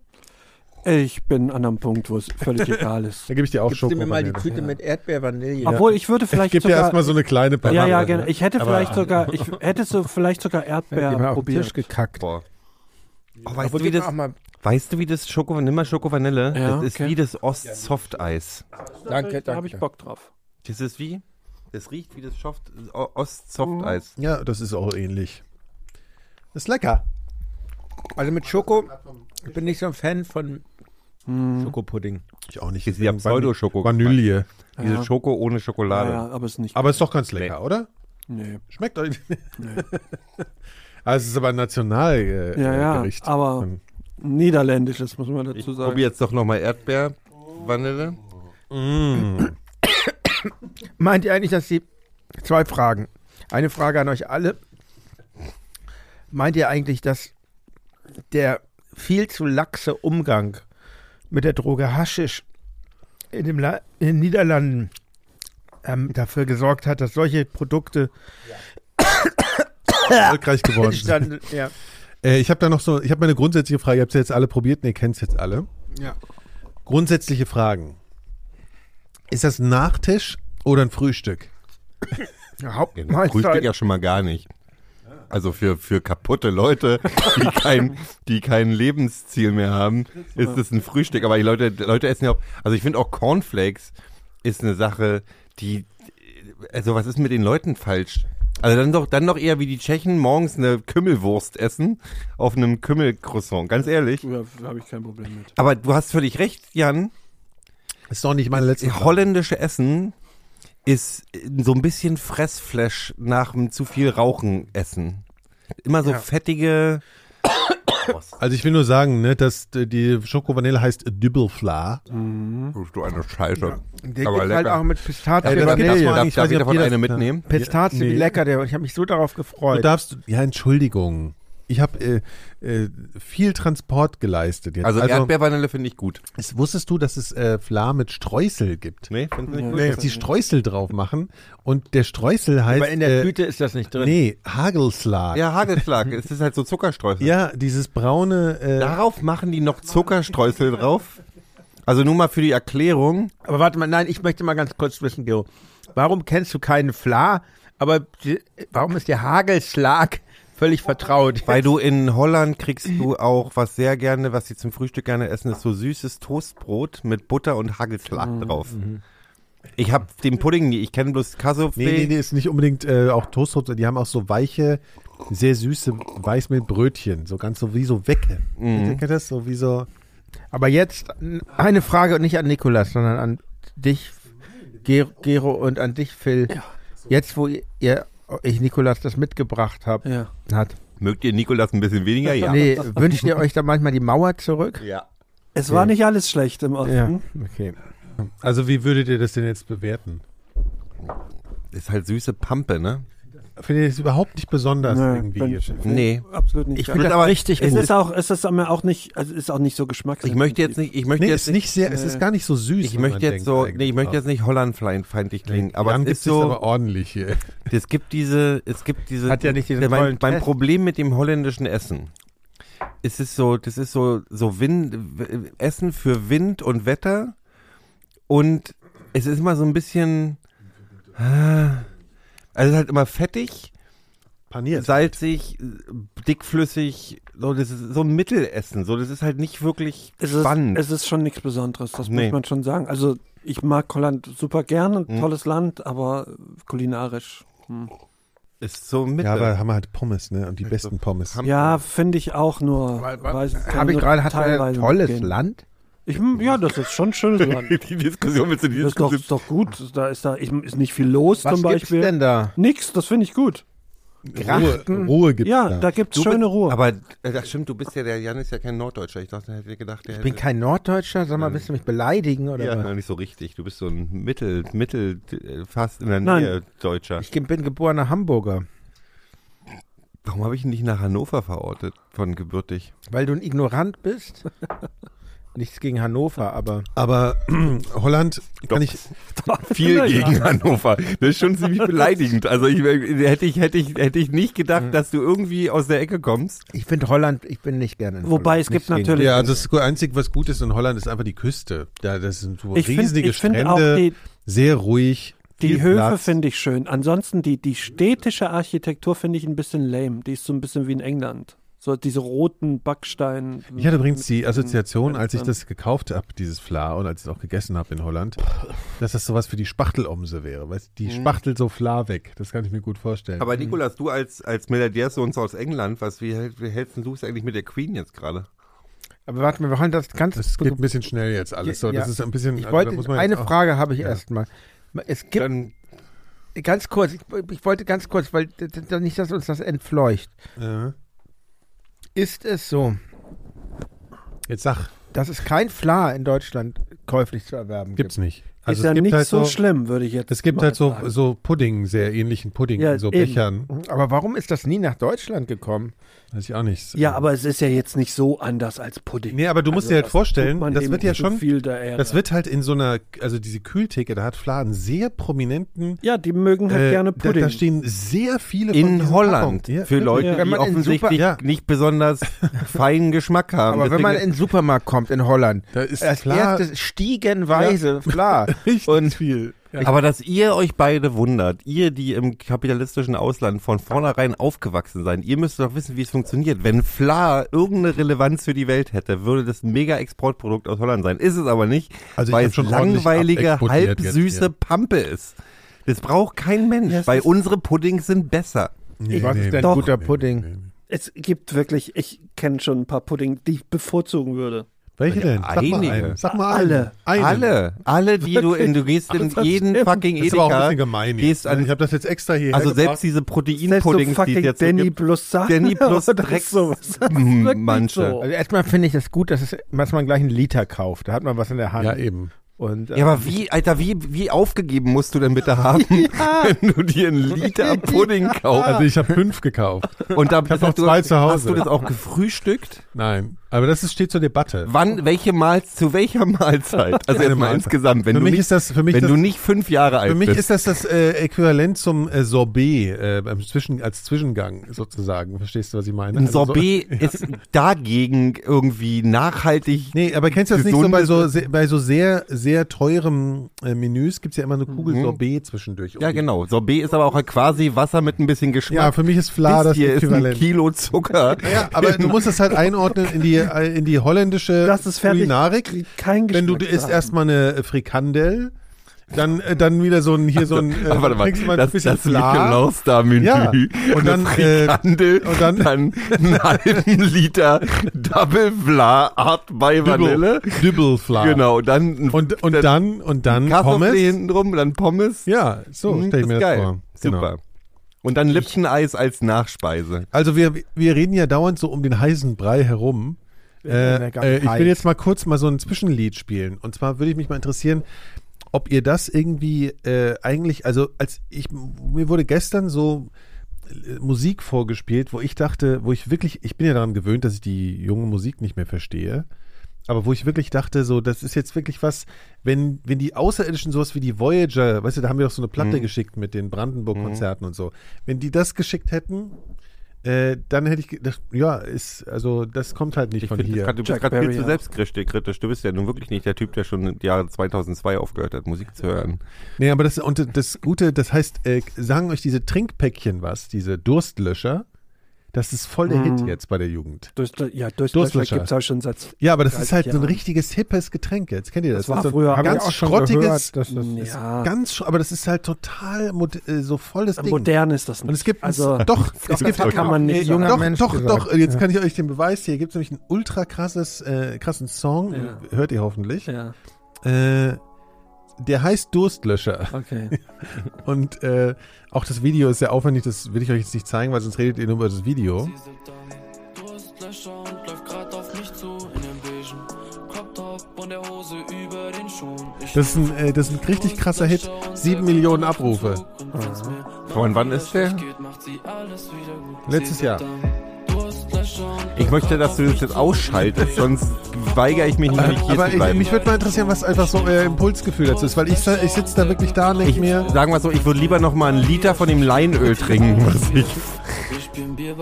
Ich bin an einem Punkt, wo es völlig egal ist. dann gebe ich dir auch Gibst du mir mal die Schoko. Tüte mit Erdbeervanille? Obwohl, ich würde Ich vielleicht gebe dir sogar... erstmal so eine kleine Packung. ja, ja, gerne. Ich hätte vielleicht sogar, ich hätte so vielleicht sogar Ja, Erdbeer die haben auf den Tisch probiert. gekackt. Boah. Oh, weißt, Obwohl, du, wie gib mir das, auch mal- weißt du, wie das Schoko, nimm mal Schokovanille? Ja, das ist okay. wie das Ost-Soft-Eis. Danke, Da habe ich danke. Bock drauf. Das ist wie? Das riecht wie das Soft- O- Ost-Soft-Eis. Ja, das ist auch ähnlich. Ist lecker. Also mit Schoko, ich bin nicht so ein Fan von Schokopudding. Ich auch nicht. Ist ja Deswegen Pseudoschoko. Vanille. Diese Schoko ohne Mhm. Ja, Schokolade. ja, aber ist nicht. Aber ist doch ganz lecker, oder? nee. Schmeckt euch. also es ist aber ein Nationalgericht. Äh, Ja, ja, Gericht. aber niederländisches, muss man dazu Ich sagen. probiere jetzt doch nochmal Erdbeer, Vanille. Meint ihr eigentlich, dass die. Zwei Fragen. Eine Frage an euch alle. Meint ihr eigentlich, dass der viel zu laxe Umgang mit der Droge Haschisch in, dem La in den Niederlanden ähm, dafür gesorgt hat, dass solche Produkte Erfolgreich geworden. sind. entstanden? Ja. Äh, ich habe da noch so, ich habe meine grundsätzliche Frage. Ihr habt sie jetzt alle probiert und ihr kennt es jetzt alle. Ja. Grundsätzliche Fragen. Ist das ein Nachtisch oder ein Frühstück? Ja, Frühstück Hauptmahlzeit. ja schon mal gar nicht. Also für, für kaputte Leute, die kein, die kein Lebensziel mehr haben, ist es ein Frühstück. Aber die Leute, die Leute essen ja auch. Also ich finde auch Cornflakes ist eine Sache, die. Also was ist mit den Leuten falsch? Also dann doch, dann doch eher wie die Tschechen morgens eine Kümmelwurst essen auf einem Kümmelcroissant, ganz ehrlich. Ja, habe ich kein Problem mit. Aber du hast völlig recht, Jan. Ist doch nicht meine letzte Das Frage. Äh, holländische Essen ist äh, so ein bisschen Fressflash nach dem zu viel Rauchen essen. Immer so fettige. Also ich will nur sagen, ne, dass äh, die Schoko-Vanille heißt Dübbelfla. Bist du eine Scheiße. Der Aber geht halt lecker. auch mit Pistazie. Darf, Ja, das darf, gibt's darf, mal. darf, Ich weiß darf ich nicht, ob davon ihr eine das- mitnehmen? Pistazie, Nee. wie lecker der. Ich habe mich so darauf Du gefreut. darfst, ja, Entschuldigung. Ich habe äh, äh, viel Transport geleistet jetzt. Also, Erdbeervanille finde ich gut. es- wusstest du, dass es äh, Fla mit Streusel gibt? Nee, findest du nicht gut? Dass die Streusel drauf machen und der Streusel heißt. Aber in der äh, Tüte ist das nicht drin. Nee, Hagelslag. Ja, Hagelschlag. es ist halt so Zuckerstreusel. Ja, dieses braune. Äh, Darauf machen die noch Zuckerstreusel drauf. Also nur mal für die Erklärung. Aber warte mal, nein, ich möchte mal ganz kurz wissen, Gero. Warum kennst du keinen Fla, aber die, warum ist der Hagelschlag völlig vertraut? Weil du in Holland kriegst du auch was sehr gerne, was sie zum Frühstück gerne essen, ist so süßes Toastbrot mit Butter und Hagelschlag Mhm. drauf. Ich hab den Pudding nie, ich kenne bloß Kassoufflé. nee, nee, nee, ist nicht unbedingt äh, auch Toastbrot. Die haben auch so weiche, sehr süße Weißmehlbrötchen. So ganz so wie so Wecke. Kennt ihr das? So wie so. Aber jetzt n- eine Frage und nicht an Nikolas, sondern an dich, Ger Gero, und an dich, Phil. Jetzt, wo ihr, ihr- ich Nikolas das mitgebracht hab, Ja. hat, Mögt ihr Nikolas ein bisschen weniger? Ja. Nee, wünscht ihr euch da manchmal die Mauer zurück? Ja. Es war nicht alles schlecht im Osten. okay. Also wie würdet ihr das denn jetzt bewerten? Ist halt süße Pampe, ne? Finde ich das überhaupt nicht besonders Nö, bin- irgendwie. Nee. Absolut nicht. Ich geil. finde das aber- richtig es gut. ist auch, es ist mir auch nicht, also es ist auch nicht so geschmacklich. Ich möchte jetzt nicht, ich möchte Nee, jetzt äh, ist nicht sehr, es ist gar nicht so süß. Ich wenn möchte man jetzt denkt so, eigentlich nee, ich möchte drauf. jetzt nicht Hollandfeindfeindlich klingen, aber Jan es gibt's ist so, aber ordentlich hier. es gibt diese, es gibt diese, Hat ja nicht diesen der- mein, tollen mein Test. Problem mit dem holländischen Essen. Es ist so, das ist so, so Wind, w- Essen für Wind und Wetter und es ist immer so ein bisschen, ah, also es ist halt immer fettig, Paniert. salzig, dickflüssig, so, das ist so ein Mittelessen, so, das ist halt nicht wirklich es ist, spannend. es ist schon nichts Besonderes, das Nee. muss man schon sagen. Also ich mag Holland super gern, ein Mhm. tolles Land, aber kulinarisch. Hm. ist so Mitte. Ja, aber haben wir halt Pommes, ne? Also, Und die besten Pommes. Ja, finde ich auch nur. Weil- weil- weiß- kann Habe ich nur gerade, hat ein teilweise tolles mitgehen. Land. Ich, ja, das ist schon ein schönes Land. die Diskussion willst du Das ist doch, ist doch gut. Da ist da ich, ist nicht viel los Was zum gibt's Beispiel. denn da? Nix, das finde ich gut. Ruhe, Ruhe gibt's Ja, da. da gibt's Du schöne bist- Ruhe. Aber äh, das stimmt, du bist ja, der Jan ist ja kein Norddeutscher. Ich dachte, hätte gedacht, der Ich bin kein Norddeutscher, sag mal, willst du mich beleidigen oder ja, was? nein, nicht so richtig. Du bist so ein Mittel, Mittel, äh, fast in der Nein. Nähe Deutscher. Ich bin geborener Hamburger, Warum habe ich ihn nicht nach Hannover verortet von gebürtig? weil du ein Ignorant bist. Nichts gegen Hannover, aber Aber Holland Doch. kann ich, Viel gegen Hannover. Das ist schon ziemlich beleidigend. Also ich, hätte ich hätte ich hätte ich nicht gedacht, dass du irgendwie aus der Ecke kommst. ich finde Holland, ich bin nicht gerne in Holland. Wobei es gibt Nichts gegen- natürlich- Ja, also das Einzige, was gut ist in Holland, ist einfach die Küste. Da, das sind so Ich find- riesige ich find Strände, auch die- sehr ruhig. Die viel Höfe Platz. finde ich schön. Ansonsten die, die städtische Architektur finde ich ein bisschen lame. Die ist so ein bisschen wie in England. So diese roten Backstein. Ich hatte übrigens die Assoziation, mit- als ich das gekauft habe, dieses Fla, und als ich es auch gegessen habe in Holland, dass das sowas für die Spachtelomse wäre. Weißt, du, die spachtelt so Fla weg. Das kann ich mir gut vorstellen. Mhm. Aber Nikolas, du als als Milliardärsohn aus England, was wie, hält- wie hältst denn du es eigentlich mit der Queen jetzt gerade? Aber warte mal, wir wollen das ganz das geht ein bisschen schnell jetzt alles. So, Ja. das ist ein bisschen. Ich also, da wollte muss man eine jetzt auch- Frage habe ich Ja. erstmal. Es gibt Dann ganz kurz, ich, ich wollte ganz kurz, weil d- d- nicht, dass uns das entfleucht. Ja. Ist es so, Jetzt sag, dass es kein Fla in Deutschland käuflich zu erwerben gibt? gibt's nicht. ist ja es gibt nicht halt so, schlimm, würde ich jetzt Es gibt mal halt so, sagen. so Pudding, sehr ähnlichen Pudding, Ja, in so eben. Bechern. Aber warum ist das nie nach Deutschland gekommen? Weiß ich auch nicht. Also, Ja, aber es ist ja jetzt nicht so anders als Pudding. Nee, aber du musst Also dir halt das vorstellen, tut man das dem wird ja nicht so schon. viel der Ehre. Das wird halt in so einer, also diese Kühltheke, da hat Fla einen sehr prominenten. ja, die mögen halt äh, gerne da, Pudding. da stehen sehr viele von in diesen Holland Packungen. Ja, für Leute, Ja. die Wenn man in offensichtlich Super- Ja. nicht besonders feinen Geschmack Ähm, haben. Aber wenn man in den Supermarkt kommt in Holland, Da ist als Fla- erstes stiegenweise Fla. Richtig Und- viel. Ja. aber dass ihr euch beide wundert, ihr, die im kapitalistischen Ausland von vornherein aufgewachsen seid, ihr müsst doch wissen, wie es funktioniert. Wenn Fla irgendeine Relevanz für die Welt hätte, würde das ein Mega-Exportprodukt aus Holland sein. Ist es aber nicht, Also ich weil hab es schon ordentlich langweilige, abexportiert jetzt, halbsüße ja. Pampe ist. Das braucht kein Mensch, Ja, es weil ist- unsere Puddings sind besser. Nee, Was nee, ist denn doch. guter Pudding? es gibt wirklich, ich kenne schon ein paar Pudding, die ich bevorzugen würde. Welche denn? Sag mal Einige. einen. Sag mal Alle. Einen. Alle, alle, die du in, du gehst in das jeden stimmt. fucking Das ist aber auch ein Edeka, bisschen gemein. gehst jetzt, ne? an ich habe das jetzt extra hier Also selbst hergebracht. diese so Proteinpuddings, die es fucking jetzt Danny so gibt, plus Sahne. Danny plus oder Dreck. sowas. Das ist Mm, wirklich manche. So. Also erstmal finde ich das gut, dass, es, dass man gleich einen Liter kauft. Da hat man was in der Hand. Ja, eben. Und, äh, Ja, aber wie, Alter, wie, wie aufgegeben musst du denn bitte haben, wenn du dir einen Liter Pudding kaufst? Also ich habe fünf gekauft. Und da hab noch zwei zu Ah. Hast Hause. du das auch gefrühstückt? Nein, aber das ist, steht zur Debatte. Wann, welche Mahlzeit, zu welcher Mahlzeit? Also Eine erstmal Mahlzeit. insgesamt, wenn, Für du, mich nicht, ist das- für mich wenn das- du nicht fünf Jahre alt Für mich bist. ist das das äh, Äquivalent zum äh, Sorbet äh, beim Zwischen, als Zwischengang sozusagen. Verstehst du, was ich meine? ein Also so- Sorbet ist dagegen irgendwie nachhaltig. Nee, aber kennst du das nicht so Gesundes- bei so, se- bei so sehr, sehr teurem äh, Menüs gibt's ja immer eine Kugel Sorbet zwischendurch. Mhm. Ja, genau. Sorbet ist aber auch quasi Wasser mit ein bisschen Geschmack. Ja, für mich ist Fla das das hier ist ein Äquivalent. Kilo Zucker. ja, aber du musst das halt einordnen in die, äh, in die holländische Das ist fertig. Kulinarik. Kein Wenn du Geschmack isst zu erstmal eine äh, Frikandel, dann, äh, dann wieder so ein, hier so ein, äh, Ah, warte mal, kriegst du mal das, ein bisschen das genau Fla. Nikolaus-Star-Menü. Ja, und Eine dann, äh, Frikandel, und dann- dann einen halben Liter Double Vla Art bei Vanille. Dübbelfla. Genau, dann ein Und, und dann, und dann Kassoufflé Pommes. hintenrum, dann Pommes. Ja, so Hm, stell ich ist mir das geil. vor. Genau. Super. Und dann Lipton-Eis als Nachspeise. Also wir, wir reden ja dauernd so um den heißen Brei herum. Äh, äh, ich will jetzt mal kurz mal so ein Zwischenlied spielen. Und zwar würde ich mich mal interessieren, ob ihr das irgendwie äh, eigentlich, also als ich, mir wurde gestern so äh, Musik vorgespielt, wo ich dachte, wo ich wirklich, ich bin ja daran gewöhnt, dass ich die junge Musik nicht mehr verstehe. Aber wo ich wirklich dachte, so, das ist jetzt wirklich was, wenn, wenn die Außerirdischen sowas wie die Voyager, weißt du, da haben wir doch so eine Mhm. Platte geschickt mit den Brandenburg-Konzerten und so. Wenn die das geschickt hätten, äh, dann hätte ich gedacht, ja, ist, also das kommt halt nicht Ich von finde, hier. du bist Jack gerade viel Berry, zu ja. selbstkritisch. Du bist ja nun wirklich nicht der Typ, der schon im Jahre 2002 aufgehört hat, Musik zu hören. Nee, aber das, und das Gute, das heißt, äh, sagen euch diese Trinkpäckchen was, diese Durstlöscher, das ist voll der Mhm. Hit jetzt bei der Jugend. Durstle- äh, ja, Durstlöcher Durstlöcher. gibt es auch schon seit. Ja, aber das ist 30 halt so ein Jahren. richtiges hippes Getränk jetzt. Kennt ihr das? Das war ist so ein früher- Hab ich ganz auch schon schrottiges, gehört, dass das ist Ja, ganz, sch- aber das ist halt total mod, äh, so volles Ding. modern ist das nicht. Und es gibt also, ein, doch, es gibt kann man nicht Doch, sagen. doch, Mensch doch, gesagt. doch, äh, jetzt Ja. kann ich euch den Beweis hier. Gibt es nämlich einen ultra krasses, äh, krassen Song, Ja. hört ihr hoffentlich. Ja, Äh, der heißt Durstlöscher. okay. Und äh, auch das Video ist sehr aufwendig, das will ich euch jetzt nicht zeigen, weil sonst redet ihr nur über das Video. Sie sind da. Durstlöscher und läuft grad auf mich zu in dem beigen Crop-Top und der Hose über den Schuhen. Ich Das ist ein, äh, das ist ein richtig krasser Hit. Sieben Millionen Abrufe. Von wann ist der? Letztes Jahr. Ich möchte, dass du das jetzt ausschaltest, sonst weigere ich mich nämlich hier Aber zu ich, bleiben. mich würde mal interessieren, was einfach so euer Impulsgefühl dazu ist, weil ich, sa- ich sitze da wirklich da und denke mir, Sagen wir so, ich würde lieber noch mal einen Liter von dem Leinöl trinken, was ich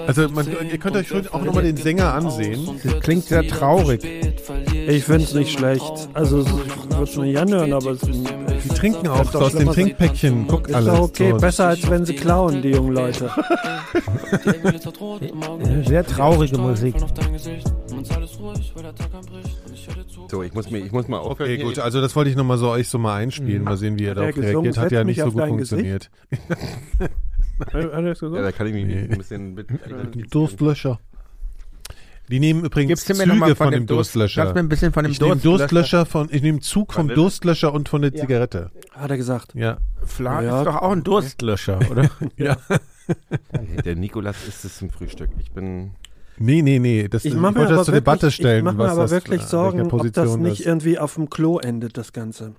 also man, ihr könnt euch schon auch nochmal den Sänger ansehen. Das klingt sehr traurig. Ich finde es nicht schlecht. Also, es- ich würde es nicht anhören, aber es ist Die trinken auch aus dem Trinkpäckchen, guck alles. doch okay. So. Besser als wenn sie klauen, die jungen Leute. Sehr traurige Musik. So, ich muss, mir, ich muss mal aufhören. Okay, hier. gut, also das wollte ich nochmal so euch so mal einspielen, mal sehen, wie ihr Hat darauf er gesungen? reagiert. Hat Setz ja mich nicht so auf gut dein Gesicht? funktioniert. Ja, da kann ich mich ein bisschen mit. Durstlöscher. Die nehmen übrigens Gibst du mir Züge nochmal von, von dem dem Durst- Durstlöscher. Lass mir ein bisschen von dem ich nehme Durstlöscher- Durstlöscher von, ich nehme Zug vom Vanille. Durstlöscher und von der Zigarette. Hat er gesagt. Ja. Fla Ja. ist doch auch ein Durstlöscher, oder? ja. Der Nikolas ist es im Frühstück. Ich bin. Nee, nee, nee. Das, Ich ich mache mir wollte aber das zur wirklich, Debatte stellen, ich mach mir was aber das, wirklich äh, Sorgen, welcher ob Position das nicht das- irgendwie auf dem Klo endet, das Ganze.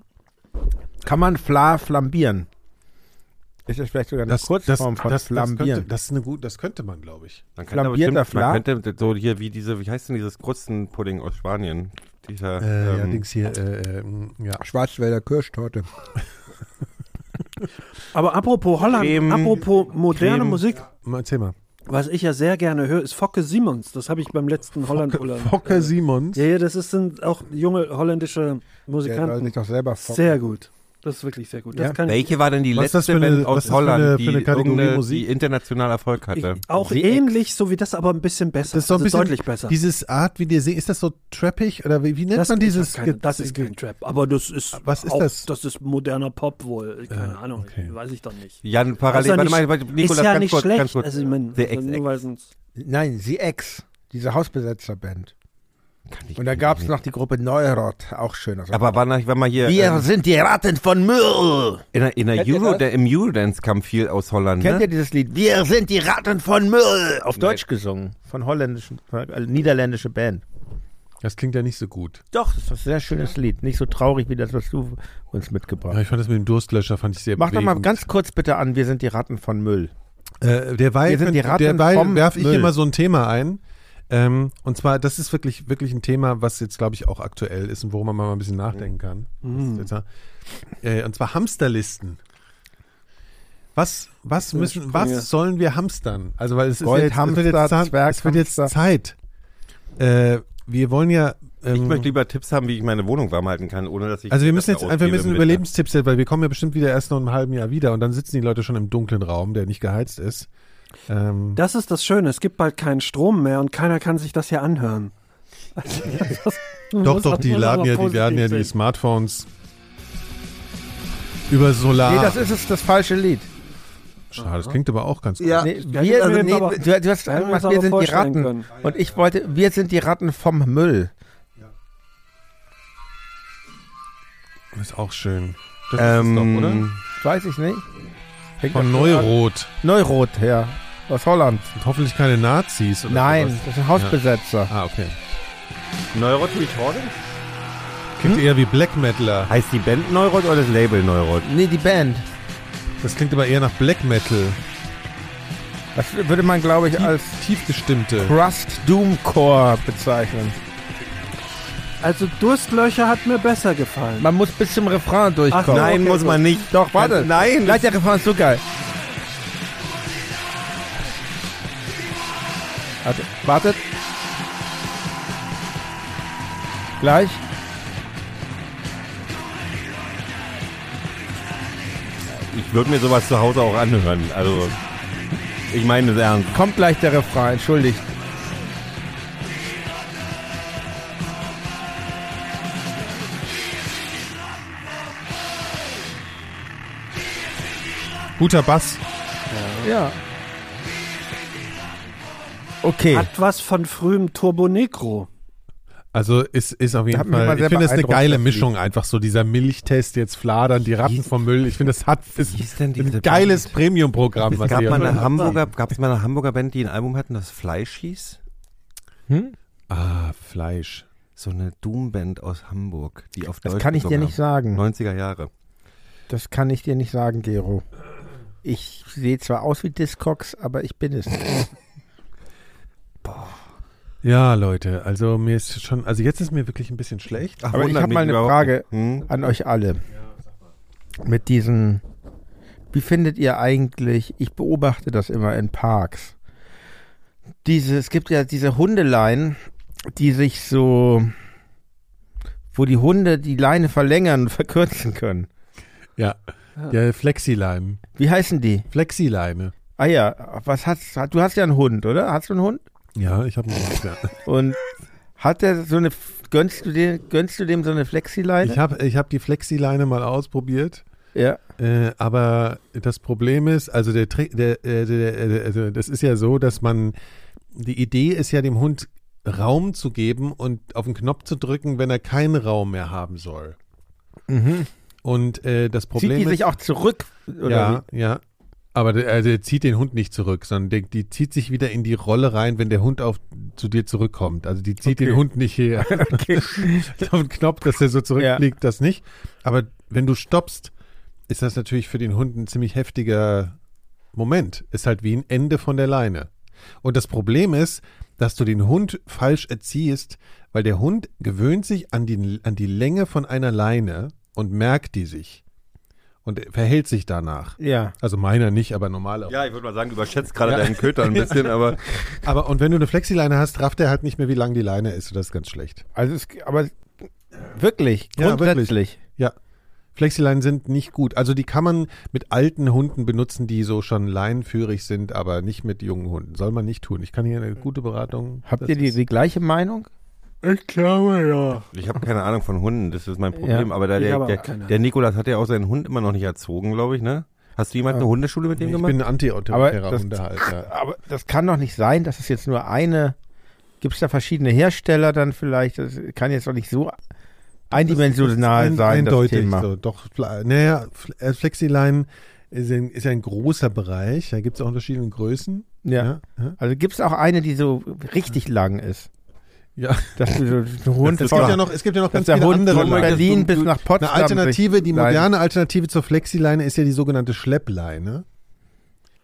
Kann man Fla flambieren? Ist das vielleicht sogar eine das, das, Kurzform von das, das, könnte, flambieren? das ist eine gute, das könnte man, glaube ich. Man könnte, aber Flambierter bestimmt- man Fla- könnte so hier wie diese, wie heißt denn dieses Krustenpudding aus Spanien? Dieser, Äh, ja, ähm, Dings hier, äh, ähm, ja. Schwarzwälder Kirschtorte. Aber apropos Holland, Creme- apropos moderne Creme- Musik, Mal, erzähl mal. was ich ja sehr gerne höre, ist Focke Simons. Das habe ich beim letzten holland Fokker Simons. äh, Ja, ja, das ist, sind auch junge holländische Der soll also Musikanten. sich doch selber focken. Sehr gut. Das ist wirklich sehr gut. Das Ja. kann ich, Welche war denn die Was ist das letzte für eine- Band was aus ist das für eine- Holland, für eine die, Kategorie irgendeine- Musik? die international Erfolg hatte? ich, auch Sie- ähnlich, so wie das, aber ein bisschen besser. Das ist so ein also bisschen deutlich besser. Dieses Art, wie die singen, ist das so trappig oder wie, wie nennt das, man ich dieses? hab keine, Ge- Ah, das ist kein Trap, aber das ist, Was ist auch, das? das ist moderner Pop wohl. Keine Ahnung, okay. weiß ich doch nicht. Jan, parallel. Ist ja warte mal, nicht- warte, Nikolas, ist ja ganz nicht kurz, schlecht. ganz kurz. Also, ich meine, The also nur XX. weil sonst- Nein, sie Ex, diese Hausbesetzerband. Kann ich Und da nicht. gab es noch die Gruppe Neurot, auch schön. Also Aber wann, wann mal hier. wir ähm, sind die Ratten von Ne? Müll. in der, in der Kennt ihr Euro, das? der, Im Eurodance kam viel aus Holland. Kennt ihr ne? dieses Lied? Wir sind die Ratten von Müll. Auf Nein. Deutsch gesungen. Von holländischen, von äh, niederländische Band. Das klingt ja nicht so gut. Doch, das ist ein sehr schönes Lied. Nicht so traurig wie das, was du uns mitgebracht Ja, hast. ich fand das mit dem Durstlöscher fand ich sehr Mach doch mal bewegend. ganz kurz bitte an, wir sind die Ratten von Müll. Äh, derweil Wir sind die Ratten derweil vom werfe ich Müll. hier mal so ein Thema ein. Ähm, und zwar, das ist wirklich, wirklich ein Thema, was jetzt, glaube ich, auch aktuell ist und worüber man mal ein bisschen Mhm. nachdenken kann. Das ist jetzt, äh, und zwar Hamsterlisten. Was, was müssen, was sollen wir hamstern? Also, weil es ist ja jetzt, es wird jetzt, Goldhamster, Zeit- es wird jetzt Zeit. Äh, wir wollen ja, ähm, Ich möchte lieber Tipps haben, wie ich meine Wohnung warm halten kann, ohne dass ich. also wir müssen jetzt das einfach, wir ausgebe müssen mit- Überlebenstipps, setzen, weil wir kommen ja bestimmt wieder erst noch im halben Jahr wieder und dann sitzen die Leute schon im dunklen Raum, der nicht geheizt ist. Ähm, Das ist das Schöne. Es gibt bald keinen Strom mehr und keiner kann sich das hier anhören. Doch, doch, die laden ja, die laden ja die Smartphones über Solar. Nee, das ist es, das falsche Lied. Schade, das klingt aber auch ganz gut. Nee, hätten wir wir, also, jetzt nee, aber- du, du hast da hätten wir uns gemacht, aber wir sind die vorstellen Ratten. können. Und ich wollte, wir sind die Ratten vom Müll. Ist auch schön. Das Ähm, ist es doch, oder? Weiß ich nicht. Hängt Von davon ab. Neurot. Neurot, ja. Aus Holland. Und hoffentlich keine Nazis oder Nein, sowas. das sind Hausbesetzer. Ja. Ah, okay. Neurot Recordings? Klingt eher wie Black Metaler. Heißt die Band Neurot oder das Label Neurot? Nee, die Band. Das klingt aber eher nach Black Metal. Das würde man, glaube ich, als Tiefgestimmte. Crust Doomcore bezeichnen. Also Durstlöcher hat mir besser gefallen. Man muss bis zum Refrain durchkommen. Ach, Nein, Okay, muss gut. man nicht. Doch, warte. Nein, Gleich der Refrain ist so geil. Warte, wartet. Gleich. ich würde mir sowas zu Hause auch anhören. Also, ich meine es ernst. Kommt gleich der Refrain, entschuldigt. Guter Bass. Ja. Okay. Hat was von frühem Turbo Negro. Also ist, ist auf jeden Hat mich mal Fall, sehr ich finde das eine beeindruckt, geile das Mischung einfach so, dieser Milchtest, jetzt fladern die Ratten vom Müll. Ich finde, das hat hieß ist denn ein diese geiles Premium-Programm. Es gab die mal haben. eine Hamburger, gab's mal eine Hamburger Band, die ein Album hatten, das Fleisch hieß? Ah, Fleisch. So eine Doom-Band aus Hamburg, die auf Das Deutsch kann ich dir gesungen nicht sagen. haben. 90er Jahre. Das kann ich dir nicht sagen, Gero. Ich sehe zwar aus wie Discox, aber ich bin es. nicht. Ja, Leute, also mir ist schon, also jetzt ist mir wirklich ein bisschen schlecht. Ach, Aber ich wundert habe mich mal eine überhaupt Frage nicht. Hm? an euch alle. Mit diesen. Wie findet ihr eigentlich, ich beobachte das immer in Parks, diese, es gibt ja diese Hundeleien, die sich so, wo die Hunde die Leine verlängern und verkürzen können. Ja, ja Flexileim. Wie heißen die? Flexileime. Ah ja, was hast du? hast ja einen Hund, oder? Hast du einen Hund? Ja, ich habe ja. Und hat der so eine, gönnst du dem, gönnst du dem so eine Flexileine? Ich habe ich hab die Flexileine mal ausprobiert. ja. Äh, aber das Problem ist, also der Trick, der, äh, der, der, der, also das ist ja so, dass man, die Idee ist ja dem Hund Raum zu geben und auf den Knopf zu drücken, wenn er keinen Raum mehr haben soll. Und äh, das Problem Zieht die ist, sich auch zurück? Oder ja, ja. Aber der, also der zieht den Hund nicht zurück, sondern der, die zieht sich wieder in die Rolle rein, wenn der Hund auf, zu dir zurückkommt. Also die zieht den Hund nicht her. auf den Knopf, dass der so zurückliegt, das nicht. Aber wenn du stoppst, ist das natürlich für den Hund ein ziemlich heftiger Moment. Ist halt wie ein Ende von der Leine. Und das Problem ist, dass du den Hund falsch erziehst, weil der Hund gewöhnt sich an die, an die Länge von einer Leine und merkt die sich. Und verhält sich danach. wie? Ja. Also meiner nicht, aber normal auch. Ja, ich würde mal sagen, du überschätzt gerade deinen Köter ein bisschen, aber Aber und wenn du eine Flexileine hast, rafft er halt nicht mehr, wie lang die Leine ist. Und das ist ganz schlecht. Also es, aber wirklich, Ja, wirklich. grundsätzlich. Ja. Flexileinen sind nicht gut. Also die kann man mit alten Hunden benutzen, die so schon leinenführig sind, aber nicht mit jungen Hunden. Soll man nicht tun. Ich kann hier eine gute Beratung. Habt das ihr die, ist- die gleiche Meinung? Ich glaube ja. ich habe keine Ahnung von Hunden, das ist mein Problem. Ja, aber da, ich der, habe auch der, keine Ahnung. der Nikolas hat ja auch seinen Hund immer noch nicht erzogen, glaube ich, ne? Hast du jemand eine Hundeschule mit dem Ich gemacht? bin ein Aber anti-autoritärer das- Hundehalter. Aber das kann doch nicht sein, dass es jetzt nur eine. Gibt es da verschiedene Hersteller dann vielleicht? Das kann jetzt doch nicht so eindimensional Ein- sein, das eindeutig Thema. so. Doch, fla- naja, Fl- äh, Flexileinen ist ein, ist ein großer Bereich. Da gibt es auch verschiedene Größen. Ja. ja. Also gibt es auch eine, die so richtig lang ist. ja. Dass du so einen Hund Es gibt, ja noch, es gibt ja noch ganz dass der viele Hund andere von Leinen. Berlin bis nach Potsdam. Eine Alternative, die sich- Nein. moderne Alternative zur Flexileine ist ja die sogenannte Schleppleine.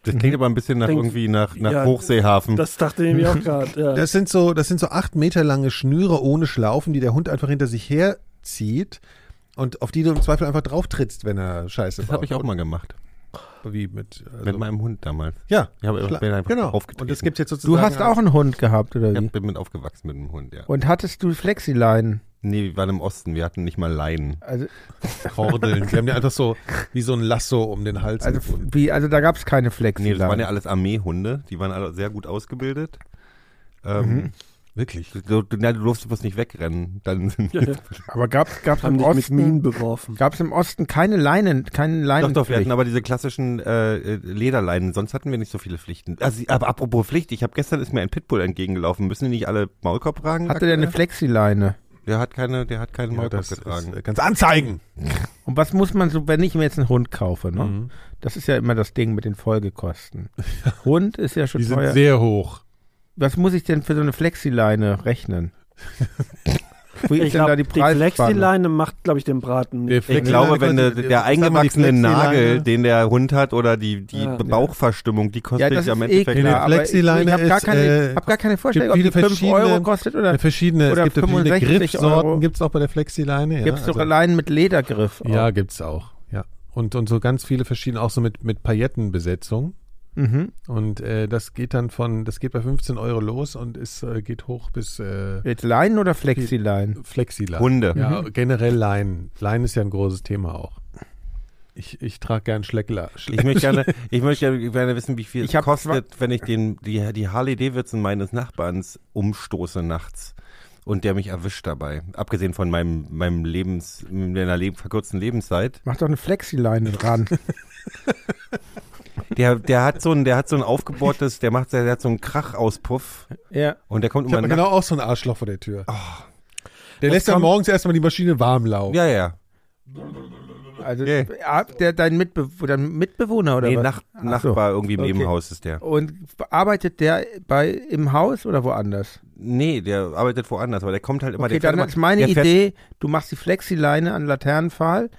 Das Mhm. klingt aber ein bisschen nach Denk- irgendwie nach, nach Ja, Hochseehafen. Das dachte ich mir auch gerade. Ja. Das sind so, das sind so acht Meter lange Schnüre ohne Schlaufen, die der Hund einfach hinter sich herzieht und auf die du im Zweifel einfach drauf trittst, wenn er Scheiße das habe ich auch mal gemacht. Wie mit, also, Mit meinem Hund damals. ja, Ich habe Schla- bin einfach genau. aufgetreten. Und es gibt jetzt sozusagen Du hast auch einen Hund gehabt, oder Ich wie? hab- bin mit aufgewachsen mit dem Hund, ja. Und hattest du Flexileinen? Nee, wir waren im Osten, wir hatten nicht mal Leinen. Also, Kordeln. Die haben ja einfach so wie so ein Lasso um den Hals also, gebunden. wie, also da gab es keine Nee, das Flexileinen. waren ja alles Armeehunde, die waren alle sehr gut ausgebildet. Ähm, Wirklich. du, du, na, du durfst bloß nicht wegrennen. Dann sind ja. Aber gab es Haben im, dich mit Osten- Minen beworfen. gab's im Osten keine Leinen, keine doch, Leinen? doch, wir hatten aber diese klassischen äh, äh, Lederleinen, sonst hatten wir nicht so viele Pflichten. Also, aber apropos Pflicht, ich habe gestern ist mir ein Pitbull entgegengelaufen. Müssen die nicht alle Maulkorb tragen? Hatte der eine Flexileine? Der hat keine, der hat keinen Ja, Maulkorb das ist, getragen. äh, ganz anzeigen. Und was muss man so, wenn ich mir jetzt einen Hund kaufe, ne? Mhm. Das ist ja immer das Ding mit den Folgekosten. Hund ist ja schon Die sind teuer. sehr hoch. Was muss ich denn für so eine Flexileine rechnen? Wo ist Ich denn da die glaube, die, Preisspanne? Flexileine macht, glaube ich, den Braten. Der nicht. ich Flex- glaube, wenn der, Sag der mal, die eingewachsene Flexileine- Nagel, ne? den der Hund hat, oder die, die Ja. Bauchverstimmung, die Ja, kostet das ja ist am eh Endeffekt. klar, aber ich, ich Flexileine habe gar, ist, keine- äh, hab gar keine Vorstellung, ob gibt die viele 5 Euro verschiedene- kostet oder Ja, verschiedene, Oder es gibt ja verschiedene 65 Euro. Griffsorten, gibt es auch bei der Flexileine. Ja, gibt es doch also- Leinen mit Ledergriff. auch. Ja, gibt's auch. Ja. Und, und so ganz viele verschiedene, auch so mit, mit Paillettenbesetzung. Mhm. Und äh, das geht dann von, das geht bei 15 Euro los und ist, äh, geht hoch bis äh, Mit Leinen oder Flexileinen? Flexilein. Hunde. Ja, generell Leinen. Leinen ist ja ein großes Thema auch. Ich, ich trage gern Schleckler. Schle Ich möchte gerne, ich möchte gerne- gerne wissen, wie viel Ich es hab kostet, wenn ich den, die, die Harley Davidson meines Nachbarns umstoße nachts und der mich erwischt dabei. Abgesehen von meinem, meinem Lebens, meiner Leb verkürzten Lebenszeit. Mach doch eine Flexileine dran. Der, der hat so ein, der hat so ein aufgebohrtes, der macht, der hat so einen Krachauspuff ja. und der kommt ich immer habe nachts- genau auch so ein Arschloch vor der Tür. Der lässt ne? Ah. dann kommt- morgens erstmal die Maschine warm oh. laufen. Ja, ja. Also Nee. ah, der, dein, Mitbe dein Mitbewohner oder Nee, was? Nach, Ach Nachbar so. irgendwie im Okay. Nebenhaus ist der. Und arbeitet der bei im Haus oder woanders? Nee, der arbeitet woanders, aber der kommt halt immer. Okay, der fährt dann immer, ist meine der fährt Idee, du machst die Flexileine an Laternenpfahl,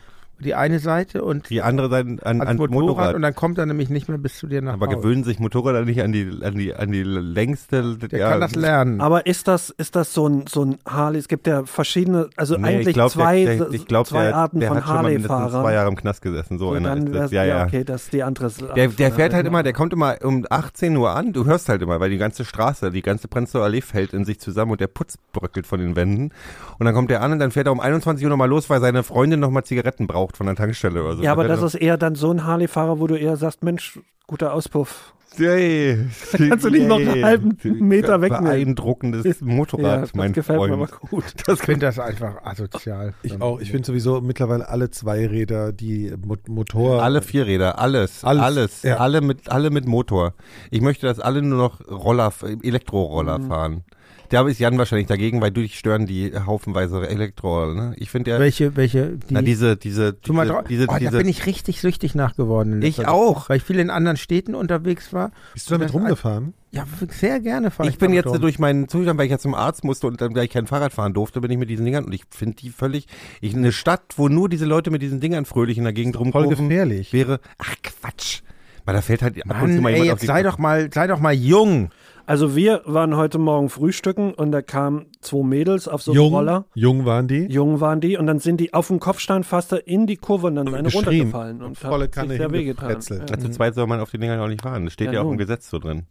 die eine Seite und Die andere dann an, an ans Motorrad, Motorrad. und dann Oh. kommt er nämlich nicht mehr bis zu dir nach aber Hause. gewöhnen sich Motorräder nicht an die, an die, an die längste. Der kann das lernen. Aber ist das, ist das so ein, so ein Harley? Es gibt ja verschiedene, also Nee, eigentlich ich glaub, zwei, der, der, ich glaub, zwei der, Arten der von hat schon mal mindestens zwei Harley-Fahrern. Jahre im Knast gesessen. So, So, einer ist dann das. wär's- Ja, ja. okay, das ist die andere. Art Der, der von fährt halt Harley. immer, der kommt immer um 18 Uhr an, du hörst halt immer, weil die ganze Straße, die ganze Prenzlauer Allee fällt in sich zusammen und der Putz bröckelt von den Wänden. Und dann kommt der an und dann fährt er um 21 Uhr nochmal los, weil seine Freundin nochmal Zigaretten braucht von der Tankstelle oder so. halt Ja, aber Dann das fährt ist eher dann so ein Harley-Fahrer, wo du eher sagst, Mensch, guter Auspuff. er- Yay. kannst du nicht noch einen Yay. halben Meter wegnehmen. Beeindruckendes ja, Motorrad, das mein gefällt Freund. mir aber gut. Das ich finde das einfach asozial. Ich auch. Ich finde sowieso mittlerweile alle Zweiräder, die Mo Motor. Alle Vierräder, alles, Alles, alles, alles, ja. alle, mit, alle mit Motor. Ich möchte, dass alle nur noch Roller, Elektroroller Mhm. fahren. Da ist Jan wahrscheinlich dagegen, weil du dich stören die haufenweise Elektroroller. Ne? Ich finde ja, welche, welche, die, na, diese, diese, tu mal diese, drauf. diese, oh, da diese bin ich richtig süchtig nachgeworden. in Ich letzter Zeit. auch. Weil ich viel in anderen Städten unterwegs war. Bist du damit Das- rumgefahren? Ja, sehr gerne fahre ich bin damit jetzt rum. durch meinen Zustand, weil ich ja zum Arzt musste und dann gleich kein Fahrrad fahren durfte, bin ich mit diesen Dingern und ich finde die völlig, ich, eine Stadt, wo nur diese Leute mit diesen Dingern fröhlich in der Gegend Voll rumkurven, gefährlich. wäre, ach Quatsch. Weil da fällt halt ab und zu Mann, mal ey, jemand auf jetzt die sei doch mal, sei doch mal jung. Also wir waren heute Morgen frühstücken und da kamen zwei Mädels auf so einem Jung, Roller. jung waren die. Jung waren die und dann sind die auf dem Kopfsteinpfaster in die Kurve und dann eine geschrien. runtergefallen und haben Volle sich Kanne sehr wehgetan. hingepretzelt. Ja. Ja, zu zweit soll man auf die Dinger auch nicht fahren. Das steht Ja, ja, auch nun. im Gesetz so drin.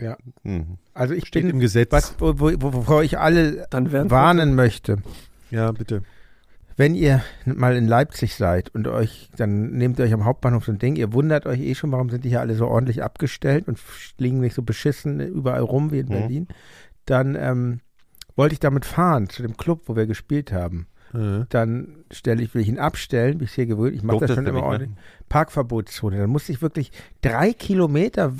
Ja. Hm. Also ich Steht bin, im Gesetz. was, wo, wo, wovor ich alle Dann werden warnen möchte. Ja, bitte. Wenn ihr mal in Leipzig seid und euch, dann nehmt ihr euch am Hauptbahnhof so ein Ding, ihr wundert euch eh schon, warum sind die hier alle so ordentlich abgestellt und liegen nicht so beschissen überall rum wie in Mhm. Berlin, dann ähm, wollte ich damit fahren zu dem Club, wo wir gespielt haben. Äh. Dann stelle ich, will ich ihn abstellen, bin ich hier gewöhnt, ich mache das Mhm. Durftest schon du immer nicht, ne? ordentlich. Parkverbotszone. Dann musste ich wirklich drei Kilometer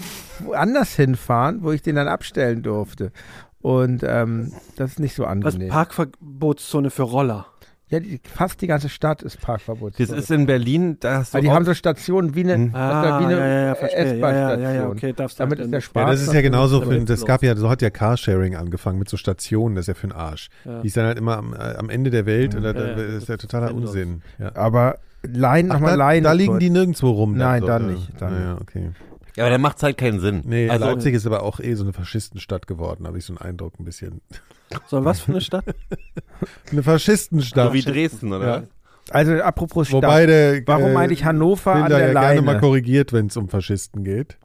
woanders hinfahren, wo ich den dann abstellen durfte. Und ähm, das ist nicht so Was angenehm. Parkverbotszone für Roller. ja, die, fast die ganze Stadt ist Parkverbotszone. Das ist in Berlin, da hast du. Weil die auch- haben so Stationen wie eine, Mhm. was Ah, da, wie eine verstehe. Ah, ja, S-Bahn-Station. ja, ja, okay, darfst du Damit halt ist der nicht. Ja, Spaß. das ist ja genauso. Für, Jetzt das los. gab ja, so hat ja Carsharing angefangen mit so Stationen. Das ist ja für den Arsch. Ja. Die ist dann halt immer am, äh, am Ende der Welt. Oder, Ja, ja, das ist ja das totaler ist endlos. Unsinn. Ja. Aber Laien, Ach, nochmal da, Laien. da liegen die nirgendwo rum. Nein, da oder? nicht, da naja, okay. ja, aber da macht es halt keinen Sinn. Nee, also, Leipzig ist aber auch eh so eine Faschistenstadt geworden, habe ich so einen Eindruck ein bisschen. So, was für eine Stadt? Eine Faschistenstadt. so wie Dresden, oder? Ja. Also apropos Stadt. Wobei der, Warum äh, eigentlich Hannover bin an da der ja gerne mal Leine? korrigiert, wenn es um Faschisten geht.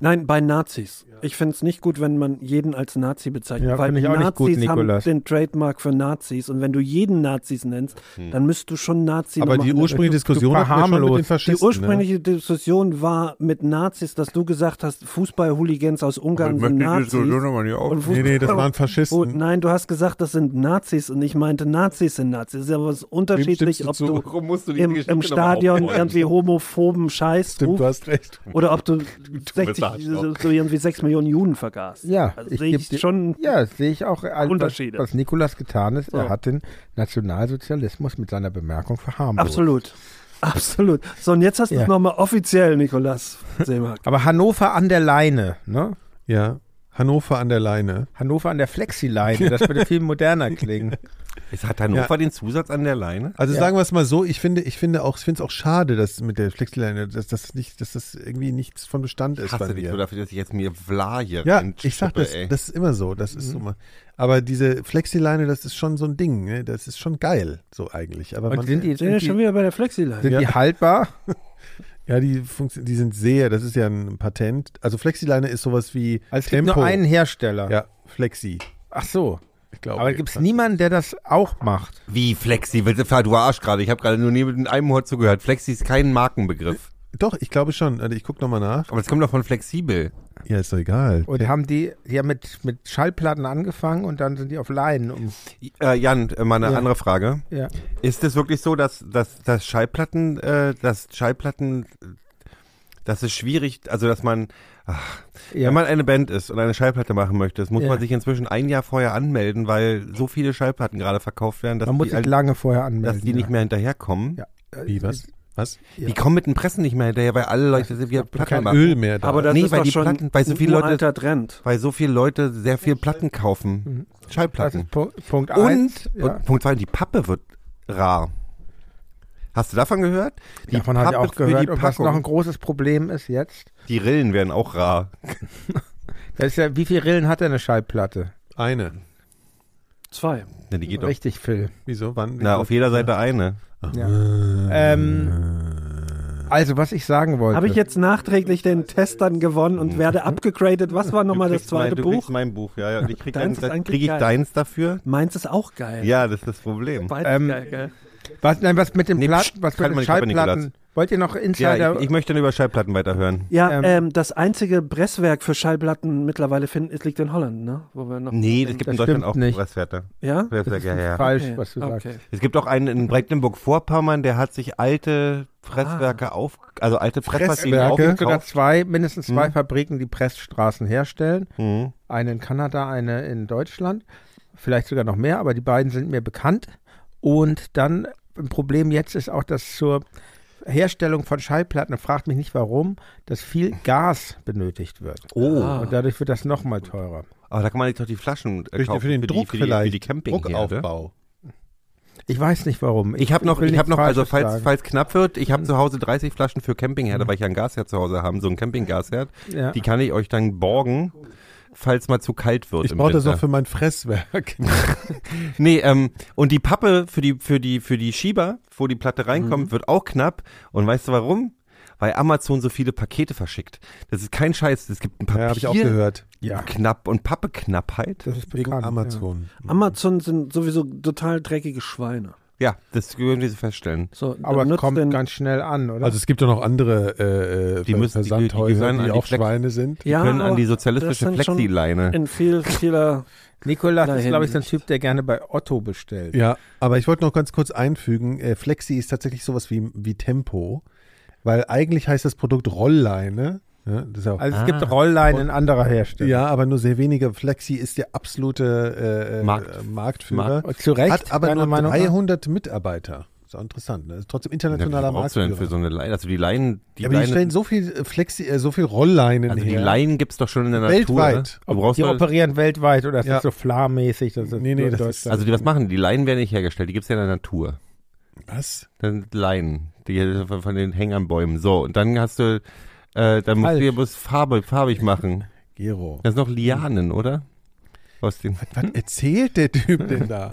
Nein, bei Nazis. Ich finde es nicht gut, wenn man jeden als Nazi bezeichnet. Ja, weil find ich auch Nazis nicht gut, haben Nikolas. den Trademark für Nazis. Und wenn du jeden Nazis nennst, Hm. dann müsst du schon Nazi Aber Nummer die eins- ursprüngliche Diskussion du hatten wir schon mit den verharmlost. Faschisten. Die ursprüngliche Diskussion war mit Nazis, dass du gesagt hast, Fußball-Hooligans aus Ungarn sind Nazis. aber nicht Und ne? Nee, nee, das waren Faschisten. Oh, nein, du hast gesagt, das sind Nazis und ich meinte, Nazis sind Nazis. Das ist aber was unterschiedlich, stimmst du zu? ob du Warum musst du die im, Geschichte im noch mal Stadion aufrollen? irgendwie homophoben Scheiß Stimmt, du rufst hast recht. oder ob du 60, Arschloch. so irgendwie 6 Millionen Juden vergaß. Ja, also ich sehe geb dir- ich schon Ja, das sehe ich auch. als- Unterschiede. Was, was Nikolas getan ist, er So. hat den Nationalsozialismus mit seiner Bemerkung verharmlost. absolut. Absolut. So, und jetzt hast du Ja. es nochmal offiziell, Nikolas Seemark. Aber Hannover an der Leine, ne? Ja, Hannover an der Leine. Hannover an der Flexileine, das würde viel moderner klingen. Es hat Hannover den Zusatz an der Leine? Also Ja. sagen wir es mal so, ich finde, ich finde auch, ich finde es auch schade, dass mit der Flexileine, dass das nicht, dass das irgendwie nichts von Bestand ist bei Hasse dich mir. so dafür, dass ich jetzt mir Vla hier ja, reinschippe, ich sag das, ey. das ist immer so, das ist so Mhm. mal. Aber diese Flexileine, das ist schon so ein Ding, ne? das ist schon geil, so eigentlich. Aber Und man, sind die, Sind wir sind schon die, wieder bei der Flexileine? sind die haltbar? ja, die Funktion, die sind sehr, das ist ja ein Patent. Also Flexileine ist sowas wie Also es gibt Tempo. nur einen Hersteller. ja, Flexi. Ach so. Ich glaube. Aber gibt es niemanden, der das auch macht? Wie Flexi? Willst du- fahr, Du Arsch gerade. Ich habe gerade nur nie mit einem Wort zugehört. Flexi ist kein Markenbegriff. Doch, ich glaube schon. Also ich gucke nochmal nach. Aber es kommt doch von flexibel. Ja, ist doch egal. Und haben die, die haben mit, mit Schallplatten angefangen und dann sind die auf Leinen. Um, Äh, Jan, äh, mal eine Ja. andere Frage. ja. Ist es wirklich so, dass, dass, dass Schallplatten, äh, dass Schallplatten, äh, dass es schwierig, also dass man, Ja. wenn man eine Band ist und eine Schallplatte machen möchte, das muss Ja. man sich inzwischen ein Jahr vorher anmelden, weil so viele Schallplatten gerade verkauft werden, dass man muss die, sich all- lange vorher anmelden. dass die nicht mehr hinterherkommen. Ja. Ja. Wie, was? Was? Ja. Die kommen mit den Pressen nicht mehr hinterher, weil alle Leute sind wieder Platten Kein machen. Öl mehr da. Aber das Nee, ist weil doch die schon Platten- weil so ein viele Leute- uralter Trend. Weil so viele Leute sehr viel Platten kaufen. Mhm. Das ist Schallplatten. Pu- Punkt eins. Und, ja. und Punkt zwei, die Pappe wird rar. Hast du davon gehört? Die davon habe ich auch für gehört. Die, Und was Packung, noch ein großes Problem ist jetzt, die Rillen werden auch rar. das ist ja, wie viele Rillen hat denn eine Schallplatte? eine. Zwei. Ne, die geht doch. Richtig, Phil. Wieso? Wann? Na, auf jeder Seite eine. Ähm, also, was ich sagen wollte. Habe ich jetzt nachträglich den Test dann gewonnen und werde abgegradet. Was war nochmal Hm. Du das kriegst mein- zweite du Buch? kriegst mein Buch, ja, ja. Und ich krieg, deins, Deins ist eigentlich krieg ich geil. deins dafür? Meins ist auch geil. Ja, das ist das Problem. Beides Ähm, geil, gell? was, nein, was mit dem Nee, Platten, pst, was mit halt den mal die Klappe, Schallplatten? Wollt ihr noch Ja, Insider? ich, ich möchte dann über Schallplatten weiterhören. Ja, ähm, ähm, das einzige Presswerk für Schallplatten mittlerweile finden, es liegt in Holland, ne? Wo wir noch Nee, das gibt Das in Deutschland stimmt auch nicht. Presswerte. ja? Presswerke, ja, ja. falsch, Okay, was du okay. sagst. Es gibt auch einen in Brecklenburg-Vorpommern, der hat sich alte Presswerke auf, also alte Pressmaschinen Presswerke, sogar aufgekauft. zwei, mindestens zwei Mhm. Fabriken, die Pressstraßen herstellen. Mhm. Eine in Kanada, eine in Deutschland. Vielleicht sogar noch mehr, aber die beiden sind mir bekannt. Und dann ein Problem jetzt ist auch, dass zur Herstellung von Schallplatten, fragt mich nicht warum, dass viel Gas benötigt wird. Oh, Ah. Und dadurch wird das nochmal teurer. aber da kann man jetzt doch die Flaschen äh, Durch, kaufen für den Druck die, für die, für vielleicht. die Campingherde. Druckaufbau. Ich weiß nicht warum. Ich habe noch, will ich hab noch, nichts also Falsches falls, sagen. falls knapp wird, ich habe zu Hause 30 Flaschen für Campingherde, weil ich ja ein Gasherd zu Hause habe, so ein Campinggasherd. Ja. Die kann ich euch dann borgen, falls mal zu kalt wird. Ich im brauche das Winter. auch für mein Fresswerk. Nee, ähm, und die Pappe für die, für die, für die Schieber, wo die Platte reinkommt, wird auch knapp. Und weißt du warum? Weil Amazon so viele Pakete verschickt. Das ist kein Scheiß. Es gibt ein Papier ja, habe ich auch gehört. ja, knapp und Pappeknappheit. das ist Wegen bekannt. Amazon. Mhm. Amazon sind sowieso total dreckige Schweine. Ja, das können wir so feststellen. So, Ja. dann Aber nutzt kommt den, ganz schnell an, oder? Also es gibt doch noch andere äh, äh, Die müssen- die- die Versandhäuser, gehören die, an die auch Flex- Schweine sind. ja, können an aber die sozialistische das sind schon Flexi-Leine. in viel, vieler Nikolas ist, Nein, glaube ich, so ein nicht. Typ, der gerne bei Otto bestellt. Ja, aber ich wollte noch ganz kurz einfügen, äh, Flexi ist tatsächlich sowas wie, wie Tempo, weil eigentlich heißt das Produkt Rollleine. Ja, das ist auch, Also es Ah. gibt Rollleinen in anderer Herstellung. ja, aber nur sehr wenige. Flexi ist der absolute äh, äh, Markt- äh, Marktführer. Und Zu Recht, Hat aber deiner nur Meinung nach? 300 Mitarbeiter. Ist auch interessant. Ne? Ist trotzdem internationaler Ja, wie brauchst du denn Marktführer. für so eine Leine? Also die Leinen, die ja, aber die Leine, stellen so viel äh, Flexi, äh, so viel Rollleinen also die her. Leinen gibt's doch schon in der Weltweit. Natur. ne? Du brauchst Die doch- operieren weltweit oder ist Ja. das so flamäßig? Das ist Nee, nee, nur in das ist- Deutschland. also die, was machen? Die Leinen werden nicht hergestellt, die gibt's ja in der Natur. Was? Das sind Leinen, die von, von den Hängernbäumen. So, und dann hast du, äh, dann musst du Falsch. hier bloß Farbe, farbig machen. Gero. Das sind noch Lianen, oder? Aus den Was erzählt der Typ denn da?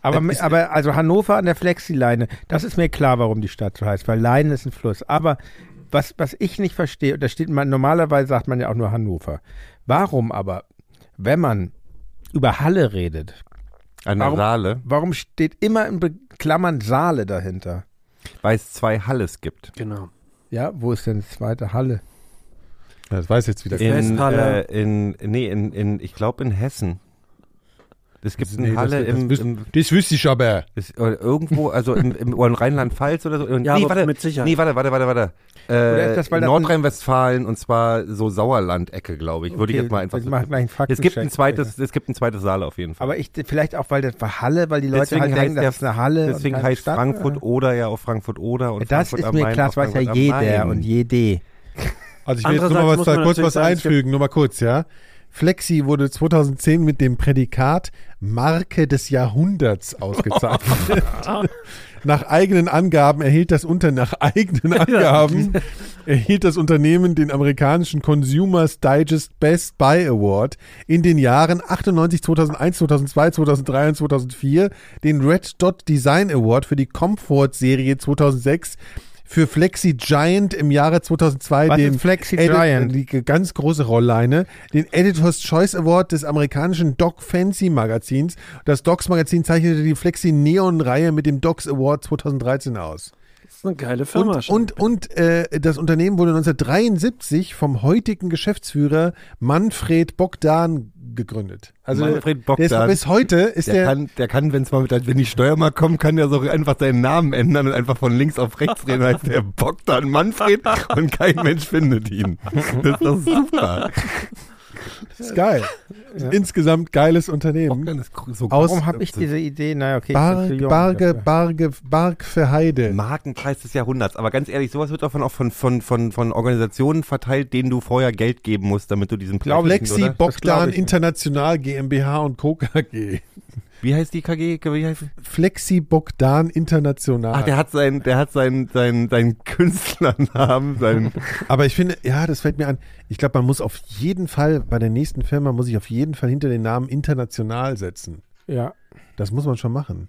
aber, aber also Hannover an der Flexileine, das ist mir klar, warum die Stadt so heißt, weil Leine ist ein Fluss. Aber was, was ich nicht verstehe, und da steht man, normalerweise sagt man ja auch nur Hannover. Warum aber, wenn man über Halle redet, an der Warum- Saale, warum steht immer in Be Klammern Saale dahinter? weil es zwei Halles gibt. genau. Ja, wo ist denn die zweite Halle? Das weiß jetzt wieder. In- Westhalle. äh, in, nee, in, in ich glaube in Hessen. Es gibt Nee, eine das- Halle das im, wüs- im Das wüsste ich aber. ist, oder irgendwo, also im, im oder in Rheinland-Pfalz oder so. Und, Ja, nee, aber warte, mit Sicherheit. Nee, warte, warte, warte, warte. Oder Äh, ist das, weil das ein- Nordrhein-Westfalen und zwar so Sauerland-Ecke, glaube ich. Würde ich Okay, jetzt mal einfach ich so mach gleich einen Es gibt ein Faktencheck. zweites, es gibt ein zweites Saal auf jeden Fall. Aber ich, vielleicht auch, weil das war Halle, weil die Leute Deswegen halt denken, heißt das ist der- eine Halle. und Deswegen keine heißt Stadt. Frankfurt oder ja auch Frankfurt oder und Das Frankfurt ist am mir Main klar, auch das weiß ja Frankfurt am jeder Main. und jede. Also ich will jetzt nur mal Andererseits was, muss da, man kurz natürlich was sagen, es gibt- einfügen, nur mal kurz, ja. Flexi wurde 2010 mit dem Prädikat Marke des Jahrhunderts ausgezeichnet. nach eigenen Angaben erhielt das unter nach eigenen Angaben erhielt das Unternehmen den amerikanischen Consumers Digest Best Buy Award in den Jahren 98, 2001, 2002, 2003 und 2004, den Red Dot Design Award für die Comfort Serie 2006, für Flexi Giant im Jahre 2002 Was den ist Flexi Edit- Giant? die ganz große Rollleine, den Editor's Choice Award des amerikanischen Doc Fancy Magazins. Das Docs Magazin zeichnete die Flexi Neon Reihe mit dem Docs Award 2013 aus. Das ist eine geile Firma. Und, schon. und, und äh, das Unternehmen wurde 1973 vom heutigen Geschäftsführer Manfred Bogdan gegründet. Also Manfred der ist, Bogdan. bis heute ist Der, kann, der kann, wenn's mal mit, der- wenn die Steuer mal kommt, kann der so einfach seinen Namen ändern und einfach von links auf rechts reden, heißt der bockt dann Manfred und kein Mensch findet ihn. Das ist doch super. ist geil. Insgesamt geiles Unternehmen. Bogdan ist so Aus- Warum habe ich diese Idee? Naja, okay. ich bin zu Barg, jung Barge, dafür. Barge, Barg für Heide. Markenpreis des Jahrhunderts. Aber ganz ehrlich, sowas wird davon auch von, von, von, von Organisationen verteilt, denen du vorher Geld geben musst, damit du diesen Preis kriegst, Lexi oder? glaub Bogdan ich. International GmbH und Co. KG. Wie heißt die KG? Wie heißt Flexi Bogdan International. Ah. Ach, der hat seinen, der hat seinen, seinen, seinen Künstlernamen, seinen, Aber ich finde, ja, das fällt mir an. Ich glaube, man muss auf jeden Fall, bei der nächsten Firma muss ich auf jeden Fall hinter den Namen international setzen. Ja, Das muss man schon machen.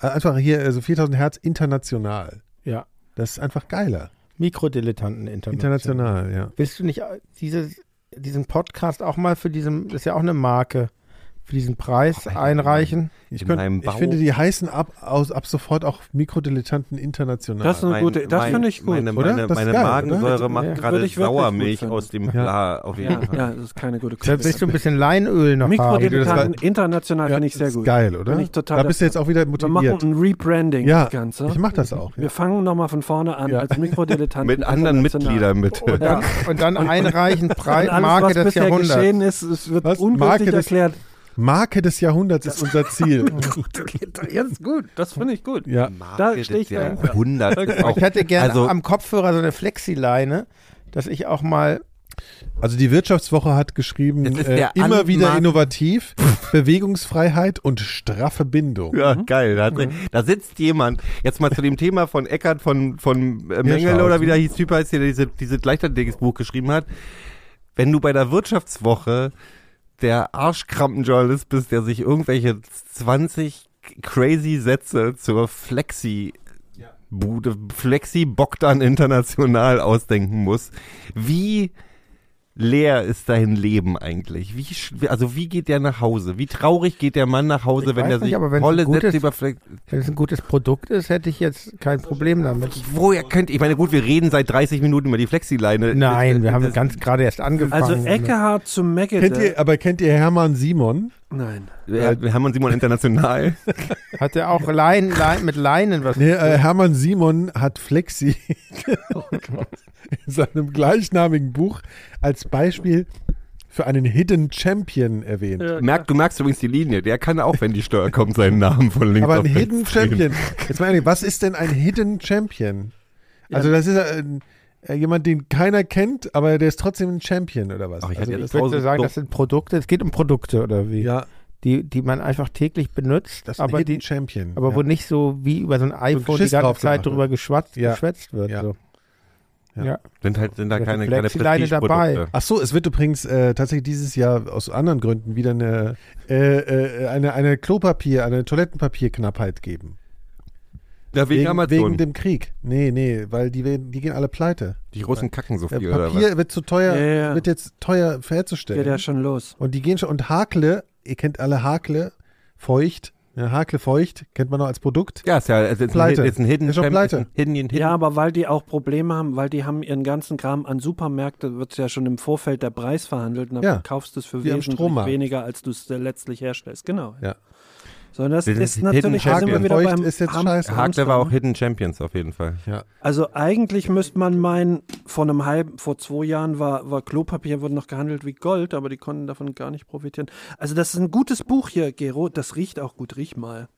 Äh, Einfach hier, also 4000 Hertz international. ja. Das ist einfach geiler. Mikrodilettanten international. International, ja. Willst du nicht äh, dieses, diesen Podcast auch mal für diesen, das ist ja auch eine Marke, für diesen Preis einreichen? Ich, In könnt, einem ich Bau. finde, die heißen ab, aus, ab sofort auch Mikrodilettanten international. Das ist eine Mein- gute, das mein- finde ich gut. Meine, Oder? meine, Das ist meine geil, oder? Magensäure macht Ja, gerade würde ich wirklich gut Sauermilch finden. aus dem Ja. Klar auf jeden ja, Fall. ja, das ist keine gute Selbst Kombi. willst du ein bisschen Leinöl noch haben? Mikrodilettanten das international finde ich sehr ist gut. Geil, oder? Bin ich total da bist du jetzt auch wieder Wir machen motiviert. ein Rebranding Ja, das Ganze. ich mach das auch. Ja. Wir fangen nochmal von vorne an Ja. als Mikrodilettanten. Mit anderen international. Oh, Mitgliedern bitte. Und dann, und dann einreichen, Preis, Und alles, Marke was des bisher Jahrhunderts. geschehen ist, es wird Was? Marke ungültig des- erklärt. Marke des Jahrhunderts ist unser Ziel. Jetzt gut, das finde ich gut. ja. Da steh ich dahinter. 100. Ist auch, Ich hätte gerne Also- am Kopfhörer so eine Flexileine, dass ich auch mal Also die Wirtschaftswoche hat geschrieben, Das ist äh, der immer Ant- wieder Mark- innovativ, Bewegungsfreiheit und straffe Bindung. ja, geil. Da, hat, da sitzt jemand. Jetzt mal zu dem Thema von Eckert von, von äh, Mengele oder wie der hieß, Typ heißt, der diese, dieses Leichtathletikbuch geschrieben hat. Wenn du bei der Wirtschaftswoche der Arschkrampenjournalist bist, der sich irgendwelche 20 crazy Sätze zur Flexi Bude Flexi Bogdan International ausdenken muss. Wie leer ist dein Leben eigentlich? Wie, sch- also wie geht der nach Hause? Wie traurig geht der Mann nach Hause, Ich wenn weiß er nicht, sich aber wenn's tolle ein gutes- Sätze über Flexi... Wenn es ein gutes Produkt ist, hätte ich jetzt kein Problem damit. Woher könnt Ich meine, gut, wir reden seit 30 Minuten über die Flexi-Leine. Nein, wir haben ganz gerade erst angefangen. Also Eckehard zu ne? Kennt Meckede. ihr, aber kennt ihr Hermann Simon? Nein. Wir, wir haben uns Simon International. Hat er auch Leinen, Leinen, mit Leinen was? Nee, äh, Hermann Simon hat Flexi Oh in seinem gleichnamigen Buch als Beispiel für einen Hidden Champion erwähnt. Merk, du merkst übrigens die Linie. Der kann auch, wenn die Steuer kommt, seinen Namen von links Aber auf ein rechts Hidden drehen. Champion. Jetzt mal ehrlich, was ist denn ein Hidden Champion? Also das ist äh, äh, jemand, den keiner kennt, aber der ist trotzdem ein Champion oder was? Ach, ich also, hatte Ich würde sagen, das sind Produkte. Es geht um Produkte oder wie? ja, Die, die man einfach täglich benutzt, das ist ein aber, Hidden die, Champion. aber ja. wo nicht so wie über so ein iPhone die Geschiss drauf ganze Zeit gemacht wird. drüber geschwatzt, Ja. geschwätzt wird. Ja. So. Ja. Ja. sind halt sind da Da keine, sind keine Flexi-Leine dabei. Prestigeprodukte. Ach so, es wird übrigens äh, tatsächlich dieses Jahr aus anderen Gründen wieder eine, äh, äh, eine, eine Klopapier, eine Toilettenpapierknappheit geben. Ja, wegen, Amazon. wegen dem Krieg. Nee, nee, weil die, werden- die gehen alle pleite. die Russen kacken so Äh, viel oder was? Papier wird zu teuer, Ja, ja. wird jetzt teuer Geht herzustellen. ja schon los. und die gehen schon, und Hakle, ihr kennt alle Hakle, feucht, Ja, Hakle feucht, kennt man noch als Produkt. Ja, ist ja also ist Pleite. Ein, ist ein Hidden Ist schon Champ- pleite. Ist ein Hidden, Hidden, Ja, aber weil die auch Probleme haben, weil die haben ihren ganzen Kram an Supermärkte, wird ja schon im Vorfeld der Preis verhandelt und dann Ja. kaufst du es für Wie am wesentlich Strommarkt. weniger, als du es letztlich herstellst. Genau. Ja. Sondern das Wir sind ist Hidden natürlich, da sind wir Champion. wieder Feucht beim ist jetzt Ham- scheiße. Hakler war auch Hamster, ne? Hidden Champions auf jeden Fall. Ja. Also eigentlich müsste man meinen, vor einem halben, vor zwei Jahren war, war Klopapier, wurde noch gehandelt wie Gold, aber die konnten davon gar nicht profitieren. Also das ist ein gutes Buch hier, Gero. Das riecht auch gut. Riech mal.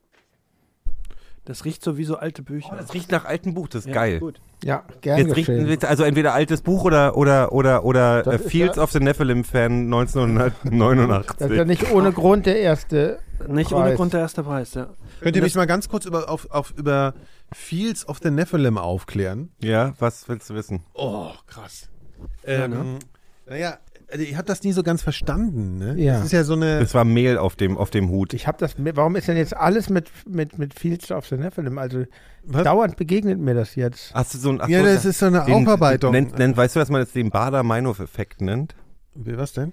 Das riecht so wie so alte Bücher. Oh, das riecht nach altem Buch, das ist Ja, geil. Gut. Ja, gerne. Jetzt riecht jetzt also entweder altes Buch oder oder oder oder Das äh, ist ja- Fields of the Nephilim Fan Das ist ja 1989. nicht ohne Grund der erste. Nicht ohne Preis. Grund der erste Preis, ja. Könnt ihr Das- mich mal ganz kurz über, auf, auf, über Fields of the Nephilim aufklären? Ja, was willst du wissen? Oh, krass. Ja, ne? Ähm, Naja, also ich habe das nie so ganz verstanden. Ne? Ja. Das ist ja so eine. Es war Mehl auf dem auf dem Hut. Ich habe das. mit- Warum ist denn jetzt alles mit mit mit Fields auf den Nephilim? Also Was? dauernd begegnet mir das jetzt. Hast du so ein ach ja, so, das ist so eine den- Aufarbeitung. Nennt, nennt, weißt du, was man jetzt den Bader-Meinhof-Effekt nennt? Was denn?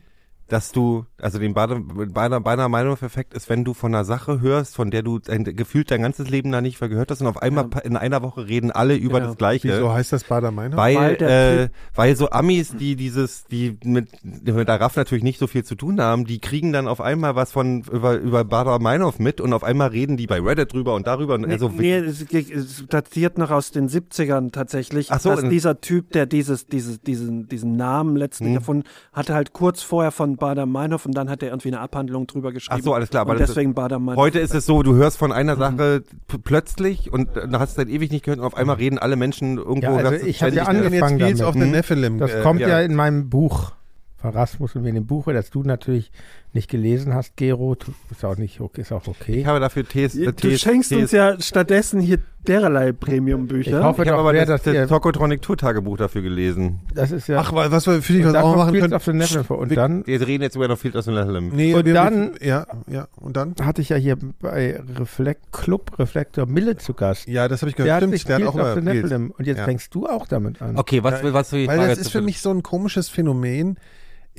dass du, also den Bader, Bader, Bader Meinhof Effekt ist, wenn du von einer Sache hörst, von der du dein, gefühlt dein ganzes Leben da nicht gehört hast und auf einmal Ja. pa- in einer Woche reden alle über Genau. das Gleiche. Wieso heißt das Bader Meinhof? Weil, Weil der äh, weil so Amis, die dieses, die mit, mit der RAF natürlich nicht so viel zu tun haben, die kriegen dann auf einmal was von über, über Bader Meinhof mit und auf einmal reden die bei Reddit drüber und darüber. Und Nee, also, nee, es, es datiert noch aus den 70ern tatsächlich, Ach so, äh, dass in- dieser Typ, der dieses, dieses, diesen, diesen Namen letztlich Hm. davon hatte, halt kurz vorher von Bader-Meinhof und dann hat er irgendwie eine Abhandlung drüber geschrieben. Ach so, alles klar, aber und das ist- deswegen Bader-Meinhof. Heute ist es so, du hörst von Mhm. einer Sache p- plötzlich und äh, hast es dann ewig nicht gehört und auf einmal reden alle Menschen irgendwo. Ja, also das ist ich hab ja ständig- Wenn jetzt Angefangen Fields damit, of the hm? Nephilim. Das äh, kommt ja. ja. in meinem Buch von Rasmus und mir in dem Buch, das du natürlich nicht gelesen hast, Gero. Tu- Ist auch nicht okay. Ist auch okay. Ich habe dafür Tees. äh, Du Tees- schenkst Tees- uns ja stattdessen hier derlei Premium-Bücher. Ich hoffe Ich habe doch aber sehr, das, dass das ihr, Tokotronic Tour Tagebuch dafür gelesen. das ist ja. Ach, wa- was wir für dich und was dann auch kommt machen Fields können. of the Nephilim vor. Und wir- dann Wir reden jetzt über noch viel aus dem Lächeln. Nee, Und wir- dann- Ja, ja. Und dann? hatte ich ja hier bei Reflekt, Club Reflektor Mille zu Gast. Ja, das habe ich Der gehört. hat Stimmt, sich der hat Fields auch of mal the Fields. Nephilim. Und jetzt Ja. fängst du auch damit an. Okay, was, was für die Weil Frage das jetzt ist für mich so ein komisches Phänomen.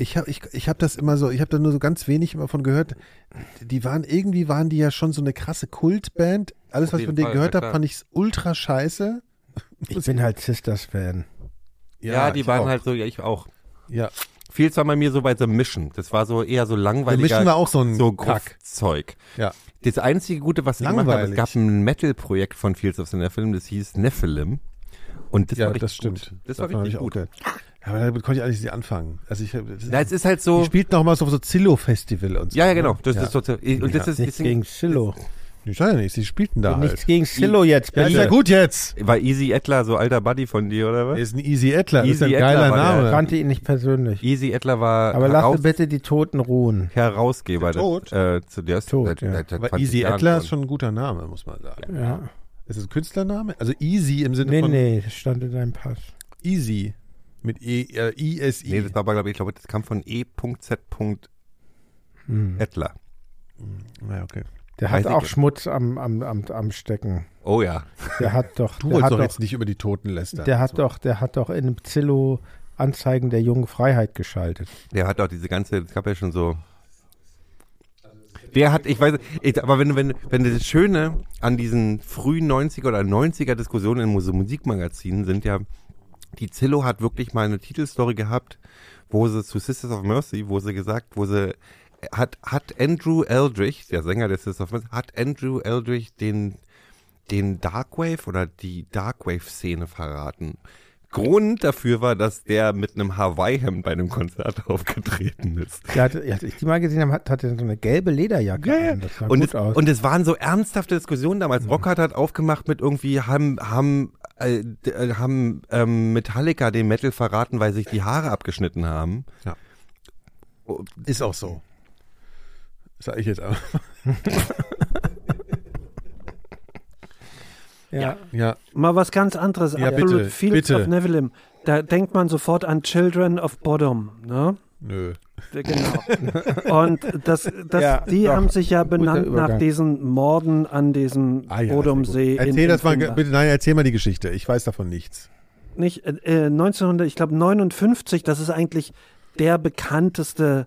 Ich habe ich, ich hab das immer so, ich habe da nur so ganz wenig immer von gehört. Die waren, irgendwie waren die ja schon so eine krasse Kultband. Alles, Auf was ich jeden von denen Fall, gehört ja, habe, klar. fand ich ultra scheiße. Ich bin halt Sisters-Fan. Ja, die ich waren auch. halt so, ja, ich auch. Ja. Viel war bei mir so bei The Mission. Das war so eher so Wir langweiliger. mischen war auch so ein so Kack. Zeug. Ja. Das einzige Gute, was ich gemacht habe, es Langweilig. gab ein Metal-Projekt von Fields of the Nephilim, das hieß Nephilim. Und das ja, war richtig das stimmt. gut. Das war Davon hab richtig ich auch gut. gehört. Aber damit konnte ich eigentlich nicht anfangen. Also ich, hab- das Na, es ist halt die so. spielten auch mal so auf so Zillow-Festival und so. ne? Ja, ja, genau. Das Ja. ist so, und das ist, Nichts deswegen- gegen Silo. Die scheinen ja nicht, die spielten da Nichts halt. gegen Silo jetzt, Ja, bitte. ist ja gut jetzt. war Easy Etler so alter Buddy von dir, oder was? Ist ein Easy Edler, ist Easy ein Edler geiler war der. Name. kannte ihn nicht persönlich. Easy Etler war Aber heraus- lasse bitte die Toten ruhen. Herausgeber. des- Tot? Äh, zu der ist Tot, seit- ja. seit- seit Aber 20 Easy Jahren Adler schon. ist schon ein guter Name, muss man sagen. Ja. Ist es ein Künstlername? Also Easy im Sinne Nee, von nee, das stand in deinem Pass. Easy. Mit E, äh, I-S-I. Nee, das war aber, glaube ich, ich glaube, das kam von E. E.Z. Hm. Edler. Ah, Ja, okay. Der hat Weiß ich auch jetzt. Schmutz am, am, am, am Stecken. Oh ja. Der hat doch, Du der wolltest hat doch doch, jetzt nicht über die Toten lästern. der hat doch, der hat doch in einem Zillow Anzeigen der jungen Freiheit geschaltet. Der hat auch diese ganze, es gab ja schon so. Der hat, ich weiß, ich, aber wenn, wenn, wenn das Schöne an diesen frühen 90er oder 90er Diskussionen in Muse- Musikmagazinen sind ja, die Zillow hat wirklich mal eine Titelstory gehabt, wo sie zu Sisters of Mercy, wo sie gesagt, wo sie, hat, hat Andrew Eldridge, der Sänger der Sisters of Mercy, hat Andrew Eldridge den, den Darkwave oder die Darkwave-Szene verraten. Grund dafür war, dass der mit einem Hawaii-Hemd bei einem Konzert aufgetreten ist. Der hatte, als ich die mal gesehen habe, hat, hat er so eine gelbe Lederjacke. an. Das sah Und gut es, aus. und es waren so ernsthafte Diskussionen damals. Mhm. Rockhard hat aufgemacht mit irgendwie, haben, haben, äh, d- äh, haben ähm, Metallica den Metal verraten, weil sich die Haare abgeschnitten haben. Ist auch so. Sag ich jetzt aber. ja. Ja. Mal was ganz anderes. Ja, Absolute bitte, Fields bitte. of Nephilim. Da denkt man sofort an Children of Bodom. Ne? Nö. Ja, Genau. Und das, das, Ja, die doch. haben sich ja benannt Übergang. nach diesen Morden an diesem Ah, ja, Bodomsee. um in- Erzähl in das mal, ge- Finnland. bitte, nein, erzähl mal die Geschichte. Ich weiß davon nichts. Nicht, äh, äh, 1900, ich glaube 59, das ist eigentlich der bekannteste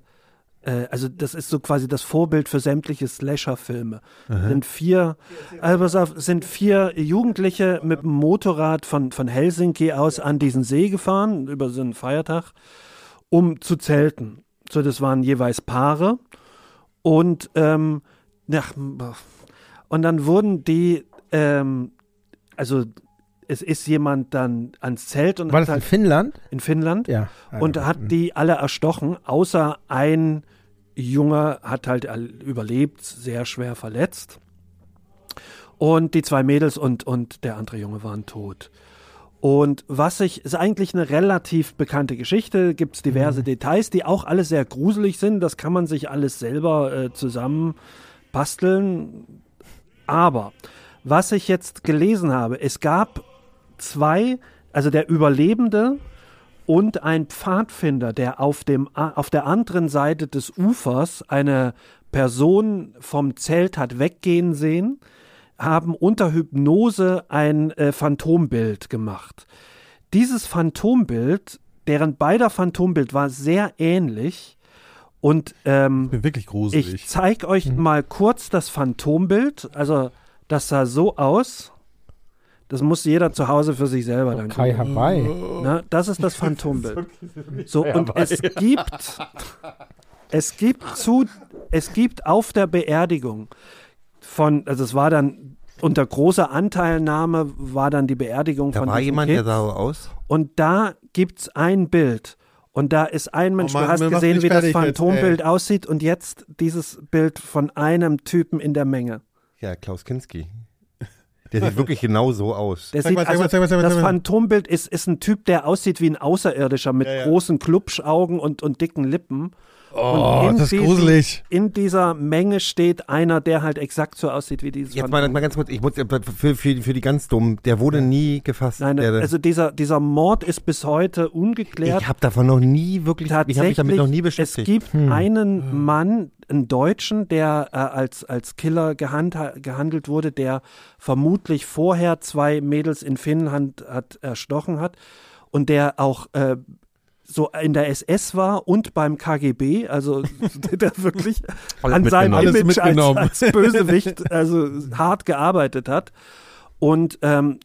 äh, also das ist so quasi das Vorbild für sämtliche Slasher-Filme. Sind vier, also pass auf, sind vier Jugendliche mit dem Motorrad von, von Helsinki aus an diesen See gefahren, über so einen Feiertag, um zu zelten. So, das waren jeweils Paare. Und, ähm, nach, und dann wurden die, ähm, also es ist jemand dann ans Zelt und War hat halt das in Finnland? in Finnland Ja. und hat die alle erstochen, außer ein Junge hat halt all- überlebt, sehr schwer verletzt. Und die zwei Mädels und, und der andere Junge waren tot. Und was ich, ist eigentlich eine relativ bekannte Geschichte, gibt es diverse Details, die auch alle sehr gruselig sind. Das kann man sich alles selber äh, zusammen basteln. Aber was ich jetzt gelesen habe, es gab zwei, also der Überlebende und ein Pfadfinder, der auf, dem, a- auf der anderen Seite des Ufers eine Person vom Zelt hat weggehen sehen, haben unter Hypnose ein äh, Phantombild gemacht. Dieses Phantombild, deren beider Phantombild war sehr ähnlich und ähm, Bin wirklich gruselig. ich zeige euch mal kurz das Phantombild. Also, das sah so aus. Das muss jeder zu Hause für sich selber dann Kai gucken. Hawaii. Ne? Das ist das Phantombild. So, und es gibt, es gibt zu, es gibt auf der Beerdigung von, also es war dann unter großer Anteilnahme war dann die Beerdigung Da von war diesen jemand, der Kids. sah so aus. Und da gibt's ein Bild. Und da ist ein Mensch, Oh Mann, du hast mir macht gesehen, mich wie das fertig jetzt, Phantombild aussieht und jetzt dieses Bild von einem Typen in der Menge. Ja, Klaus Kinski. Der sieht wirklich genau so aus. Der Zeig sieht, mal, zeig also, mal, zeig mal, zeig mal, das zeig mal. Phantombild ist, ist ein Typ, der aussieht wie ein Außerirdischer mit großen Klubschaugen und, und dicken Lippen. oh, in das ist diesem- gruselig. In dieser Menge steht einer, der halt exakt so aussieht wie dieses Jetzt mal, Phantom. mal ganz kurz, ich muss für, für, für die ganz Dummen, der wurde nie gefasst. Nein, der, also dieser, dieser Mord ist bis heute ungeklärt. ich habe davon noch nie wirklich, ich habe mich damit noch nie es beschäftigt. Hm. gibt einen Mann, einen Deutschen, der äh, als, als Killer gehandha- gehandelt wurde, der vermutlich vorher zwei Mädels in Finnland hat erstochen hat und der auch äh, so in der SS war und beim KGB, also der wirklich Alles an seinem mitgenommen. Alles Image mitgenommen. Als, als Bösewicht also hart gearbeitet hat und ähm,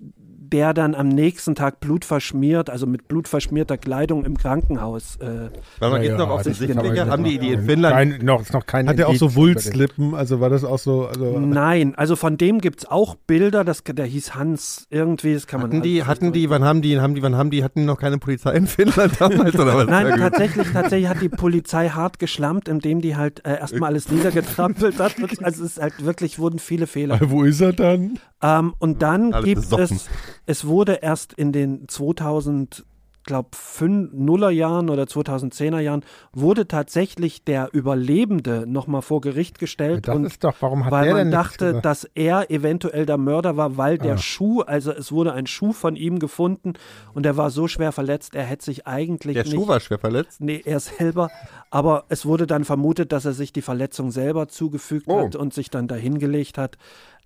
der dann am nächsten Tag blutverschmiert, also mit blutverschmierter Kleidung im Krankenhaus äh, Weil man Ja, jetzt noch ja, offensichtlicher, das ist genau- haben die Idee in Finnland. Kein, noch, ist noch kein Hat der auch so Indiz über den- Wulstlippen? Also war das auch so. Also, Nein, also von dem gibt es auch Bilder, das, der hieß Hans irgendwie, das kann man. Hatten die, alles- hatten die, wann haben die, haben die, wann haben die, hatten die noch keine Polizei in Finnland damals oder was? Nein, Ja, gut. tatsächlich, tatsächlich hat die Polizei hart geschlampt, indem die halt äh, erstmal alles niedergetrampelt hat. Also es ist halt wirklich, wurden viele Fehler. wo ist er dann? Ähm, Mhm. und dann Alle gibt besoffen. es, es wurde erst in den 2000, glaub, 0er Jahren oder 2010er Jahren, wurde tatsächlich der Überlebende nochmal vor Gericht gestellt. Das und ist doch, warum hat weil der denn man nichts dachte, gesagt? dass er eventuell der Mörder war, weil der Ah. Schuh, also es wurde ein Schuh von ihm gefunden und er war so schwer verletzt, er hätte sich eigentlich der nicht, Schuh war schwer verletzt. nee, er selber, aber es wurde dann vermutet, dass er sich die Verletzung selber zugefügt hat und sich dann dahingelegt hat.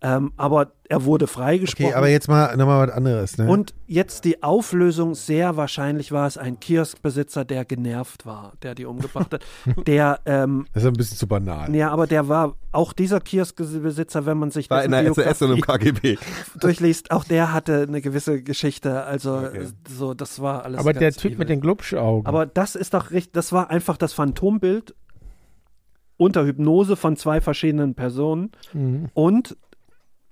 Ähm, aber er wurde freigesprochen. Okay, aber jetzt mal nochmal was anderes. Ne? und jetzt die Auflösung, sehr wahrscheinlich war es ein Kioskbesitzer, der genervt war, der die umgebracht hat, der ähm, das ist ein bisschen zu banal. ja, aber der war auch dieser Kioskbesitzer, wenn man sich War dessen in der SOS und im Biografie KGB. durchliest, auch der hatte eine gewisse Geschichte. Also so, das war alles. Aber der ganz Typ übel. mit den Glubschaugen. Aber das ist doch richtig. Das war einfach das Phantombild unter Hypnose von zwei verschiedenen Personen Mhm. und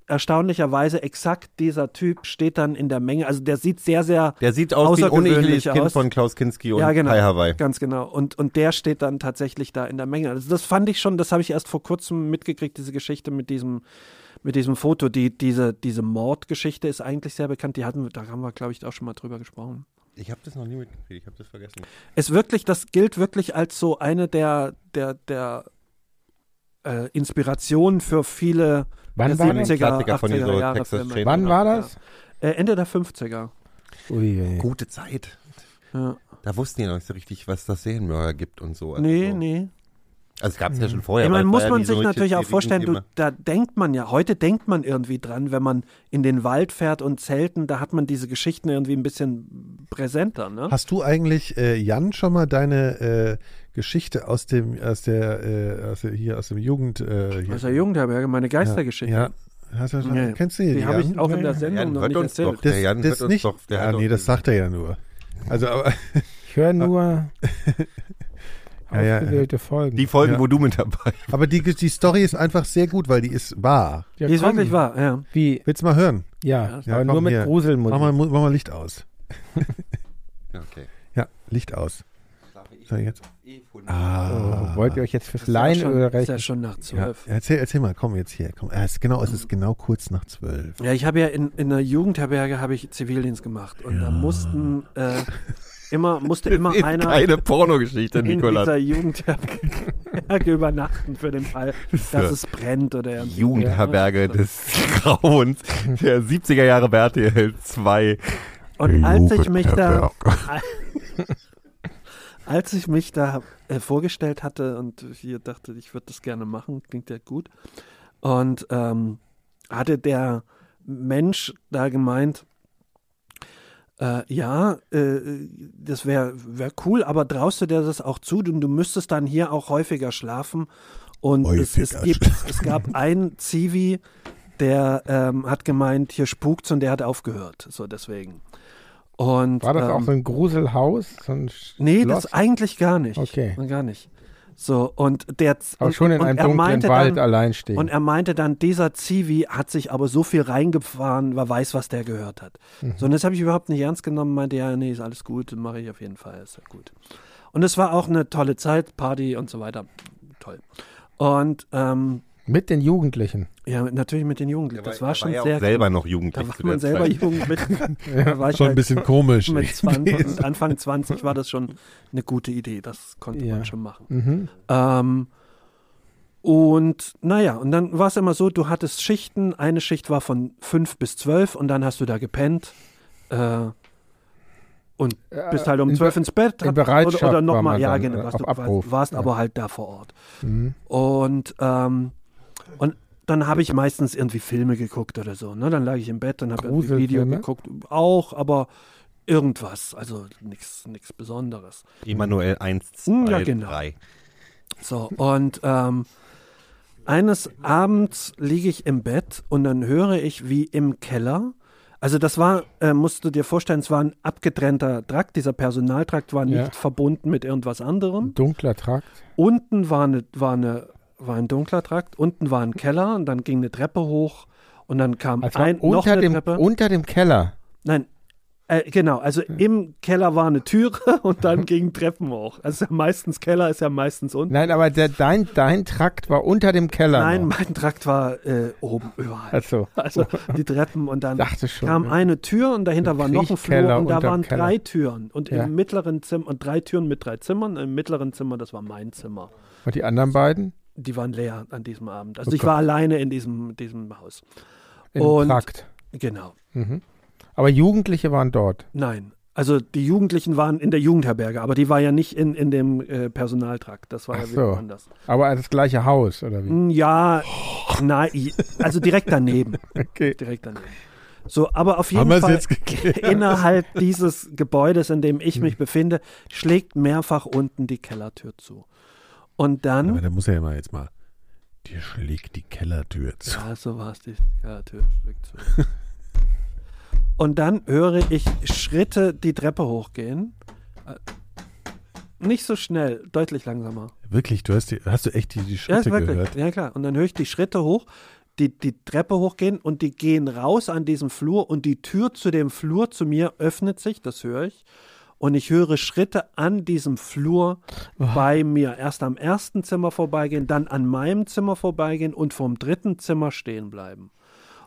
erstaunlicherweise exakt dieser Typ steht dann in der Menge. Also der sieht sehr, sehr Der sieht aus wie ein uneheliches Außergewöhnlicher Kind aus. von Klaus Kinski und ja, genau. Kai Hawaii. Ganz genau. Und, und der steht dann tatsächlich da in der Menge. Also das fand ich schon, das habe ich erst vor kurzem mitgekriegt, diese Geschichte mit diesem, mit diesem Foto. Die, diese, diese Mordgeschichte ist eigentlich sehr bekannt. Die hatten, wir- da haben wir, glaube ich, auch schon mal drüber gesprochen. Ich habe das noch nie mitgekriegt, ich habe das vergessen. Es wirklich, das gilt wirklich als so eine der, der, der äh, Inspirationen für viele Wann war das? 70er, Klassiker von 80er hier, so Jahre Texas Filme. Chainsaw. Wann war das? Äh, Ende der 50er. Ui, ui. Gute Zeit. Ja. Da wussten die noch nicht so richtig, was das Serienmörder gibt und so. Also Nee, so. nee. Also es gab es ja schon vorher. ich aber meine, es muss war ja Mhm. man nie so sich richtig natürlich auch ein vorstellen, du, Riesenthema. da denkt man ja, heute denkt man irgendwie dran, wenn man in den Wald fährt und zelten, da hat man diese Geschichten irgendwie ein bisschen präsenter, ne? Hast du eigentlich, äh, Jan, schon mal deine äh, Geschichte aus dem, aus der, äh, aus der hier aus dem Jugend. Äh, hier. Aus der Jugendherberge, meine Geistergeschichte. Ja. ja. Hast du schon, Nee. Kennst du die? Die habe ich Jan? auch in der Sendung Jan noch hört nicht uns erzählt. doch. Der Jan hört das uns nicht. doch, der ja, hört nee, uns das sagt er ja nur. Also, aber. Ich höre nur Ja, ja. ausgewählte Folgen. Die Folgen, Ja. wo du mit dabei bist. Aber die, die Story ist einfach sehr gut, weil die ist wahr. ja, Die ist komm. wirklich wahr, ja. Wie? Willst du mal hören? Ja, Ja, aber komm nur mit hier. Mach Gruselmusik. mal, mach mal Licht aus. Okay. Ja, Licht aus. So, jetzt. Oh, wollt ihr euch jetzt fürs Ah. Ist ja schon- Leinöl Ist ja rechnen? schon nach zwölf. Erzähl, erzähl mal, komm jetzt hier. Komm. Ah, Es ist genau, es ist genau kurz nach zwölf. Ja, ich habe ja in, in der Jugendherberge habe ich Zivildienst gemacht und da mussten äh, immer musste immer einer Keine Pornogeschichte, in dieser Nikolas. Jugendherberge übernachten für den Fall, dass es brennt oder irgendwie. Jugendherberge des Grauens der 70er Jahre RTL 2. Und als ich mich da als ich mich da äh, vorgestellt hatte und hier dachte, ich würde das gerne machen, klingt ja gut. Und ähm, hatte der Mensch da gemeint, äh, ja, äh, das wäre wär cool, aber traust du dir das auch zu? Du, du müsstest dann hier auch häufiger schlafen. Und es, es, Häufiger gibt, es gab einen Zivi, der ähm, hat gemeint, hier spukt's und der hat aufgehört. So deswegen. Und, War das ähm, auch so ein Gruselhaus? So ein Sch- Nee, Schloss? das eigentlich gar nicht. Okay. Gar nicht. So, und der. Aber und, schon in und einem er dunklen meinte Wald dann, allein stehen. Und er meinte dann, dieser Zivi hat sich aber so viel reingefahren, wer weiß, was der gehört hat. Mhm. So, und das habe ich überhaupt nicht ernst genommen, meinte, ja, nee, ist alles gut, mache ich auf jeden Fall, ist ja gut. Und es war auch eine tolle Zeit, Party und so weiter. Toll. Und ähm, Mit den Jugendlichen. ja, natürlich mit den Jugendlichen. Das war schon ja sehr. auch selber noch da jugendlich war zu der man selber Zeit. jung mit. da war ich Schon ein halt- bisschen komisch. mit 20, Anfang 20 war das schon eine gute Idee. Das konnte Ja. man schon machen. Mhm. Ähm, und naja, und dann war es immer so, du hattest Schichten. Eine Schicht war von 5 bis 12 und dann hast du da gepennt. Äh, und Äh, bist halt um in 12 ins Bett. in hat- Bereitschaft Oder, oder war nochmal, man ja dann, genau. äh, Warst, auf du, Abruf, warst, warst ja. aber halt da vor Ort. Mhm. Und, ähm, und dann habe ich meistens irgendwie Filme geguckt oder so. Ne? Dann lag ich im Bett und habe irgendwie Video Gruselfilme? geguckt. Auch, aber irgendwas. Also nichts Besonderes. Emanuel 1, 2, Ja, genau. 3. So, und ähm, eines Abends liege ich im Bett und dann höre ich, wie im Keller. Also das war, äh, musst du dir vorstellen, es war ein abgetrennter Trakt. Dieser Personaltrakt war nicht Ja. verbunden mit irgendwas anderem. Ein dunkler Trakt. Unten war, eine, war, eine, war ein dunkler Trakt, unten war ein Keller und dann ging eine Treppe hoch und dann kam Also ein, noch unter, eine dem, Treppe. unter dem Keller. Nein, äh, genau, also im Keller war eine Türe und dann gingen Treppen hoch. Also ist ja meistens Keller, ist ja meistens unten. Nein, aber der, dein, dein Trakt war unter dem Keller. Nein, noch. mein Trakt war äh, oben überall. Also, Also die Treppen und dann dachte schon. kam eine Tür und dahinter war noch ein Flur Kriechkeller und da unterm waren Keller. drei Türen und Ja. im mittleren Zimmer und drei Türen mit drei Zimmern. Im mittleren Zimmer, das war mein Zimmer. Und die anderen beiden? Die waren leer an diesem Abend. Also Oh ich war alleine in diesem, diesem Haus. Im Und- Trakt. Genau. Mhm. Aber Jugendliche waren dort. Nein. Also die Jugendlichen waren in der Jugendherberge, aber die war ja nicht in, in dem äh, Personaltrakt. Das war Ach ja so. wieder anders. Aber das gleiche Haus, oder wie? Hm, Ja, nein, also direkt daneben. Okay. Direkt daneben. So, aber auf Haben jeden wir's Fall jetzt geklärt? Hm. innerhalb dieses Gebäudes, in dem ich mich befinde, schlägt mehrfach unten die Kellertür zu. Und Aber dann, da muss er ja mal jetzt mal. Dir schlägt die Kellertür zu. ja, so war es, die Kellertür schlägt zu. Und dann höre ich Schritte die Treppe hochgehen. Äh, Nicht so schnell, deutlich langsamer. Wirklich, du hast, die, hast du echt die, die Ja, Schritte ist wirklich. gehört? Ja, klar. Und dann höre ich die Schritte hoch, die, die Treppe hochgehen und die gehen raus an diesem Flur und die Tür zu dem Flur zu mir öffnet sich, das höre ich. Und ich höre Schritte an diesem Flur bei mir. Erst am ersten Zimmer vorbeigehen, dann an meinem Zimmer vorbeigehen und vom dritten Zimmer stehen bleiben.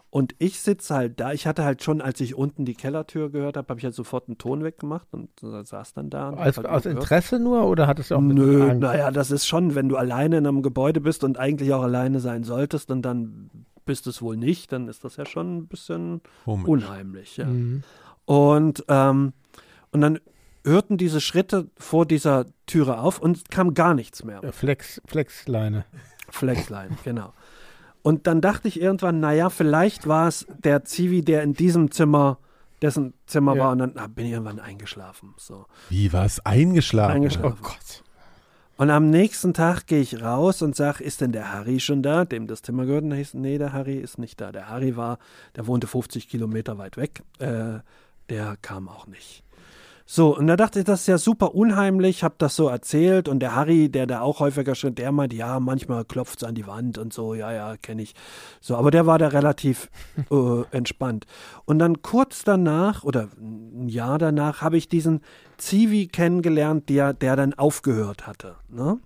Und ich sitze halt da. Ich hatte halt schon, als ich unten die Kellertür gehört habe, habe ich halt sofort einen Ton weggemacht und äh, saß dann da. und hab Als, halt aus nur gehört. Interesse nur oder hattest du auch mit Nö, Angst? naja, das ist schon, wenn du alleine in einem Gebäude bist und eigentlich auch alleine sein solltest und dann bist es wohl nicht, dann ist das ja schon ein bisschen Komisch. unheimlich. Ja. Mhm. Und, ähm, und dann hörten diese Schritte vor dieser Türe auf und kam gar nichts mehr. Flex, Flexleine. Flexline, genau. Und dann dachte ich irgendwann, naja, vielleicht war es der Zivi, der in diesem Zimmer, dessen Zimmer Ja. war und dann ah, bin ich irgendwann eingeschlafen. So. Oh Wie war es? Eingeschlafen. Eingeschlafen. Gott. Und am nächsten Tag gehe ich raus und sage, ist denn der Harry schon da? Dem das Zimmer gehört. Und er hieß, nee, der Harry ist nicht da. Der Harry war, der wohnte 50 Kilometer weit weg. Äh, der kam auch nicht. So, und da dachte ich, das ist ja super unheimlich, hab das so erzählt und der Harry, der da auch häufiger schritt, der meint, ja, manchmal klopft's an die Wand und so, ja, ja, kenne ich. So, aber der war da relativ äh, entspannt. Und dann kurz danach oder ein Jahr danach habe ich diesen Zivi kennengelernt, der, der dann aufgehört hatte. Ne?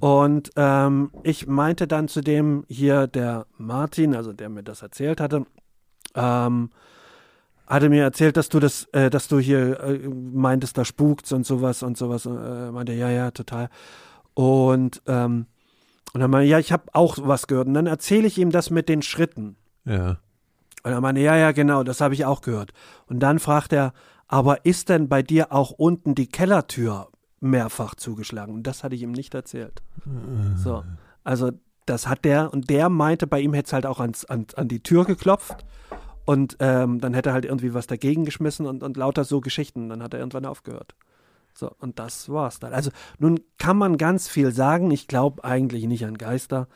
Und ähm, ich meinte dann zu dem hier, der Martin, also der mir das erzählt hatte, ähm, hatte mir erzählt, dass du das, äh, dass du hier äh, meintest, da spukt's und sowas und sowas. Äh, meinte, ja, ja, total. Und, ähm, und dann meinte, ja, ich habe auch was gehört. Und dann erzähle ich ihm das mit den Schritten. Ja. Und er meinte, ja, ja, genau, das habe ich auch gehört. Und dann fragt er, aber ist denn bei dir auch unten die Kellertür mehrfach zugeschlagen? Und das hatte ich ihm nicht erzählt. So. Also, das hat der, und der meinte, bei ihm hätte es halt auch ans, an, an die Tür geklopft. Und ähm, dann hätte er halt irgendwie was dagegen geschmissen und, und lauter so Geschichten. Dann hat er irgendwann aufgehört. So, und das war's dann. Also, nun kann man ganz viel sagen. Ich glaube eigentlich nicht an Geister.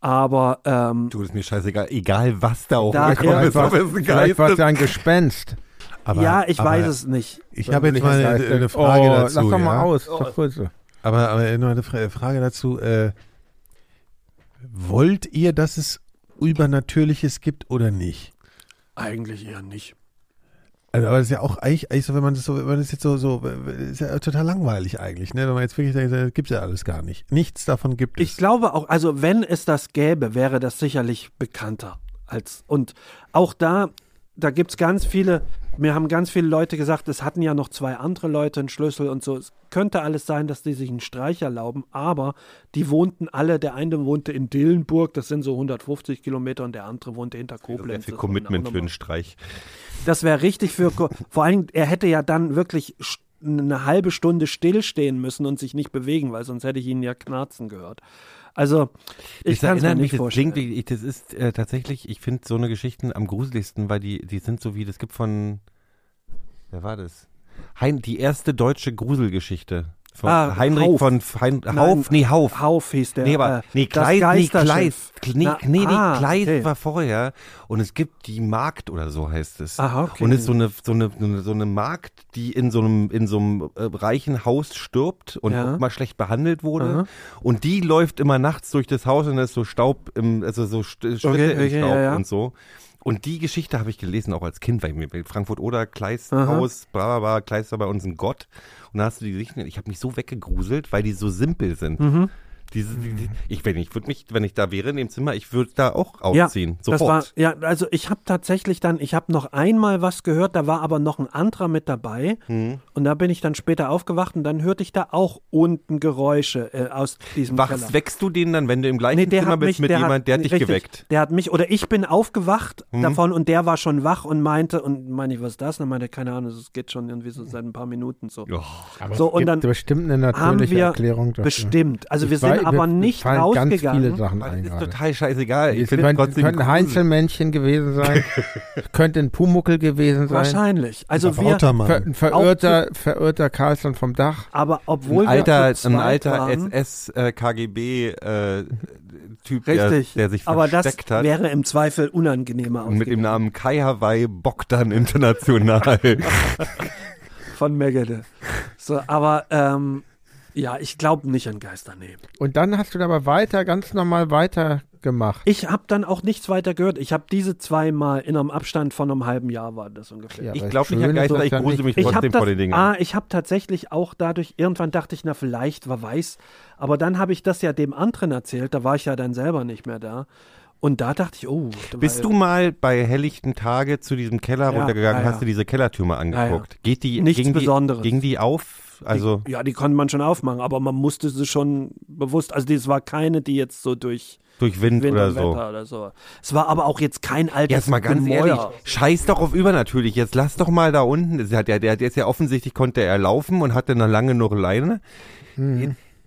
Aber ähm, Du, ist mir scheißegal, egal was da auch Da- rumgekommen ist, ob es ein Vielleicht Geist war es ist. ja ein Gespenst. Aber- ja, ich aber weiß es nicht. Ich habe jetzt Nicht mal das eine, Geiste. eine Frage oh, dazu. Lass doch mal ja? aus. Doch voll so. Aber, aber noch eine Fra- Frage dazu. Äh, wollt ihr, dass es Übernatürliches gibt oder nicht? Eigentlich eher nicht. Also, aber das ist ja auch eigentlich, eigentlich so, wenn man das so, wenn man das jetzt so, so, ist ja total langweilig eigentlich, ne? Wenn man jetzt wirklich sagt, das gibt's ja alles gar nicht. Nichts davon gibt es. Ich glaube auch, also wenn es das gäbe, wäre das sicherlich bekannter als und auch da, da gibt es ganz viele, mir haben ganz viele Leute gesagt, es hatten ja noch zwei andere Leute einen Schlüssel und so. Es könnte alles sein, dass die sich einen Streich erlauben, aber die wohnten alle, der eine wohnte in Dillenburg, das sind so 150 Kilometer und der andere wohnte hinter Das wäre Also Koblenz. viel das war Commitment auch für nochmal- einen Streich. das wäre richtig für. Ko- Vor allem, er hätte ja dann wirklich st- eine halbe Stunde stillstehen müssen und sich nicht bewegen, weil sonst hätte ich ihn ja knarzen gehört. Also, ich Das kann es mir erinnert nicht mich, das klingt vorstellen. wie- ich- das ist äh, tatsächlich, ich finde so eine Geschichten am gruseligsten, weil die, die sind so wie, das gibt von, wer war das? Hein, die erste deutsche Gruselgeschichte. Von Ah, Heinrich Hauf. von F- Hein, Nein, Hauf, nee, Hauf. Hauf hieß der. Nee, aber, äh, nee, das Kleist, nee, Geisterschiff. Kleist, Kle- nee, Na, nee, ah, Kleist okay. war vorher und es gibt die Markt oder so heißt es. Aha, Ah, okay. Und es ist so eine, so eine, so eine- so eine Markt, die in so einem, in so einem äh, reichen Haus stirbt und Ja. auch mal schlecht behandelt wurde. Aha. Und die läuft immer nachts durch das Haus und da ist so Staub im, also so St Schritte Okay, im okay, Staub ja, ja. und so. Und die Geschichte habe ich gelesen, auch als Kind, weil mir Frankfurt oder Kleist Aha. Haus, bla bla bla, Kleist war bei uns ein Gott. Und da hast du die Geschichten, ich habe mich so weggegruselt, weil die so simpel sind. Mhm. Diese, die, die, ich wenn ich würde mich, wenn ich da wäre in dem Zimmer, ich würde da auch aufziehen. Das sofort. war, ja, also ich habe tatsächlich dann, ich habe noch einmal was gehört, da war aber noch ein anderer mit dabei Mhm. und da bin ich dann später aufgewacht und dann hörte ich da auch unten Geräusche äh, aus diesem Keller. Wachst, weckst du den dann, wenn du im gleichen Zimmer bist mit der jemand, der hat dich richtig, geweckt? Der hat mich, oder ich bin aufgewacht Mhm. davon und der war schon wach und meinte, und meine ich, was ist das? Und dann meinte, er, keine Ahnung, es geht schon irgendwie so seit ein paar Minuten so. Oh, so, und Gibt dann bestimmt eine haben natürliche wir Erklärung dafür. bestimmt. Also Ich wir sind weiß, aber mir nicht fallen Ganz viele rausgegangen. Sachen das ein ist gerade. total scheißegal. Ich Es finde könnten, trotzdem könnten gruselig. Heinzelmännchen gewesen sein, könnte ein Pumuckel gewesen sein, Wahrscheinlich. Also Aber wir, Ottermann. ver, ein verirrter, verirrter Karlsson vom Dach. aber obwohl ein alter, wir zu ein zweit alter äh, waren, SS-KGB-Typ, äh, der, richtig, der sich aber das versteckt hat. wäre im Zweifel unangenehmer Und mit dem ausgegangen. Namen Kai Hawaii Bogdan International. von Megadeth. So, aber ähm, ja, ich glaube nicht an Geister, nee. Und dann hast du dabei weiter, ganz normal weitergemacht. Ich habe dann auch nichts weiter gehört. Ich habe diese zweimal in einem Abstand von einem halben Jahr war das ungefähr. Ja, ich aber glaube nicht schön an ist Geister, das ich ja grusel nicht. mich Ich habe trotzdem vor den Dingen. ah, ich hab tatsächlich auch dadurch, irgendwann dachte ich, na vielleicht, wer weiß. Aber dann habe ich das ja dem anderen erzählt, da war ich ja dann selber nicht mehr da. Und da dachte ich, oh. Bist du weil- mal bei helllichten Tage zu diesem Keller Ja, runtergegangen, ja, ja. hast du diese Kellertürme angeguckt? Geht die, Nichts ging Besonderes. Die, ging die auf? Also, Ja, die konnte man schon aufmachen, aber man musste sie schon bewusst, also das war keine, die jetzt so durch durch Wind, Wind oder und so. Wetter oder so. Es war aber auch jetzt kein altes Jetzt mal ganz Gemäuer. ehrlich, scheiß doch auf übernatürlich. Jetzt lass doch mal da unten. Der, der, der, der ist ja offensichtlich, konnte er laufen und hatte eine lange noch Leine.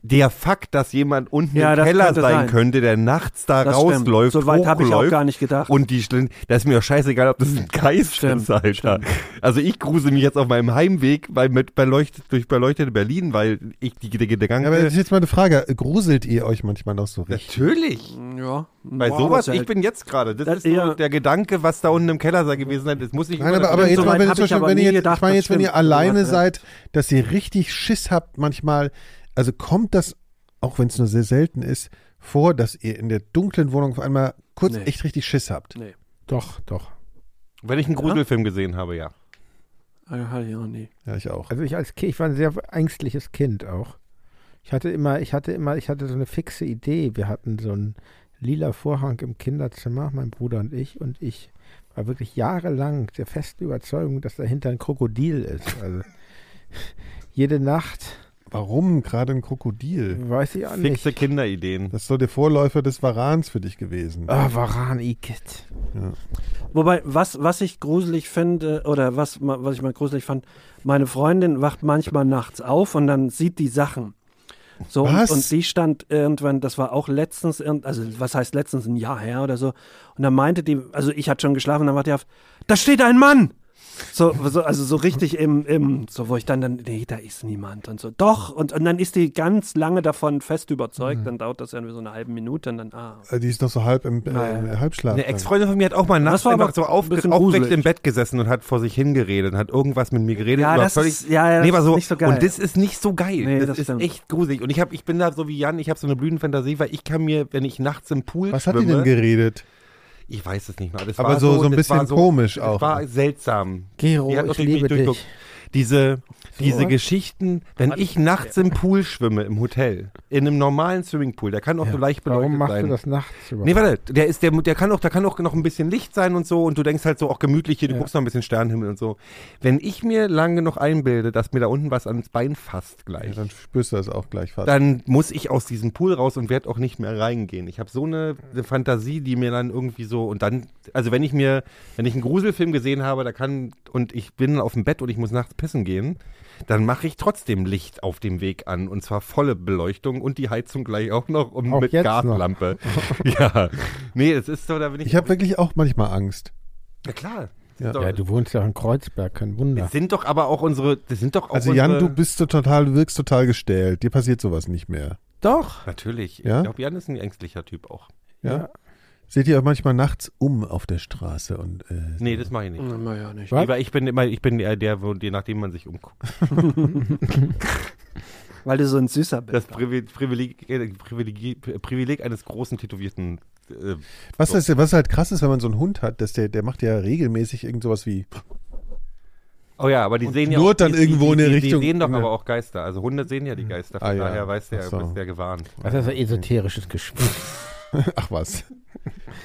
der Fakt, dass jemand unten Mhm. Ja, im das Keller könnte sein, sein. könnte, der nachts da Das stimmt. rausläuft, So weit hab ich auch hochläuft gar nicht gedacht. Hm. Und die Schlin- da ist mir auch scheißegal, ob das ein Geist Stimmt, ist, Alter. Also ich grusel mich jetzt auf meinem Heimweg bei, mit beleuchtet, durch beleuchtete Berlin, weil ich die, die, der Gang Aber das ist jetzt mal eine Frage. Gruselt ihr euch manchmal noch so richtig? Natürlich. Ja. Bei Wow, sowas, Marcel. ich bin jetzt gerade. Das, Das ist nur eher- der Gedanke, was da unten im Keller sei gewesen sein. Das muss nicht Nein, immer aber, das- aber jetzt, so mal, weit wenn, hab zum ich Beispiel, aber wenn nie ihr jetzt, gedacht, ich meine das jetzt, wenn ihr stimmt. alleine Ja. seid, dass ihr richtig Schiss habt manchmal, also kommt das, auch wenn es nur sehr selten ist, vor, dass ihr in der dunklen Wohnung auf einmal kurz Nee. echt richtig Schiss habt. Nee. Doch, doch. Wenn ich einen Gruselfilm gesehen habe, ja. Ah, Hatte ich noch nie. Ja, ich auch. Also ich als Kind, ich war ein sehr ängstliches Kind auch. Ich hatte immer, ich hatte immer, ich hatte so eine fixe Idee. Wir hatten so einen lila Vorhang im Kinderzimmer, mein Bruder und ich, und ich war wirklich jahrelang der festen Überzeugung, dass dahinter ein Krokodil ist. Also jede Nacht, Warum gerade ein Krokodil? weiß ich auch nicht. Fixe Kinderideen. Das ist so der Vorläufer des Warans für dich gewesen. Ah, Varan Ikit. Wobei, was, was ich gruselig finde, oder was, ma- was ich mal gruselig fand, meine Freundin wacht manchmal nachts auf und dann sieht die Sachen. So, Was? Und, und sie stand irgendwann, das war auch letztens, irgend- also was heißt letztens, ein Jahr her oder so. Und dann meinte die, also ich hatte schon geschlafen, dann war die auf, da steht ein Mann! So, so, also so richtig im, im, so wo ich dann, dann, nee, da ist niemand und so, doch. Und, und dann ist die ganz lange davon fest überzeugt, dann dauert das irgendwie so eine halbe Minute und dann, ah, Äh, Die ist noch so halb im äh, Naja. Halbschlaf. Eine Ex-Freundin von mir hat auch mal nachts war aber einfach so auf, ein bisschen aufrecht gruselig. im Bett gesessen und hat vor sich hingeredet und hat irgendwas mit mir geredet. Ja, und war das ist- ja, ja, das aber ist nicht so geil. Und das ist nicht so geil. Nee, das, das ist stimmt. echt gruselig. Und ich, hab, ich bin da so wie Jan, ich habe so eine Blütenfantasie, weil ich kann mir, wenn ich nachts im Pool Was hat schwimme, die denn geredet? ich weiß es nicht mehr. Das Aber war so- so ein das bisschen war komisch das auch. war seltsam. Oh, Gero, Die hat ich auch richtig liebe durchguckt. dich. Diese, diese oder? Geschichten, wenn ich nachts im Pool schwimme, im Hotel, in einem normalen Swimmingpool, der kann auch so leicht beleuchtet Warum machst sein. du das nachts überhaupt? Nee, warte, der ist der, der kann auch, da kann auch noch ein bisschen Licht sein und so und du denkst halt so auch gemütlich hier, du guckst noch ein bisschen Sternenhimmel und so. Wenn ich mir lange genug einbilde, dass mir da unten was ans Bein fasst Ja, gleich, dann spürst du das auch gleich fast. dann muss ich aus diesem Pool raus und werde auch nicht mehr reingehen. Ich habe so eine, eine Fantasie, die mir dann irgendwie so und dann, also wenn ich mir, wenn ich einen Gruselfilm gesehen habe, da kann und ich bin auf dem Bett und ich muss nachts pissen gehen, dann mache ich trotzdem Licht auf dem Weg an und zwar volle Beleuchtung und die Heizung gleich auch noch und Auch mit jetzt noch. Gaslampe. ja, nee, es ist so, da bin ich. ich habe wirklich auch manchmal Angst. ja klar. Das Ja. Sind doch, Ja, du wohnst ja auch in Kreuzberg, kein Wunder. das sind doch aber auch unsere, das sind doch auch Also unsere, Jan, du bist so total, du wirkst total gestellt. Dir passiert sowas nicht mehr. Doch. natürlich. Ja? Ich glaube, Jan ist ein ängstlicher Typ auch. Ja. Ja. Seht ihr auch manchmal nachts um auf der Straße und äh, Nee, das mache ich nicht. naja, nicht. Was? Lieber, ich bin immer, ich bin eher der, wo, je nachdem man sich umguckt. Weil du so ein Süßer bist. Das Privi- Privileg, äh, Privileg, Privileg eines großen tätowierten. Äh, was, das, was halt krass ist, wenn man so einen Hund hat, dass der, der macht ja regelmäßig irgend sowas wie. oh ja, aber die sehen ja. knurrt auch, dann die, irgendwo die, in die, eine Die Richtung. sehen doch Ja. aber auch Geister. Also Hunde sehen Mhm. ja die Geister. Von Ah ja. daher weiß der, Ach so. ist der gewarnt. Das ist ein esoterisches Gespräch. Ach was.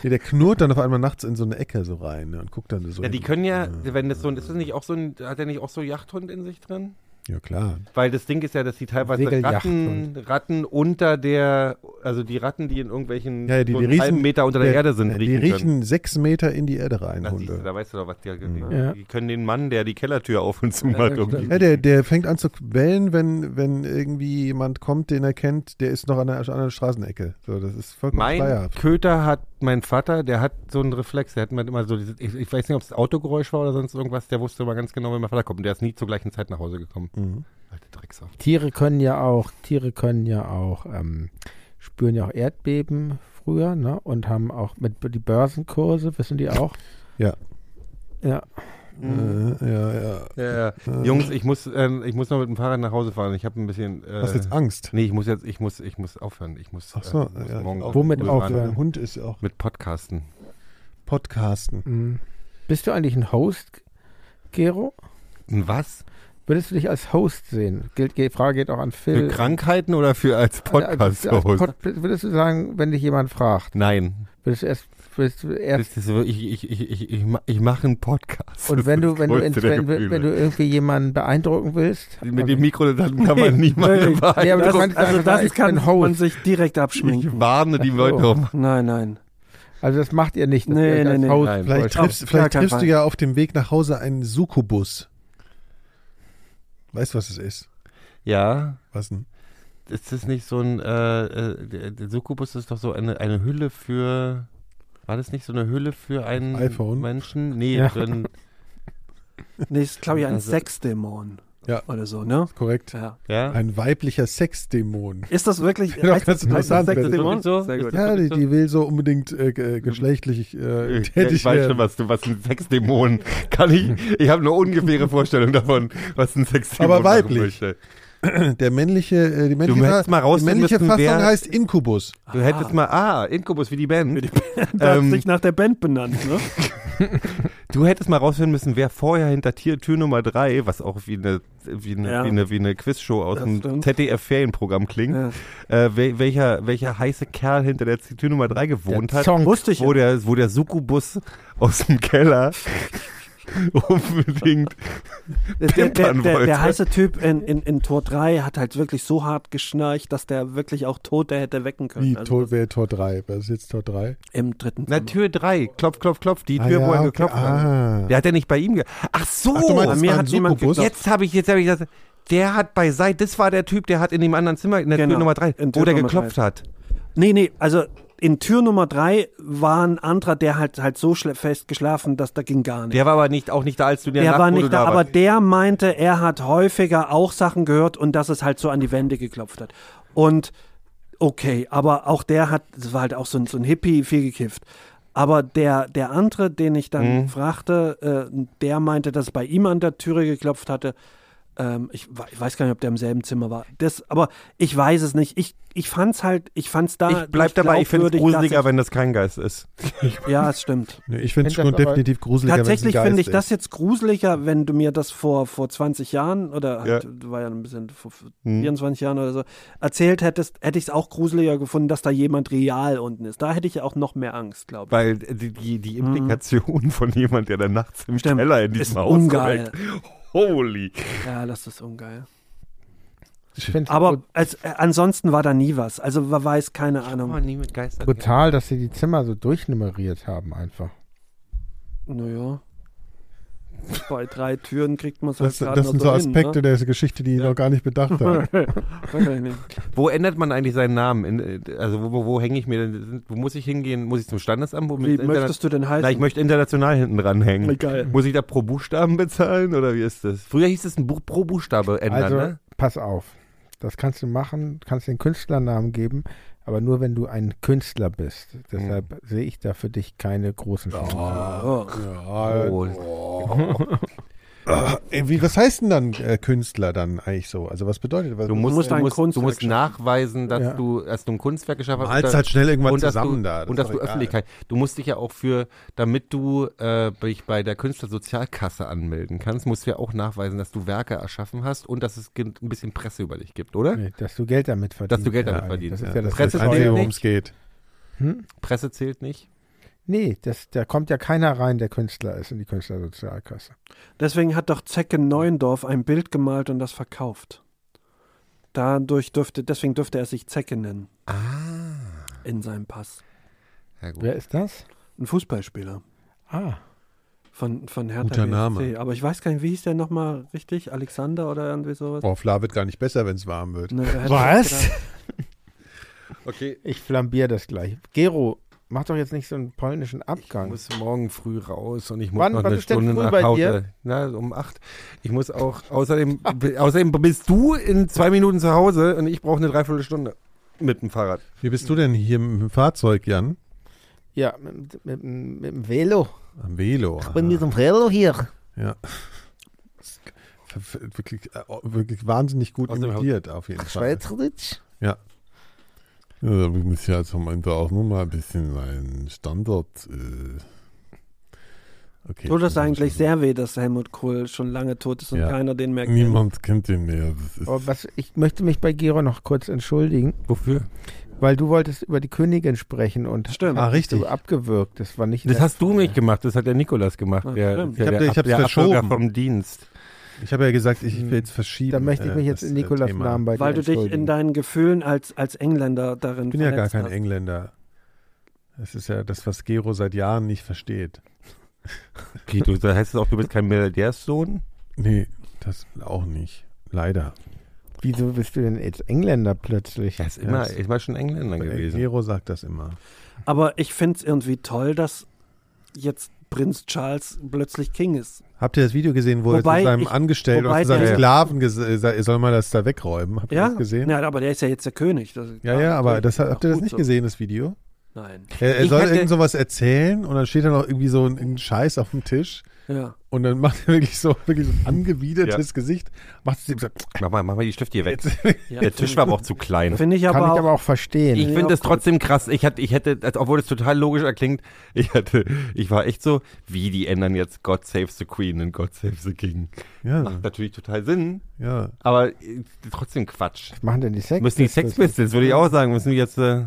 nee, der knurrt dann auf einmal nachts in so eine Ecke so rein ne, und guckt dann so. Ja, die hin. können ja, wenn das so ein, ist das nicht auch so ein, hat der nicht auch so Jachthund in sich drin? ja, klar. Weil das Ding ist ja, dass die teilweise Segeljagd Ratten, Ratten unter der, also die Ratten, die in irgendwelchen Ja, ja, die, so die einen riechen, halben Meter unter der, Erde sind, Die riechen, können. riechen sechs Meter in die Erde rein, Na, siehst du, Hunde. da weißt du doch, was die, halt Ja. die können den Mann, der die Kellertür auf und zu macht, irgendwie. Ja, der, der fängt an zu bellen, wenn, wenn irgendwie jemand kommt, den er kennt, der ist noch an einer anderen Straßenecke. So, das ist vollkommen Mein schleierhaft. Köter hat, mein Vater, der hat so einen Reflex, der hat mir immer so, dieses, ich, ich weiß nicht, ob es Autogeräusch war oder sonst irgendwas, der wusste immer ganz genau, wenn mein Vater kommt. Und der ist nie zur gleichen Zeit nach Hause gekommen. Mhm. Alte Drecksau. Tiere können ja auch, Tiere können ja auch, ähm, spüren ja auch Erdbeben früher, ne? Und haben auch mit die Börsenkurse, wissen die auch. Ja. Ja. Äh, ja, ja. Ja, ja. Jungs, ich muss, ähm, ich muss noch mit dem Fahrrad nach Hause fahren. Ich habe ein bisschen. Äh, Hast jetzt Angst? Nee, ich muss jetzt, ich muss, ich muss aufhören. Ich muss, Ach so, äh, muss ja, ich morgen auch. Womit muss aufhören? ran. Dein Hund ist auch Mit Podcasten. Podcasten. Mhm. Bist du eigentlich ein Host, Gero? Ein Was? Würdest du dich als Host sehen? Gilt, die Frage geht auch an Für Phil. Krankheiten oder für als also Als- als Podcast-Host? Pod- würdest du sagen, wenn dich jemand fragt, Nein. würdest du erst, würdest du Das erst ist so, ich, ich, ich, ich, ich, ma- ich mache einen Podcast. und Das wenn ist du, das wenn du, Größte ins- der wenn, Gefühle. wenn du irgendwie jemanden beeindrucken willst, Mit dem Mikro, dann kann man niemanden nee, aber warnen. das Das, meinst du also einfach, das ich kann bin Host. man sich direkt abschminken. Ich warne die Ach so. Leute darum. Nein, nein. also das macht ihr nicht, dass Nee, ihr euch nee, als nee. Host Nein. Vielleicht Auf triffst, gar vielleicht keinen triffst du Fall. ja auf dem Weg nach Hause einen Sukubus. Weißt du, was es ist? Ja, Was denn? ist das nicht so ein, äh, äh, der, der Succubus ist doch so eine, eine Hülle für, war das nicht so eine Hülle für einen iPhone? Menschen? Nee, Ja. für einen, Nee, ist, glaube ich, ein Also- Sexdämon. Ja. Oder so, ne? Korrekt. Ja. ja? Ein weiblicher Sexdämon. Ist das wirklich Wäre doch heißt ganz das- heißt das interessant, wenn das Sexdämon? wirklich so Sehr gut. ist. Ja, die, die will so unbedingt äh, ge- geschlechtlich äh, Ich, tätig ich weiß schon, werden. was du, was ein Sexdämon kann ich. Ich habe eine ungefähre Vorstellung davon, was ein Sexdämon Aber machen weiblich. möchte. Der männliche, äh, die männliche, hättest mal die rausfinden männliche müssen, Fassung wer- heißt Inkubus. Du hättest mal, ah, Inkubus wie die Band. Da hat Ähm, sich nach der Band benannt, ne? Du hättest mal rausfinden müssen, wer vorher hinter Tier, Tür Nummer 3, was auch wie eine, wie eine, Ja. wie eine, wie eine Quizshow aus Das dem stimmt. ZDF-Ferienprogramm klingt, Ja. äh, wel, welcher, welcher heiße Kerl hinter der Tür Nummer 3 gewohnt hat, Zonk. Wusste ich. wo der, wo der Succubus aus dem Keller unbedingt Der, der, der, pimpern der, wollte. der heiße Typ in, in, in Tor 3 hat halt wirklich so hart geschnarcht, dass der wirklich auch Tote hätte wecken können. Wie Also Tor, wer Tor 3? Was ist jetzt Tor 3? Im dritten Na, Zimmer. Tür 3, klopf, klopf, klopf, die Tür, wo er geklopft hat. Oh, ah. Der hat ja nicht bei ihm ge Ach so, Ach, du meinst, Bei es mir war hat ein niemand Succubus? jetzt habe ich, jetzt habe ich das. Der hat bei Seid, das war der Typ, der hat in dem anderen Zimmer, in der Genau, Tür Nummer 3, in wo Tür der Nummer geklopft hat. Nee, nee, also in Tür Nummer 3 war ein anderer, der halt halt so schle- fest geschlafen, dass da ging gar nichts. Der war aber nicht, auch nicht da, als du in der Der, Nacht, war wo nicht du da, da aber warst. der meinte, er hat häufiger auch Sachen gehört und dass es halt so an die Wände geklopft hat. Und okay, aber auch der hat, das war halt auch so ein, so ein Hippie, viel gekifft. Aber der, der andere, den ich dann Mhm. fragte, äh, der meinte, dass bei ihm an der Türe geklopft hatte. Ähm, ich, we- ich weiß gar nicht, ob der im selben Zimmer war. Das, aber ich weiß es nicht. Ich, ich fand's halt, ich fand's da. ich bleib dabei, ich finde es gruseliger, wenn das kein Geist ist. wenn. Ja, es stimmt. Nee, ich finde es Find das schon aber- definitiv gruseliger, wenn's ein Tatsächlich Geist finde ich ist. das jetzt gruseliger, wenn du mir das vor, vor 20 Jahren oder Ja. halt, war ja ein bisschen vor vor Hm. 24 Jahren oder so erzählt hättest, hätte ich es auch gruseliger gefunden, dass da jemand real unten ist. Da hätte ich ja auch noch mehr Angst, glaube ich. Weil die, die, die Implikation von jemand, der dann nachts im Stimmt. Keller in Ist diesem Haus ungeil. liegt. Holy. Ja, das ist ungeil. Ich find's Aber als, äh, ansonsten war da nie was. Also man weiß keine Ahnung. nie mit Geistern. brutal, dass sie die Zimmer so durchnummeriert haben einfach. Naja. Bei drei Türen kriegt man es halt Das, gerade das noch sind so ne? Aspekte Hin, der Geschichte, die ich noch gar nicht bedacht habe. ne? Wirklich nicht. Wo ändert man eigentlich seinen Namen? In, äh, also wo, wo, wo hänge ich mir denn? Wo muss ich hingehen? Muss ich zum Standesamt? Wo Wie mit Interna- möchtest du denn heißen? Na, ich Hm. möchte international hinten dranhängen. Egal. Muss ich da pro Buchstaben bezahlen oder wie ist das? Früher hieß es ein Buch pro Buchstabe ändern, Also, ne? pass auf. Das kannst du machen, kannst den Künstlernamen geben, aber nur wenn du ein Künstler bist. Deshalb Hm. sehe ich da für dich keine großen Chancen. Oh. Ja, Oh, äh, wie, was heißt denn dann äh, Künstler dann eigentlich so? Also was bedeutet was? Du musst, musst du ein musst, du Kunstwerk musst schaffen. nachweisen, dass, Ja. du, dass du ein Kunstwerk geschaffen hast. Malst halt schnell irgendwann und dass zusammen du, da, das und ist dass doch du egal. Öffentlichkeit. Du musst dich ja auch für, damit du äh, dich bei der Künstlersozialkasse anmelden kannst, musst du ja auch nachweisen, dass du Werke erschaffen hast und dass es ge- ein bisschen Presse über dich gibt, oder? Nee, dass du Geld damit verdienst. Dass du Geld damit Ja, verdienst. Das ist ja Ja, das Presse- das das Bescheuerte. Einzige, zählt worum nicht. es geht. Hm? Presse zählt nicht. Nee, das, da kommt ja keiner rein, der Künstler ist in die Künstlersozialkasse. Deswegen hat doch Zecke Neuendorf ein Bild gemalt und das verkauft. Dadurch dürfte, deswegen dürfte er sich Zecke nennen Ah. in seinem Pass. Ja, gut. Wer ist das? Ein Fußballspieler Ah, von, von Hertha Guter BSC. Name. Aber ich weiß gar nicht, wie hieß der nochmal richtig? Alexander oder irgendwie sowas? Boah, Oh, Fla wird gar nicht besser, wenn es warm wird. Ne, wer hätte Was? das gedacht? Okay. ich flambiere das gleich. Gero, mach doch jetzt nicht so einen polnischen Abgang. Ich muss morgen früh raus und ich muss Wann- noch wann eine ist denn Stunde früh nach bei Hause. dir? Na, um acht. Ich muss auch, außerdem, außerdem bist du in zwei Minuten zu Hause und ich brauche eine Dreiviertelstunde mit dem Fahrrad. Wie bist du denn hier mit dem Fahrzeug, Jan? ja, mit, mit, mit dem Velo. Am Velo. aha. Velo hier. Ja. Ver- ver- Wirklich, äh, wirklich wahnsinnig gut Aus dem imitiert, auf jeden Fall. Schweizerdeutsch. Ja, da muss ich jetzt am Ende auch nochmal ein bisschen meinen Standard. Äh okay. Tut das das eigentlich ist- sehr weh, dass Helmut Kohl schon lange tot ist und Ja. keiner den mehr kennt? Niemand kennt ihn mehr. Das ist, Aber Oh, was, ich möchte mich bei Gero noch kurz entschuldigen, Wofür? weil du wolltest über die Königin sprechen und Stimmt. ah, richtig. so abgewürgt. Das war nicht. in Das der- hast du nicht gemacht, das hat der Nikolas gemacht. Ja, der, stimmt. der, Ich hab- der, ich hab's der verschoben. Absauger vom Dienst. Ich habe ja gesagt, ich Hm. will jetzt verschieben. Da möchte ich mich äh, jetzt das, in äh, Nikolas Thema. Namen bei dir Weil du dich in entschuldigen. deinen Gefühlen als, als Engländer darin Ich bin ja gar verletzt kein hast. Engländer. Das ist ja das, was Gero seit Jahren nicht versteht. Okay, du, da heißt es auch, du bist kein Milliardärssohn. Nee, das auch nicht. Leider. Wieso bist du denn jetzt Engländer plötzlich? Er ist immer, ist immer schon Engländer gewesen. Nero Äh, sagt das immer. Aber ich finde es irgendwie toll, dass jetzt Prinz Charles plötzlich King ist. Habt ihr das Video gesehen, wo Wobei er zu seinem ich- Angestellten oder wobei zu seinem der- Sklaven ges- äh, sa- soll man das da wegräumen? Habt ihr ja, das gesehen? Ja, aber der ist ja jetzt der König. Das, Ja, ja, aber das, natürlich. habt ihr das Gut nicht so. gesehen, das Video? Nein. Er, er Ich soll hatte- irgend sowas erzählen und dann steht da noch irgendwie so ein, ein Scheiß auf dem Tisch. Ja. Und dann macht er wirklich so, wirklich so ein angewidertes Ja. Gesicht. Macht es ihm so, Mach mal, mach mal die Stifte hier weg. Der Ja, find Tisch ich- war aber auch zu klein. Finde ich aber, Kann ich auch, aber auch verstehen. Ich Nee, finde auch es gut. trotzdem krass. Ich hatte, ich hätte, als obwohl es total logisch erklingt, ich hatte, ich war echt so, wie die ändern jetzt God Saves the Queen und God Saves the King. ja, Macht natürlich total Sinn, ja. aber äh, trotzdem Quatsch. Was machen denn die Sex? Müssen die Sex Pistols, würde ich auch sagen, müssen die jetzt, äh,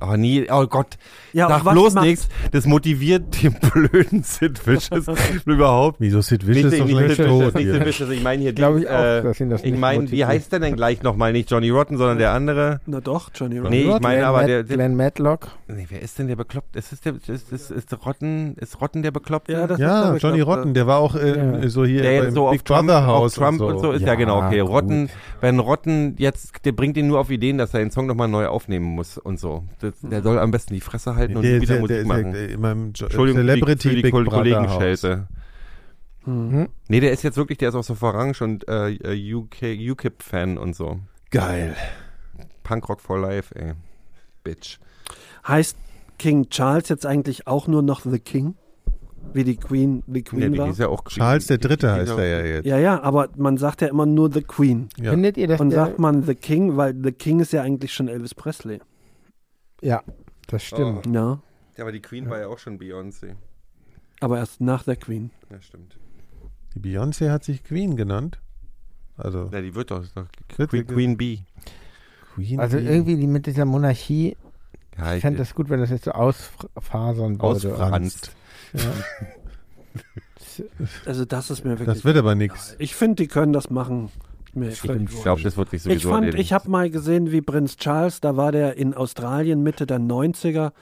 oh nee, oh Gott, ja, sag was bloß macht- nichts. Das motiviert den blöden Sid Vicious überhaupt. Wieso Sid Vicious ist doch schon längst Sid Vicious, tot nicht Sid hier. Vicious, ich meine hier, Glaube ich die, auch, äh, dass ihn das ich nicht meine, wie motiviert. heißt der denn gleich nochmal? Nicht Johnny Rotten, sondern der andere. Na doch, Johnny Rotten. Nee, ich Glenn meine aber, Mad- der, der, Glenn Matlock. Nee, wer ist denn der bekloppt? Ist, es der, ist, ist, ist, Rotten, ist Rotten der Bekloppte? Ja, das ist Ja, aber, Johnny glaub, Rotten, der war auch äh, so hier der im jetzt so auf Big Trump, Brother auf House Trump und so, ist. Ja, Ja, genau, okay. gut. Rotten, wenn Rotten jetzt, der bringt ihn nur auf Ideen, dass er den Song nochmal neu aufnehmen muss und so. Das, der soll am besten die Fresse halten und Der, nie wieder der, Musik der, der, machen. der immer im Jo- Entschuldigung für die- Celebrity für die Big Kol- Brother House. Kollegenschelte. Mhm. Nee, der ist jetzt wirklich, der ist auch so vorange und äh, UK, UKIP-Fan und so. Geil. Punkrock for Life, ey. Bitch. Heißt King Charles jetzt eigentlich auch nur noch The King? Wie die Queen, die Queen Nee, die war? ist ja auch Charles der die- die- Dritte die- heißt die- er ja jetzt. ja, ja, aber man sagt ja immer nur The Queen. Ja. Findet ihr das? Und der- sagt man The King, weil The King ist ja eigentlich schon Elvis Presley. ja, das stimmt. Ja, Ja, aber die Queen war ja auch schon Beyoncé. aber erst nach der Queen. Ja, stimmt. Die Beyoncé hat sich Queen genannt. Also Ja, die wird doch. Ist doch Wird Queen, sie- Queen Bee. Queen. Also Bee. irgendwie die mit dieser Monarchie, Ja, ich fände das gut, wenn das jetzt so ausfasern würde. ausfranst. Also das ist mir wirklich. Das wird aber nichts. ich finde, die können das machen. Mir völlig Ich wurscht. glaube, das wird sich Ich sowieso fand, erledigen. ich habe mal gesehen, wie Prinz Charles, da war der in Australien Mitte der 90er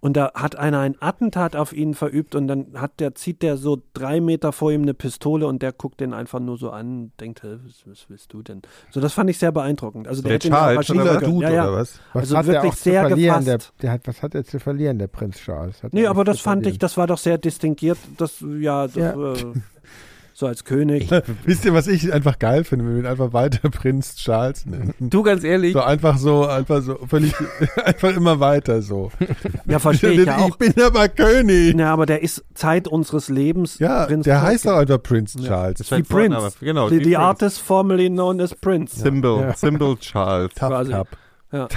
und da hat einer ein Attentat auf ihn verübt und dann hat der, zieht der so drei Meter vor ihm eine Pistole und der guckt den einfach nur so an und denkt, "Hä, was, was willst du denn? So, das fand ich sehr beeindruckend. Also Der der, hat ihn ja Charles, überschießen Schiller können. Dude ja, ja. oder was? Was Also hat der wirklich auch sehr zu verlieren? Der, gefasst. der hat, was hat er zu verlieren, der Prinz Charles? Hat Nee, er aber nichts das zu fand ich, verlieren. das war doch sehr distinguiert, das, ja, das, Ja. Äh, so als König. Wisst ihr, was ich einfach geil finde, wenn wir ihn einfach weiter Prinz Charles nennen? du ganz ehrlich, So einfach so, einfach so, völlig, einfach immer weiter so. Ja, verstehe ich ja auch. bin aber König. Ja, aber der ist Zeit unseres Lebens. Ja, Prinz der Charles heißt doch einfach Prinz das Charles. war die ein Vorname. Prince. Genau, The, the Prince. artist formerly known as Prince. Symbol, Ja. Symbol Charles. Tough quasi. Cup.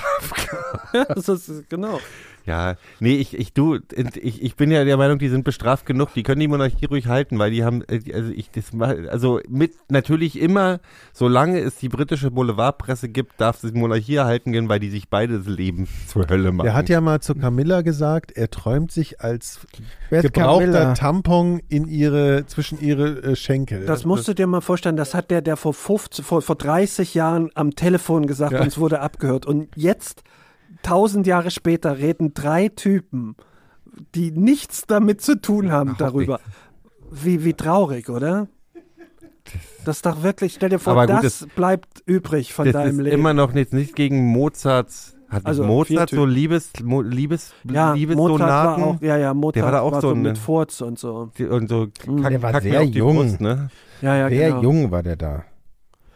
Ja. das ist, genau. Ja, nee, ich, ich, du, ich, ich bin ja der Meinung, die sind bestraft genug. Die können die Monarchie ruhig halten, weil die haben, äh, also ich, das, ma- also mit, natürlich immer, solange es die britische Boulevardpresse gibt, darf es die Monarchie erhalten gehen, weil die sich beides Leben zur Hölle machen. Er hat ja mal zu Camilla gesagt, er träumt sich als Wer ist gebrauchter Camilla? Tampon in ihre, zwischen ihre äh, Schenkel. Das musst du dir mal vorstellen, das hat der, der vor, 50, vor, vor 30 Jahren am Telefon gesagt Ja. und es wurde abgehört. Und jetzt, tausend Jahre später, reden drei Typen, die nichts damit zu tun haben, darüber. Wie, wie traurig, oder? Das ist doch wirklich, stell dir vor, Aber gut, das bleibt übrig von das deinem ist Leben. immer noch nichts, nicht gegen Mozarts. Hat also, Also, Mozart vier so Liebes, Mo, Liebes, ja, Mozart war Liebessonaten auch, ja, ja, Mozart war da auch so ein- mit Furz und so. Die- und so kack, Hm, Der war kack mir sehr auf die jung. Brust, ne? Ja, ja, Sehr genau. jung war der da.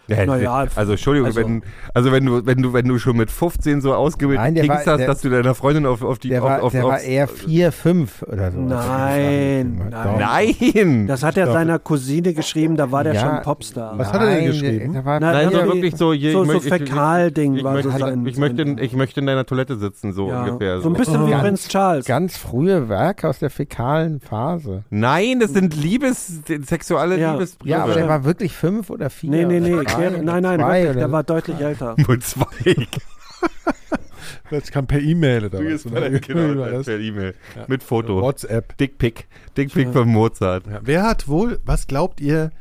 Ja, Naja, also Entschuldigung, also- wenn, also wenn du, wenn du, wenn du schon mit 15 so Nein, ausgebildet der Kings war- hast, der- dass du deiner Freundin auf, auf die Der auf, war, auf, der war aufs- eher vier, fünf oder so. Nein, Doch. nein. Nein! Das hat er seiner Cousine geschrieben, da war der Ja. schon Popstar. Was hat er denn Nein, geschrieben? der war Nein, Nein, also so die- wirklich so, je, so, so möchte- Fäkalding ich, war so möchte, halt sein. ich, möchte, sein, in- ich möchte in deiner Toilette sitzen, so ja. ungefähr. So ein bisschen wie Ganz- Prinz Charles. ganz frühe Werke aus der fäkalen Phase. Nein, das sind Liebes, sexuelle Ja. Liebesbriefe. Ja, aber der war wirklich fünf oder vier. Nee, nee, nee. oder drei der- oder nein, nein, zwei wirklich, oder der so. war deutlich älter. nur zwei. Das kam per E-Mail oder was? oder? Wie war genau, das? per E-Mail. Mit Foto. WhatsApp. Dickpick. Dickpick von Mozart. Ja, wer hat wohl, was glaubt ihr,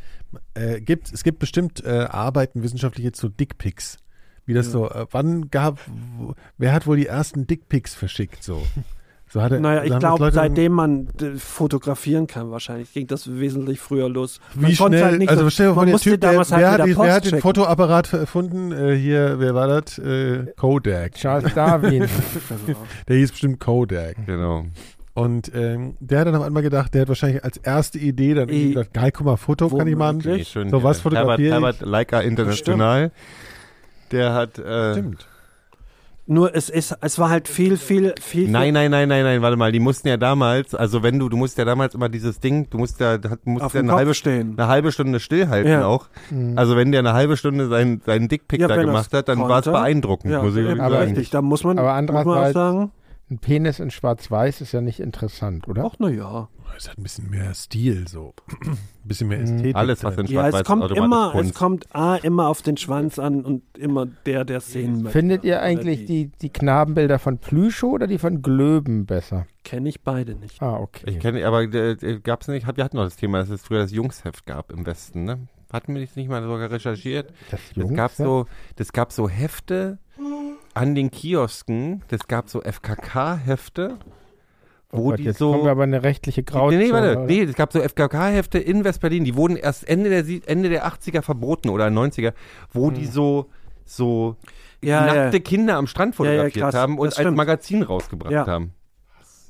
äh, gibt, es gibt bestimmt äh, Arbeiten wissenschaftliche zu Dickpics. Wie das so, äh, wann gab, wo- wer hat wohl die ersten Dickpics verschickt so? So hat er- naja, so ich haben das glaube, Leute- seitdem man äh, fotografieren kann, wahrscheinlich ging das wesentlich früher los. Man Wie konnte schnell, halt nicht also so- stell dir vor, man der musste Typ, der, damals halt wer, hat wieder die, Post wer hat den schicken. Fotoapparat ver- erfunden? Äh, hier, wer war das? Äh, Kodak. Charles Darwin. der hieß bestimmt Kodak. Genau. Und ähm, der hat dann auf einmal gedacht, der hat wahrscheinlich als erste Idee dann Eh, irgendwie gedacht, geil, guck mal, Foto kann ich machen. womöglich. So was fotografiere ich. Herbert, Herbert Leica International. Der hat. Äh, Stimmt. Nur es, ist, es war halt viel, viel, viel. Nein, nein, nein, nein, nein, warte mal, die mussten ja damals, also wenn du, du musst ja damals immer dieses Ding, du musst ja, du musst Auf ja dem eine Kopf halbe, stehen. eine halbe Stunde stillhalten Ja. Mhm. auch. Also wenn der eine halbe Stunde seinen, seinen Dickpick Ja, da wenn gemacht er's hat, dann konnte. war es beeindruckend, Ja, muss ich eben, wirklich sagen. richtig. Da muss man, Aber muss man auch andererseits, sagen, ein Penis in Schwarz-Weiß ist ja nicht interessant, oder? ach naja. Es hat ein bisschen mehr Stil, so. Ein bisschen mehr Ästhetik. Alles, was drin. in Ja, Schwarz-Weiß es ist, kommt automatisch immer, es Kunst. kommt A, immer auf den Schwanz an und immer der, der es sehen möchte. Findet ihr Oder eigentlich die, die Knabenbilder von Plüschow oder die von Glöben besser? Kenne ich beide nicht. Ah, Ich okay. kenne, aber äh, gab es nicht, hab- wir hatten noch das Thema, dass es früher das Jungsheft gab im Westen, ne? Hatten wir das nicht mal sogar recherchiert? Das Das gab so, das gab so Hefte an den Kiosken, das gab so FKK-Hefte, wo Oh Gott, die jetzt so... kommen wir aber in eine rechtliche Grauzone. Nee, nee, warte. oder? Nee, es gab so FKK-Hefte in Westberlin, die wurden erst Ende der, Sie- Ende der 80er verboten oder 90er, wo Hm. die so, so Ja, nackte ja. Kinder am Strand Ja, ja, fotografiert krass. haben und Das als stimmt. Magazin rausgebracht Ja. haben.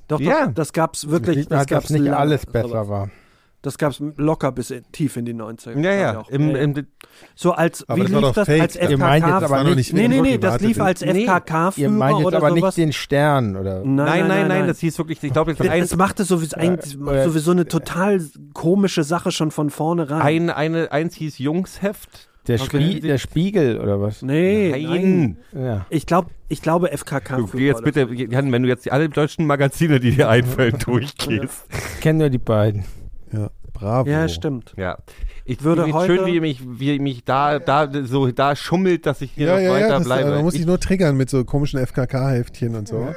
Doch, Ja. doch, das gab's Das wirklich. sieht man Das halt, dass gab's nicht lange. alles Aber besser war. Das gab's locker bis in, tief in die 90er. Ja, ja. Auch. Im, im, so als, Aber wie das war lief doch das fake. als FKK? Ihr meint jetzt aber war noch nicht nee, nee, nee, wirklich das lief als gewartet. Nee. Ihr meint FKK-Führer jetzt oder aber sowas. Hm. nicht den Stern, oder? nein, nein, nein, das hieß wirklich, ich glaube, das ist Es ein, machte sowieso, ein, äh, sowieso eine total komische Sache schon von ein, vornherein. eine, eins hieß Jungsheft. Der, Okay. Spie der Spiegel, oder was? nee, nein. Ja. Ich, glaub, ich glaube FKK. Du geh jetzt bitte, Jan, wenn du jetzt alle deutschen Magazine, die dir einfallen, durchgehst. Ich kenne nur die beiden. Ja, bravo. Ja, stimmt. Ja. Ich Würde finde es heute- schön, wie ihr mich, wie ihr mich da, da so da schummelt, dass ich hier Ja, noch ja, ja. weiter Das, äh, bleibe. man muss Ich- sich nur triggern mit so komischen FKK-Heftchen und so.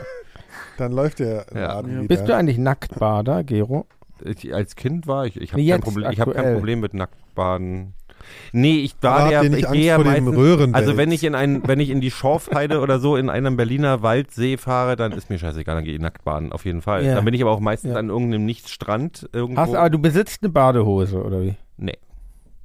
Dann läuft der Ja. Laden wieder. Bist du eigentlich Nacktbader, Gero? Ich, als Kind war ich. Ich habe Nee, kein, jetzt Problem- ich hab kein aktuell. Problem mit Nacktbaden. Nee, ich Aber war habt ja, ihr nicht ich Angst gehe ja vor dem meistens, Röhrenwels? Also wenn ich in einen, wenn ich in die Schorfheide oder so in einem Berliner Waldsee fahre, dann ist mir scheißegal, dann gehe ich nackt baden, auf jeden Fall. Ja. Dann bin ich aber auch meistens Ja. an irgendeinem Nichtstrand irgendwo. Hast, aber du besitzt eine Badehose, oder wie? nee,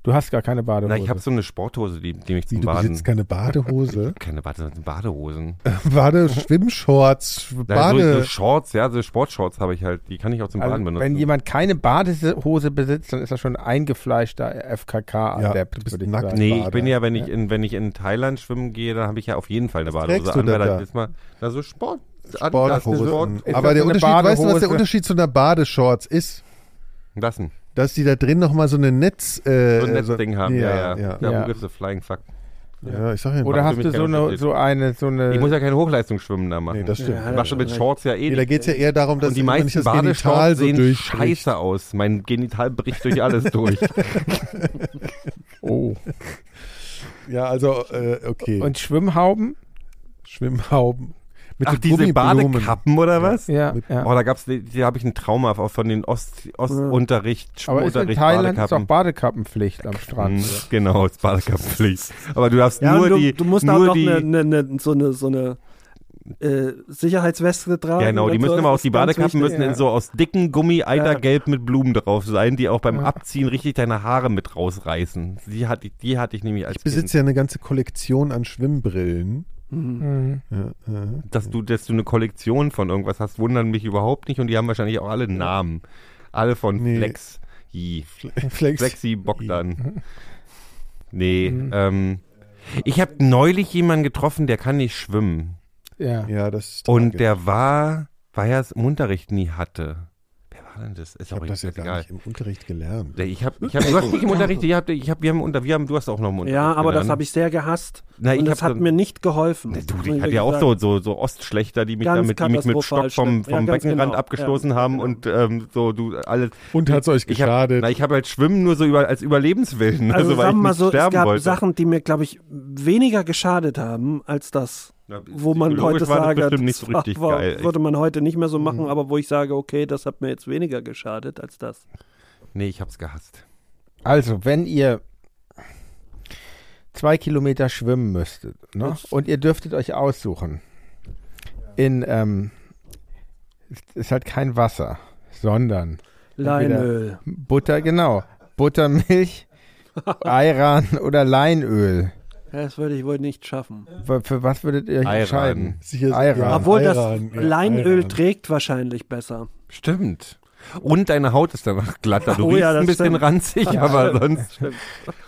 Du hast gar keine Badehose. Na, ich habe so eine Sporthose, die, die mich Wie, zum du Baden. besitzt keine Badehose? Keine Bade, Badehosen. Bade, Schwimmshorts, Na, so, so Äh, Bade. Shorts, ja, so Sportshorts habe ich halt. Die kann ich auch zum also, Baden benutzen. wenn jemand keine Badehose besitzt, dann ist er schon eingefleischter FKK-Adept, Ja, du bist würde ich nackt. sagen. Nee, ich Bade. ne? bin ja, wenn ich in, wenn ich in Thailand schwimmen gehe, dann habe ich ja auf jeden Fall eine Badehose trägst du an, weil denn da da? ist mal na so Sport. ne, Sporthosen. Ist das Aber der eine Unterschied, weißt du, was der Badehose? Unterschied zu einer Badeshorts ist? Lassen. Dass die da drin nochmal so eine Netz... Äh, So ein Netzding haben. Ja, ja. ja. Da Ja. ja. gibt's a flying fuck. Ja, ich sag ja, Oder Macht hast für du mich so keinen eine, Unterschied. so eine, so eine Ich muss ja keine Hochleistungsschwimmen da machen. nee, das stimmt. Ja, ich mache schon mit Shorts ja eh Nee, da nicht. geht es ja eher darum, dass Und die man nicht meisten das Genital Badeshorts so sehen durchbricht. scheiße aus. Mein Genital bricht durch alles durch. Oh. Ja, also, äh, okay. Und Schwimmhauben? Schwimmhauben. Mit Ach, so diese Gummiblumen. Badekappen oder was? Ja, Oh, ja. da gab's, hier habe ich ein Trauma auch von den Ost, Ostunterricht, Aber ist in Schwimmunterricht, Thailand ist Badekappen. auch Badekappenpflicht am Strand. Mhm, Genau, ist Badekappenpflicht. Aber du darfst Ja, nur und du, die. du musst nur auch noch die, ne, ne, ne, so eine, so eine äh, Sicherheitsweste tragen. Ja, genau, die und müssen so. aber auch die Das ist ganz Badekappen wichtig, müssen in ja. so aus dicken Gummi Eitergelb mit Blumen drauf sein, die auch beim Ja. Abziehen richtig deine Haare mit rausreißen. Die hatte, die hatte ich nämlich als Ich besitze Kind. ja eine ganze Kollektion an Schwimmbrillen. Mhm. Mhm. Ja, ja. Dass du, dass du eine Kollektion von irgendwas hast, wundern mich überhaupt nicht und die haben wahrscheinlich auch alle Namen. Alle von Nee. Flex. Yi. äh. Flex. Flexi Mhm. Bogdan. Nee, ähm. Ich habe neulich jemanden getroffen, der kann nicht schwimmen. Ja. Ja, das ist Und tragisch. der war, weil er es im Unterricht nie hatte. Wer war denn das? Ist ich habe das ja gar egal. nicht im Unterricht gelernt. Nee, Ich hab, ich hab, du hast nicht im Unterricht, ich hab, ich hab, wir, haben unter, wir haben, du hast auch noch im Unterricht. Ja, aber das habe ich sehr gehasst. Na, ich und das hab hat so- mir nicht geholfen. Du, Muss ich hatte ja wirklich auch sagen. so, so, so Ostschlechter, die mich, Ganz damit, die mich mit katastrophal Stock vom, schlimm. Ja, vom ganz Beckenrand genau. abgestoßen Ja, haben genau. und ähm, so, du alles. Und hat's euch Ich hab- geschadet? Na, ich habe halt Schwimmen nur so über, als Überlebenswillen, also, Also, weil ich sagen wir mal nicht so, es sterben gab wollte. Sachen, die mir, glaube ich, weniger geschadet haben als das, Na, wo man heute psychologisch war das sagt, bestimmt nicht so das war- richtig war, geil. Mhm. würde man heute nicht mehr so machen, aber wo ich sage, okay, das hat mir jetzt weniger geschadet als das. Nee, ich hab's gehasst. Also, wenn ihr zwei Kilometer schwimmen müsstet ne? und ihr dürftet euch aussuchen, in ähm, ist, ist halt kein Wasser, sondern Leinöl. entweder Butter, genau. Buttermilch, Ayran oder Leinöl. Das würde ich wohl nicht schaffen. Wa- Für was würdet ihr euch Ayran. entscheiden? Sicher- Ayran. Ja, Obwohl das Ayran, ja, Leinöl Ayran. trägt wahrscheinlich besser. Stimmt. Und deine Haut ist danach glatter. Du Oh riechst ja, das ein bisschen stimmt. ranzig, Ja, aber stimmt, sonst. stimmt.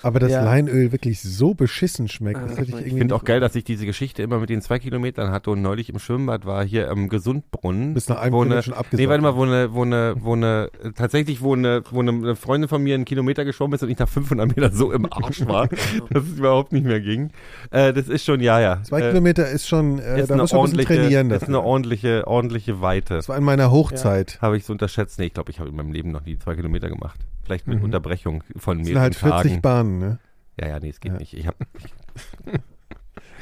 Aber das Ja. Leinöl wirklich so beschissen schmeckt, Ja, das das hätte ich schmeckt. Ich irgendwie. finde nicht- auch geil, dass ich diese Geschichte immer mit den zwei Kilometern hatte und neulich im Schwimmbad war, hier am Gesundbrunnen. Bis nach einem wo Kilometer eine, schon abgesagt. Nee, warte mal, wo eine, wo eine, wo eine, äh, tatsächlich, wo eine, wo eine- eine Freundin von mir einen Kilometer geschwommen ist und ich nach 500 Metern so im Arsch war, dass es überhaupt nicht mehr ging. Äh, das ist schon, ja, ja. Zwei äh, Kilometer ist schon, äh, ist da eine muss man ein bisschen ordentliche, trainieren. ist eine dafür. ordentliche, ordentliche Weite. Das war in meiner Hochzeit. Habe ich es unterschätzt? Nee, ich glaube, ich habe in meinem Leben noch nie zwei Kilometer gemacht. Vielleicht mit Mhm. Unterbrechung von Das mehreren sind halt 40 Tagen. Bahnen, ne? Ja, ja, nee, es geht Ja. nicht. Ich habe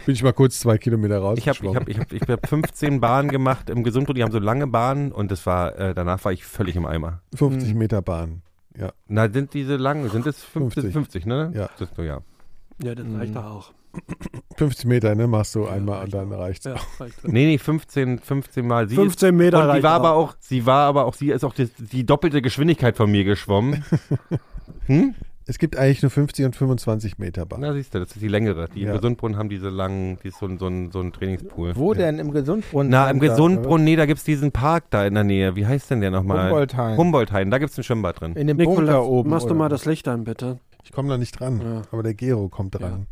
Bin ich mal kurz zwei Kilometer raus. ich hab, ich hab, ich hab, ich hab 15 Bahnen gemacht im Gesundbrunnen. Die haben so lange Bahnen und das war, äh, danach war ich völlig im Eimer. 50 Hm. Meter Bahn. Na, sind diese lang, sind es 50, 50. 50 ne? Ja. Das, ist nur, ja. Ja, das Mhm. reicht doch auch. 50 Meter, ne? Machst du einmal und dann reicht's. Ja, reicht doch. Nee, nee, 15, 15 Mal. Sie ist, 15 Meter und die reicht war aber auch, sie war aber auch, sie ist auch die, die doppelte Geschwindigkeit von mir geschwommen. Hm? Es gibt eigentlich nur 50 und 25 Meter Bahn. Ne. Na, siehst du, das ist die längere. Die Ja. im Gesundbrunnen haben diese langen, die ist so ein, so ein, so ein Trainingspool. Wo denn im Gesundbrunnen? Na, im Center, Gesundbrunnen, nee, da gibt es diesen Park da in der Nähe. Wie heißt denn der oder? nochmal? Humboldthain. Humboldhain, da gibt es ein Schwimmbad drin. in dem Nikolas, Bunker oben. machst du oder? mal das Licht an, bitte. Ich komme da nicht dran, Ja. aber der Gero kommt dran.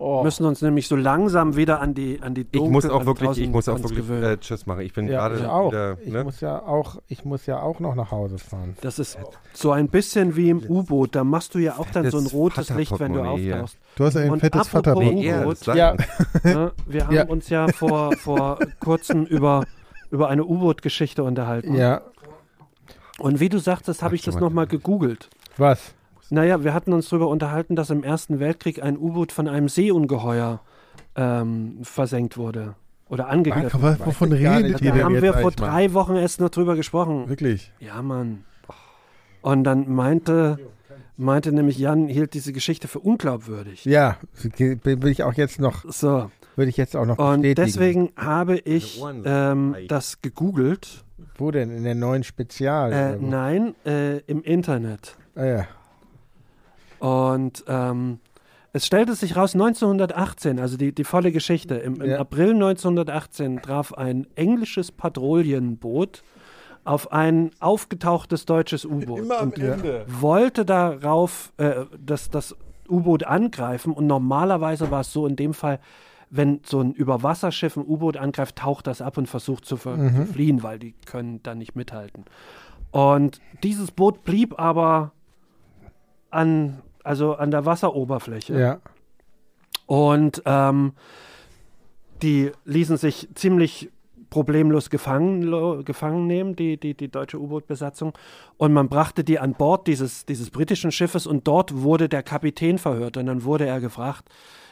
Oh. Wir müssen uns nämlich so langsam wieder an die an die Ich Dunkel- muss an auch wirklich, ich draußen muss auch ans wirklich gewöhnen. äh, Tschüss machen. Ich bin Ja, gerade ich auch. wieder. ich, Ne? muss ja auch, ich muss ja auch noch nach Hause fahren. Das ist so ein bisschen wie im U-Boot. Da machst du ja auch dann so ein Fettes rotes Licht, wenn du Vater-Pokémon hier. auftauchst. Du hast ein Und fettes apropos Vaterboot. Gero, Ja, Gut. das sagt Ja. man. Ne? Wir haben Ja. uns ja vor, vor kurzem über, über eine U-Boot-Geschichte unterhalten. Ja, Und wie du sagtest, habe ich das nochmal gegoogelt. was? Naja, wir hatten uns darüber unterhalten, dass im Ersten Weltkrieg ein U-Boot von einem Seeungeheuer ähm, versenkt wurde oder angegriffen. Was, wovon ich gar redet nicht. ihr Da denn haben jetzt wir vor eigentlich mal? drei Wochen erst noch drüber gesprochen. Wirklich. Ja, Mann. Und dann meinte, meinte nämlich Jan, hielt diese Geschichte für unglaubwürdig. Ja, würde ich auch jetzt noch, So, würde ich jetzt auch noch und bestätigen. deswegen habe ich ähm, das gegoogelt. Wo denn? In der neuen Spezial? Äh, oder wo? nein, äh, im Internet. Ah, ja. Und ähm, es stellte sich raus, 1918, also die, die volle Geschichte, im, im Ja. April 1918 traf ein englisches Patrouillenboot auf ein aufgetauchtes deutsches U-Boot. und Wollte darauf äh, das, das U-Boot angreifen und normalerweise war es so in dem Fall, wenn so ein Überwasserschiff ein U-Boot angreift, taucht das ab und versucht zu, ver zu fliehen, weil die können dann nicht mithalten. Und dieses Boot blieb aber an, also an der Wasseroberfläche. ja. Und ähm, die ließen sich ziemlich problemlos gefangen, lo- gefangen nehmen, die, die, die deutsche U-Boot-Besatzung. Und man brachte die an Bord dieses, dieses britischen Schiffes und dort wurde der Kapitän verhört. Und dann wurde er gefragt,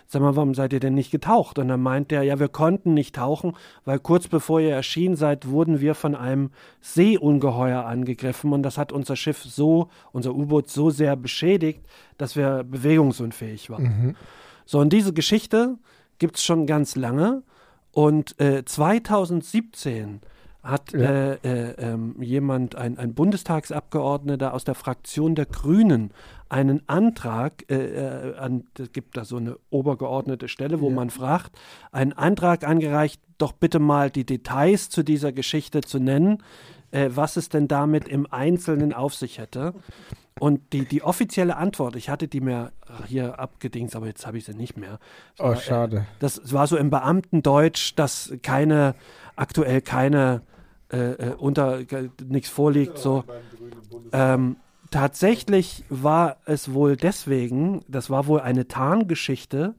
sag mal, warum seid ihr denn nicht getaucht? Und dann meint er, ja, wir konnten nicht tauchen, weil kurz bevor ihr erschienen seid, wurden wir von einem Seeungeheuer angegriffen und das hat unser Schiff so, unser U-Boot so sehr beschädigt, dass wir bewegungsunfähig waren. So, und diese Geschichte gibt es schon ganz lange. Und äh, 2017 hat äh, äh, ähm, jemand, ein, ein Bundestagsabgeordneter aus der Fraktion der Grünen, einen Antrag äh, äh, an, es gibt da so eine obergeordnete Stelle, wo man fragt, einen Antrag angereicht, doch bitte mal die Details zu dieser Geschichte zu nennen, äh, was es denn damit im Einzelnen auf sich hätte. Und die, die offizielle Antwort, ich hatte die mir hier abgedings, aber jetzt habe ich sie nicht mehr. Oh, schade. Das war so im Beamtendeutsch, dass keine, aktuell keine, äh, äh, unter, nichts vorliegt. So. Ähm, tatsächlich war es wohl deswegen, das war wohl eine Tarngeschichte,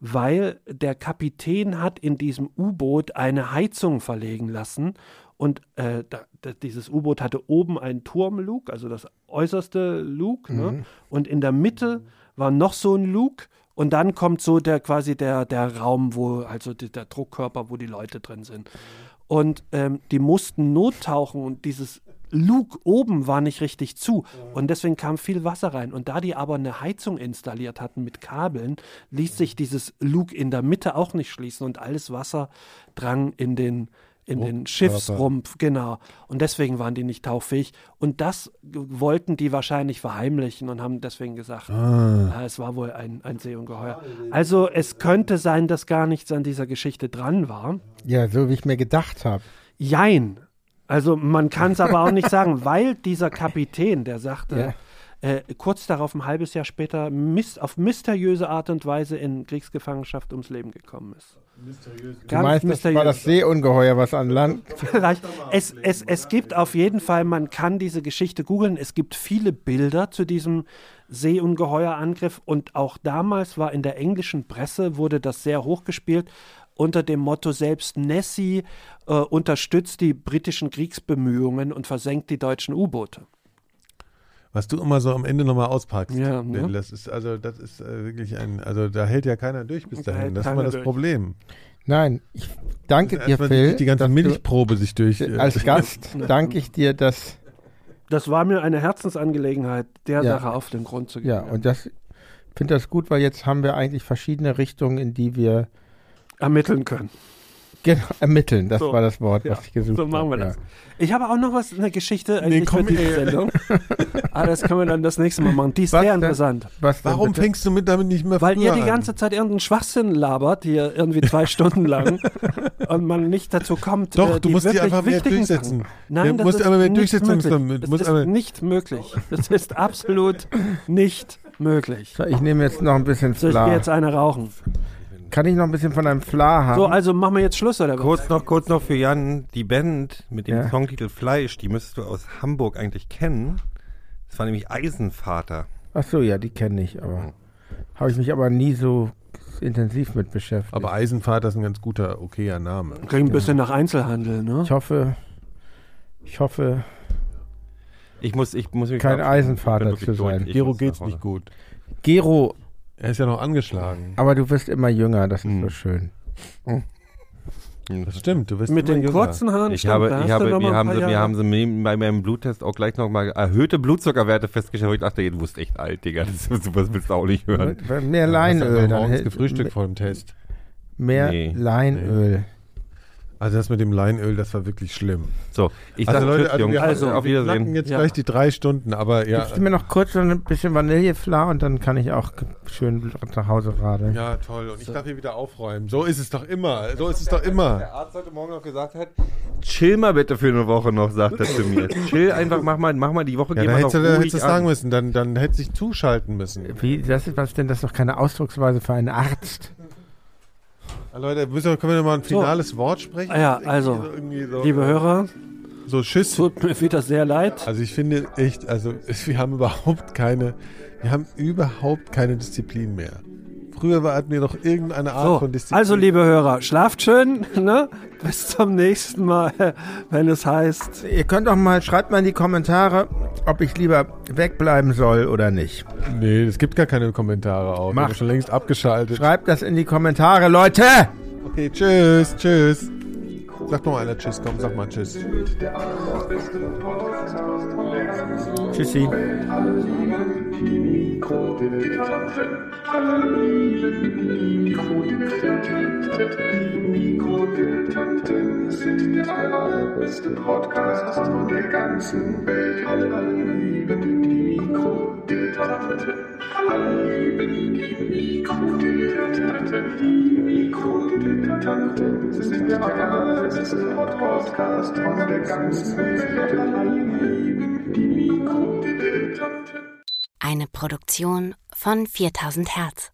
weil der Kapitän hat in diesem U-Boot eine Heizung verlegen lassen und äh, da, da, dieses U-Boot hatte oben einen Turmlug, also das äußerste Lug, ne? und in der Mitte war noch so ein Lug und dann kommt so der quasi der, der Raum, wo also die, der Druckkörper, wo die Leute drin sind. Und ähm, die mussten nottauchen und dieses Luke oben war nicht richtig zu und deswegen kam viel Wasser rein. Und da die aber eine Heizung installiert hatten mit Kabeln, ließ sich dieses Luke in der Mitte auch nicht schließen und alles Wasser drang in den, in Rumpf- den Schiffsrumpf, genau. Und deswegen waren die nicht tauffähig. Und das g- wollten die wahrscheinlich verheimlichen und haben deswegen gesagt, Ah. "Ah, es war wohl ein, ein Seeungeheuer. Also es könnte sein, dass gar nichts an dieser Geschichte dran war. Ja, so wie ich mir gedacht habe. Jein. Also man kann es aber auch nicht sagen, weil dieser Kapitän, der sagte, äh, kurz darauf, ein halbes Jahr später, mis auf mysteriöse Art und Weise in Kriegsgefangenschaft ums Leben gekommen ist. Du meinst, das war das Seeungeheuer, was an Land. Vielleicht. Es, es, es gibt auf jeden Fall, man kann diese Geschichte googeln. Es gibt viele Bilder zu diesem Seeungeheuerangriff und auch damals war in der englischen Presse wurde das sehr hochgespielt unter dem Motto selbst Nessie äh, unterstützt die britischen Kriegsbemühungen und versenkt die deutschen U-Boote. Was du immer so am Ende nochmal auspackst. Ja, Denn ne? Das ist, also, das ist äh, wirklich ein, also da hält ja keiner durch bis Da dahin. hält Das ist keiner mal das durch. Problem. Nein, ich danke Also dir, erstmal Phil. die- die ganze dass du- Milchprobe sich durch- Äh, äh, Als Gast danke ich dir, dass. Das war mir eine Herzensangelegenheit, der Ja. Sache auf den Grund zu gehen. Ja, und das finde das gut, weil jetzt haben wir eigentlich verschiedene Richtungen, in die wir ermitteln können. Genau, ermitteln, das So. war das Wort, Ja, was ich gesucht So habe. machen wir ja. das. Ich habe auch noch was, eine Geschichte also Nee, eigentlich komm, für diese ey. Sendung. Aber das können wir dann das nächste Mal machen. Die ist Was sehr denn? interessant. Was denn Warum bitte? fängst du mit damit nicht mehr Weil ihr früher die an? ganze Zeit irgendeinen Schwachsinn labert, hier irgendwie zwei Stunden lang, und man nicht dazu kommt. äh, Doch, du musst die wirklich einfach mehr wichtigen durchsetzen. Sachen. Nein, Du das musst ist aber mehr nicht Durchsetzungs- möglich. du Das musst ist aber- nicht möglich. Das ist absolut nicht möglich. So, ich nehme jetzt noch ein bisschen So, ich gehe Fla. jetzt eine rauchen. Kann ich noch ein bisschen von einem Fla haben? So, also machen wir jetzt Schluss, oder was? Kurz noch, kurz noch für Jan, die Band mit dem Ja. Songtitel Fleisch, die müsstest du aus Hamburg eigentlich kennen. Das war nämlich Eisenvater. Ach so, ja, die kenne ich, aber habe ich mich aber nie so intensiv mit beschäftigt. Aber Eisenfahrt ist ein ganz guter, okayer Name. Klingt ein bisschen nach Einzelhandel, ne? ich hoffe, ich hoffe, Ich muss, ich muss mich verabschieden. Kein Ich bin Eisenvater wirklich zu sein. durch. Ich Gero muss nach geht's Hause. nicht gut. Gero, Er ist ja noch angeschlagen. aber du wirst immer jünger, das ist so schön. Das stimmt, du wirst Mit immer den jünger. kurzen Haaren. Ich stimmt, habe, da hast ich du habe, noch mal wir ein haben, paar sie, wir Jahre. haben sie neben- bei meinem Bluttest auch gleich nochmal erhöhte Blutzuckerwerte festgestellt, wo ich dachte, du wirst echt alt, Digga. Das, das willst du auch nicht hören. Mehr Hast du Leinöl, einfach dann morgens hält- gefrühstückt vor dem Test. mehr Nee. Leinöl. Also das mit dem Leinöl, das war wirklich schlimm. So, ich also sag Leute, Tschüss, also, Jungs. wir, Also, auf wir knacken Wiedersehen. jetzt Ja. gleich die drei Stunden, aber ja. Gibst du mir noch kurz so ein bisschen Vanillefla und dann kann ich auch ge- schön nach Hause radeln. Ja, toll. Und ich darf hier wieder aufräumen. So ist es doch immer. So ist es doch immer. Der Arzt heute Morgen noch gesagt hat, chill mal bitte für eine Woche noch, sagt er zu mir. Chill einfach, mach mal, mach mal die Woche, Ja, geh da mal noch hättest du da ruhig hättest du es an. sagen müssen. Dann, dann hättest du dich zuschalten müssen. Wie, das ist, was ist denn das ist doch keine Ausdrucksweise für einen Arzt? Ah, Leute, müssen wir, können wir noch mal ein finales Wort sprechen? Ah ja, Irgendwie also, so- irgendwie so, Liebe Hörer, So, Schiss. tut mir wieder sehr leid. Also ich finde echt, also wir haben überhaupt keine, wir haben überhaupt keine Disziplin mehr. Früher war- hatten wir noch irgendeine Art So, von Disziplin. also, liebe Hörer, schlaft schön, ne? Bis zum nächsten Mal, wenn es heißt. Ihr könnt doch mal, schreibt mal in die Kommentare, ob ich lieber wegbleiben soll oder nicht. Nee, es gibt gar keine Kommentare auch. Wir Mach. haben schon längst abgeschaltet. Schreibt das in die Kommentare, Leute! Okay, tschüss, tschüss. Sag doch mal einer Tschüss, komm, sag mal Tschüss. Tschüssi. Mikrodilettanten sind der allerbeste Podcast von der ganzen Welt. Alle lieben die Mikrodilettanten. Alle lieben die Mikrodilettanten. Die Mikrodilettanten sind der allerbeste Podcast von der ganzen Welt. Alle lieben die Mikrodilettanten. Eine Produktion von 4000 Hertz.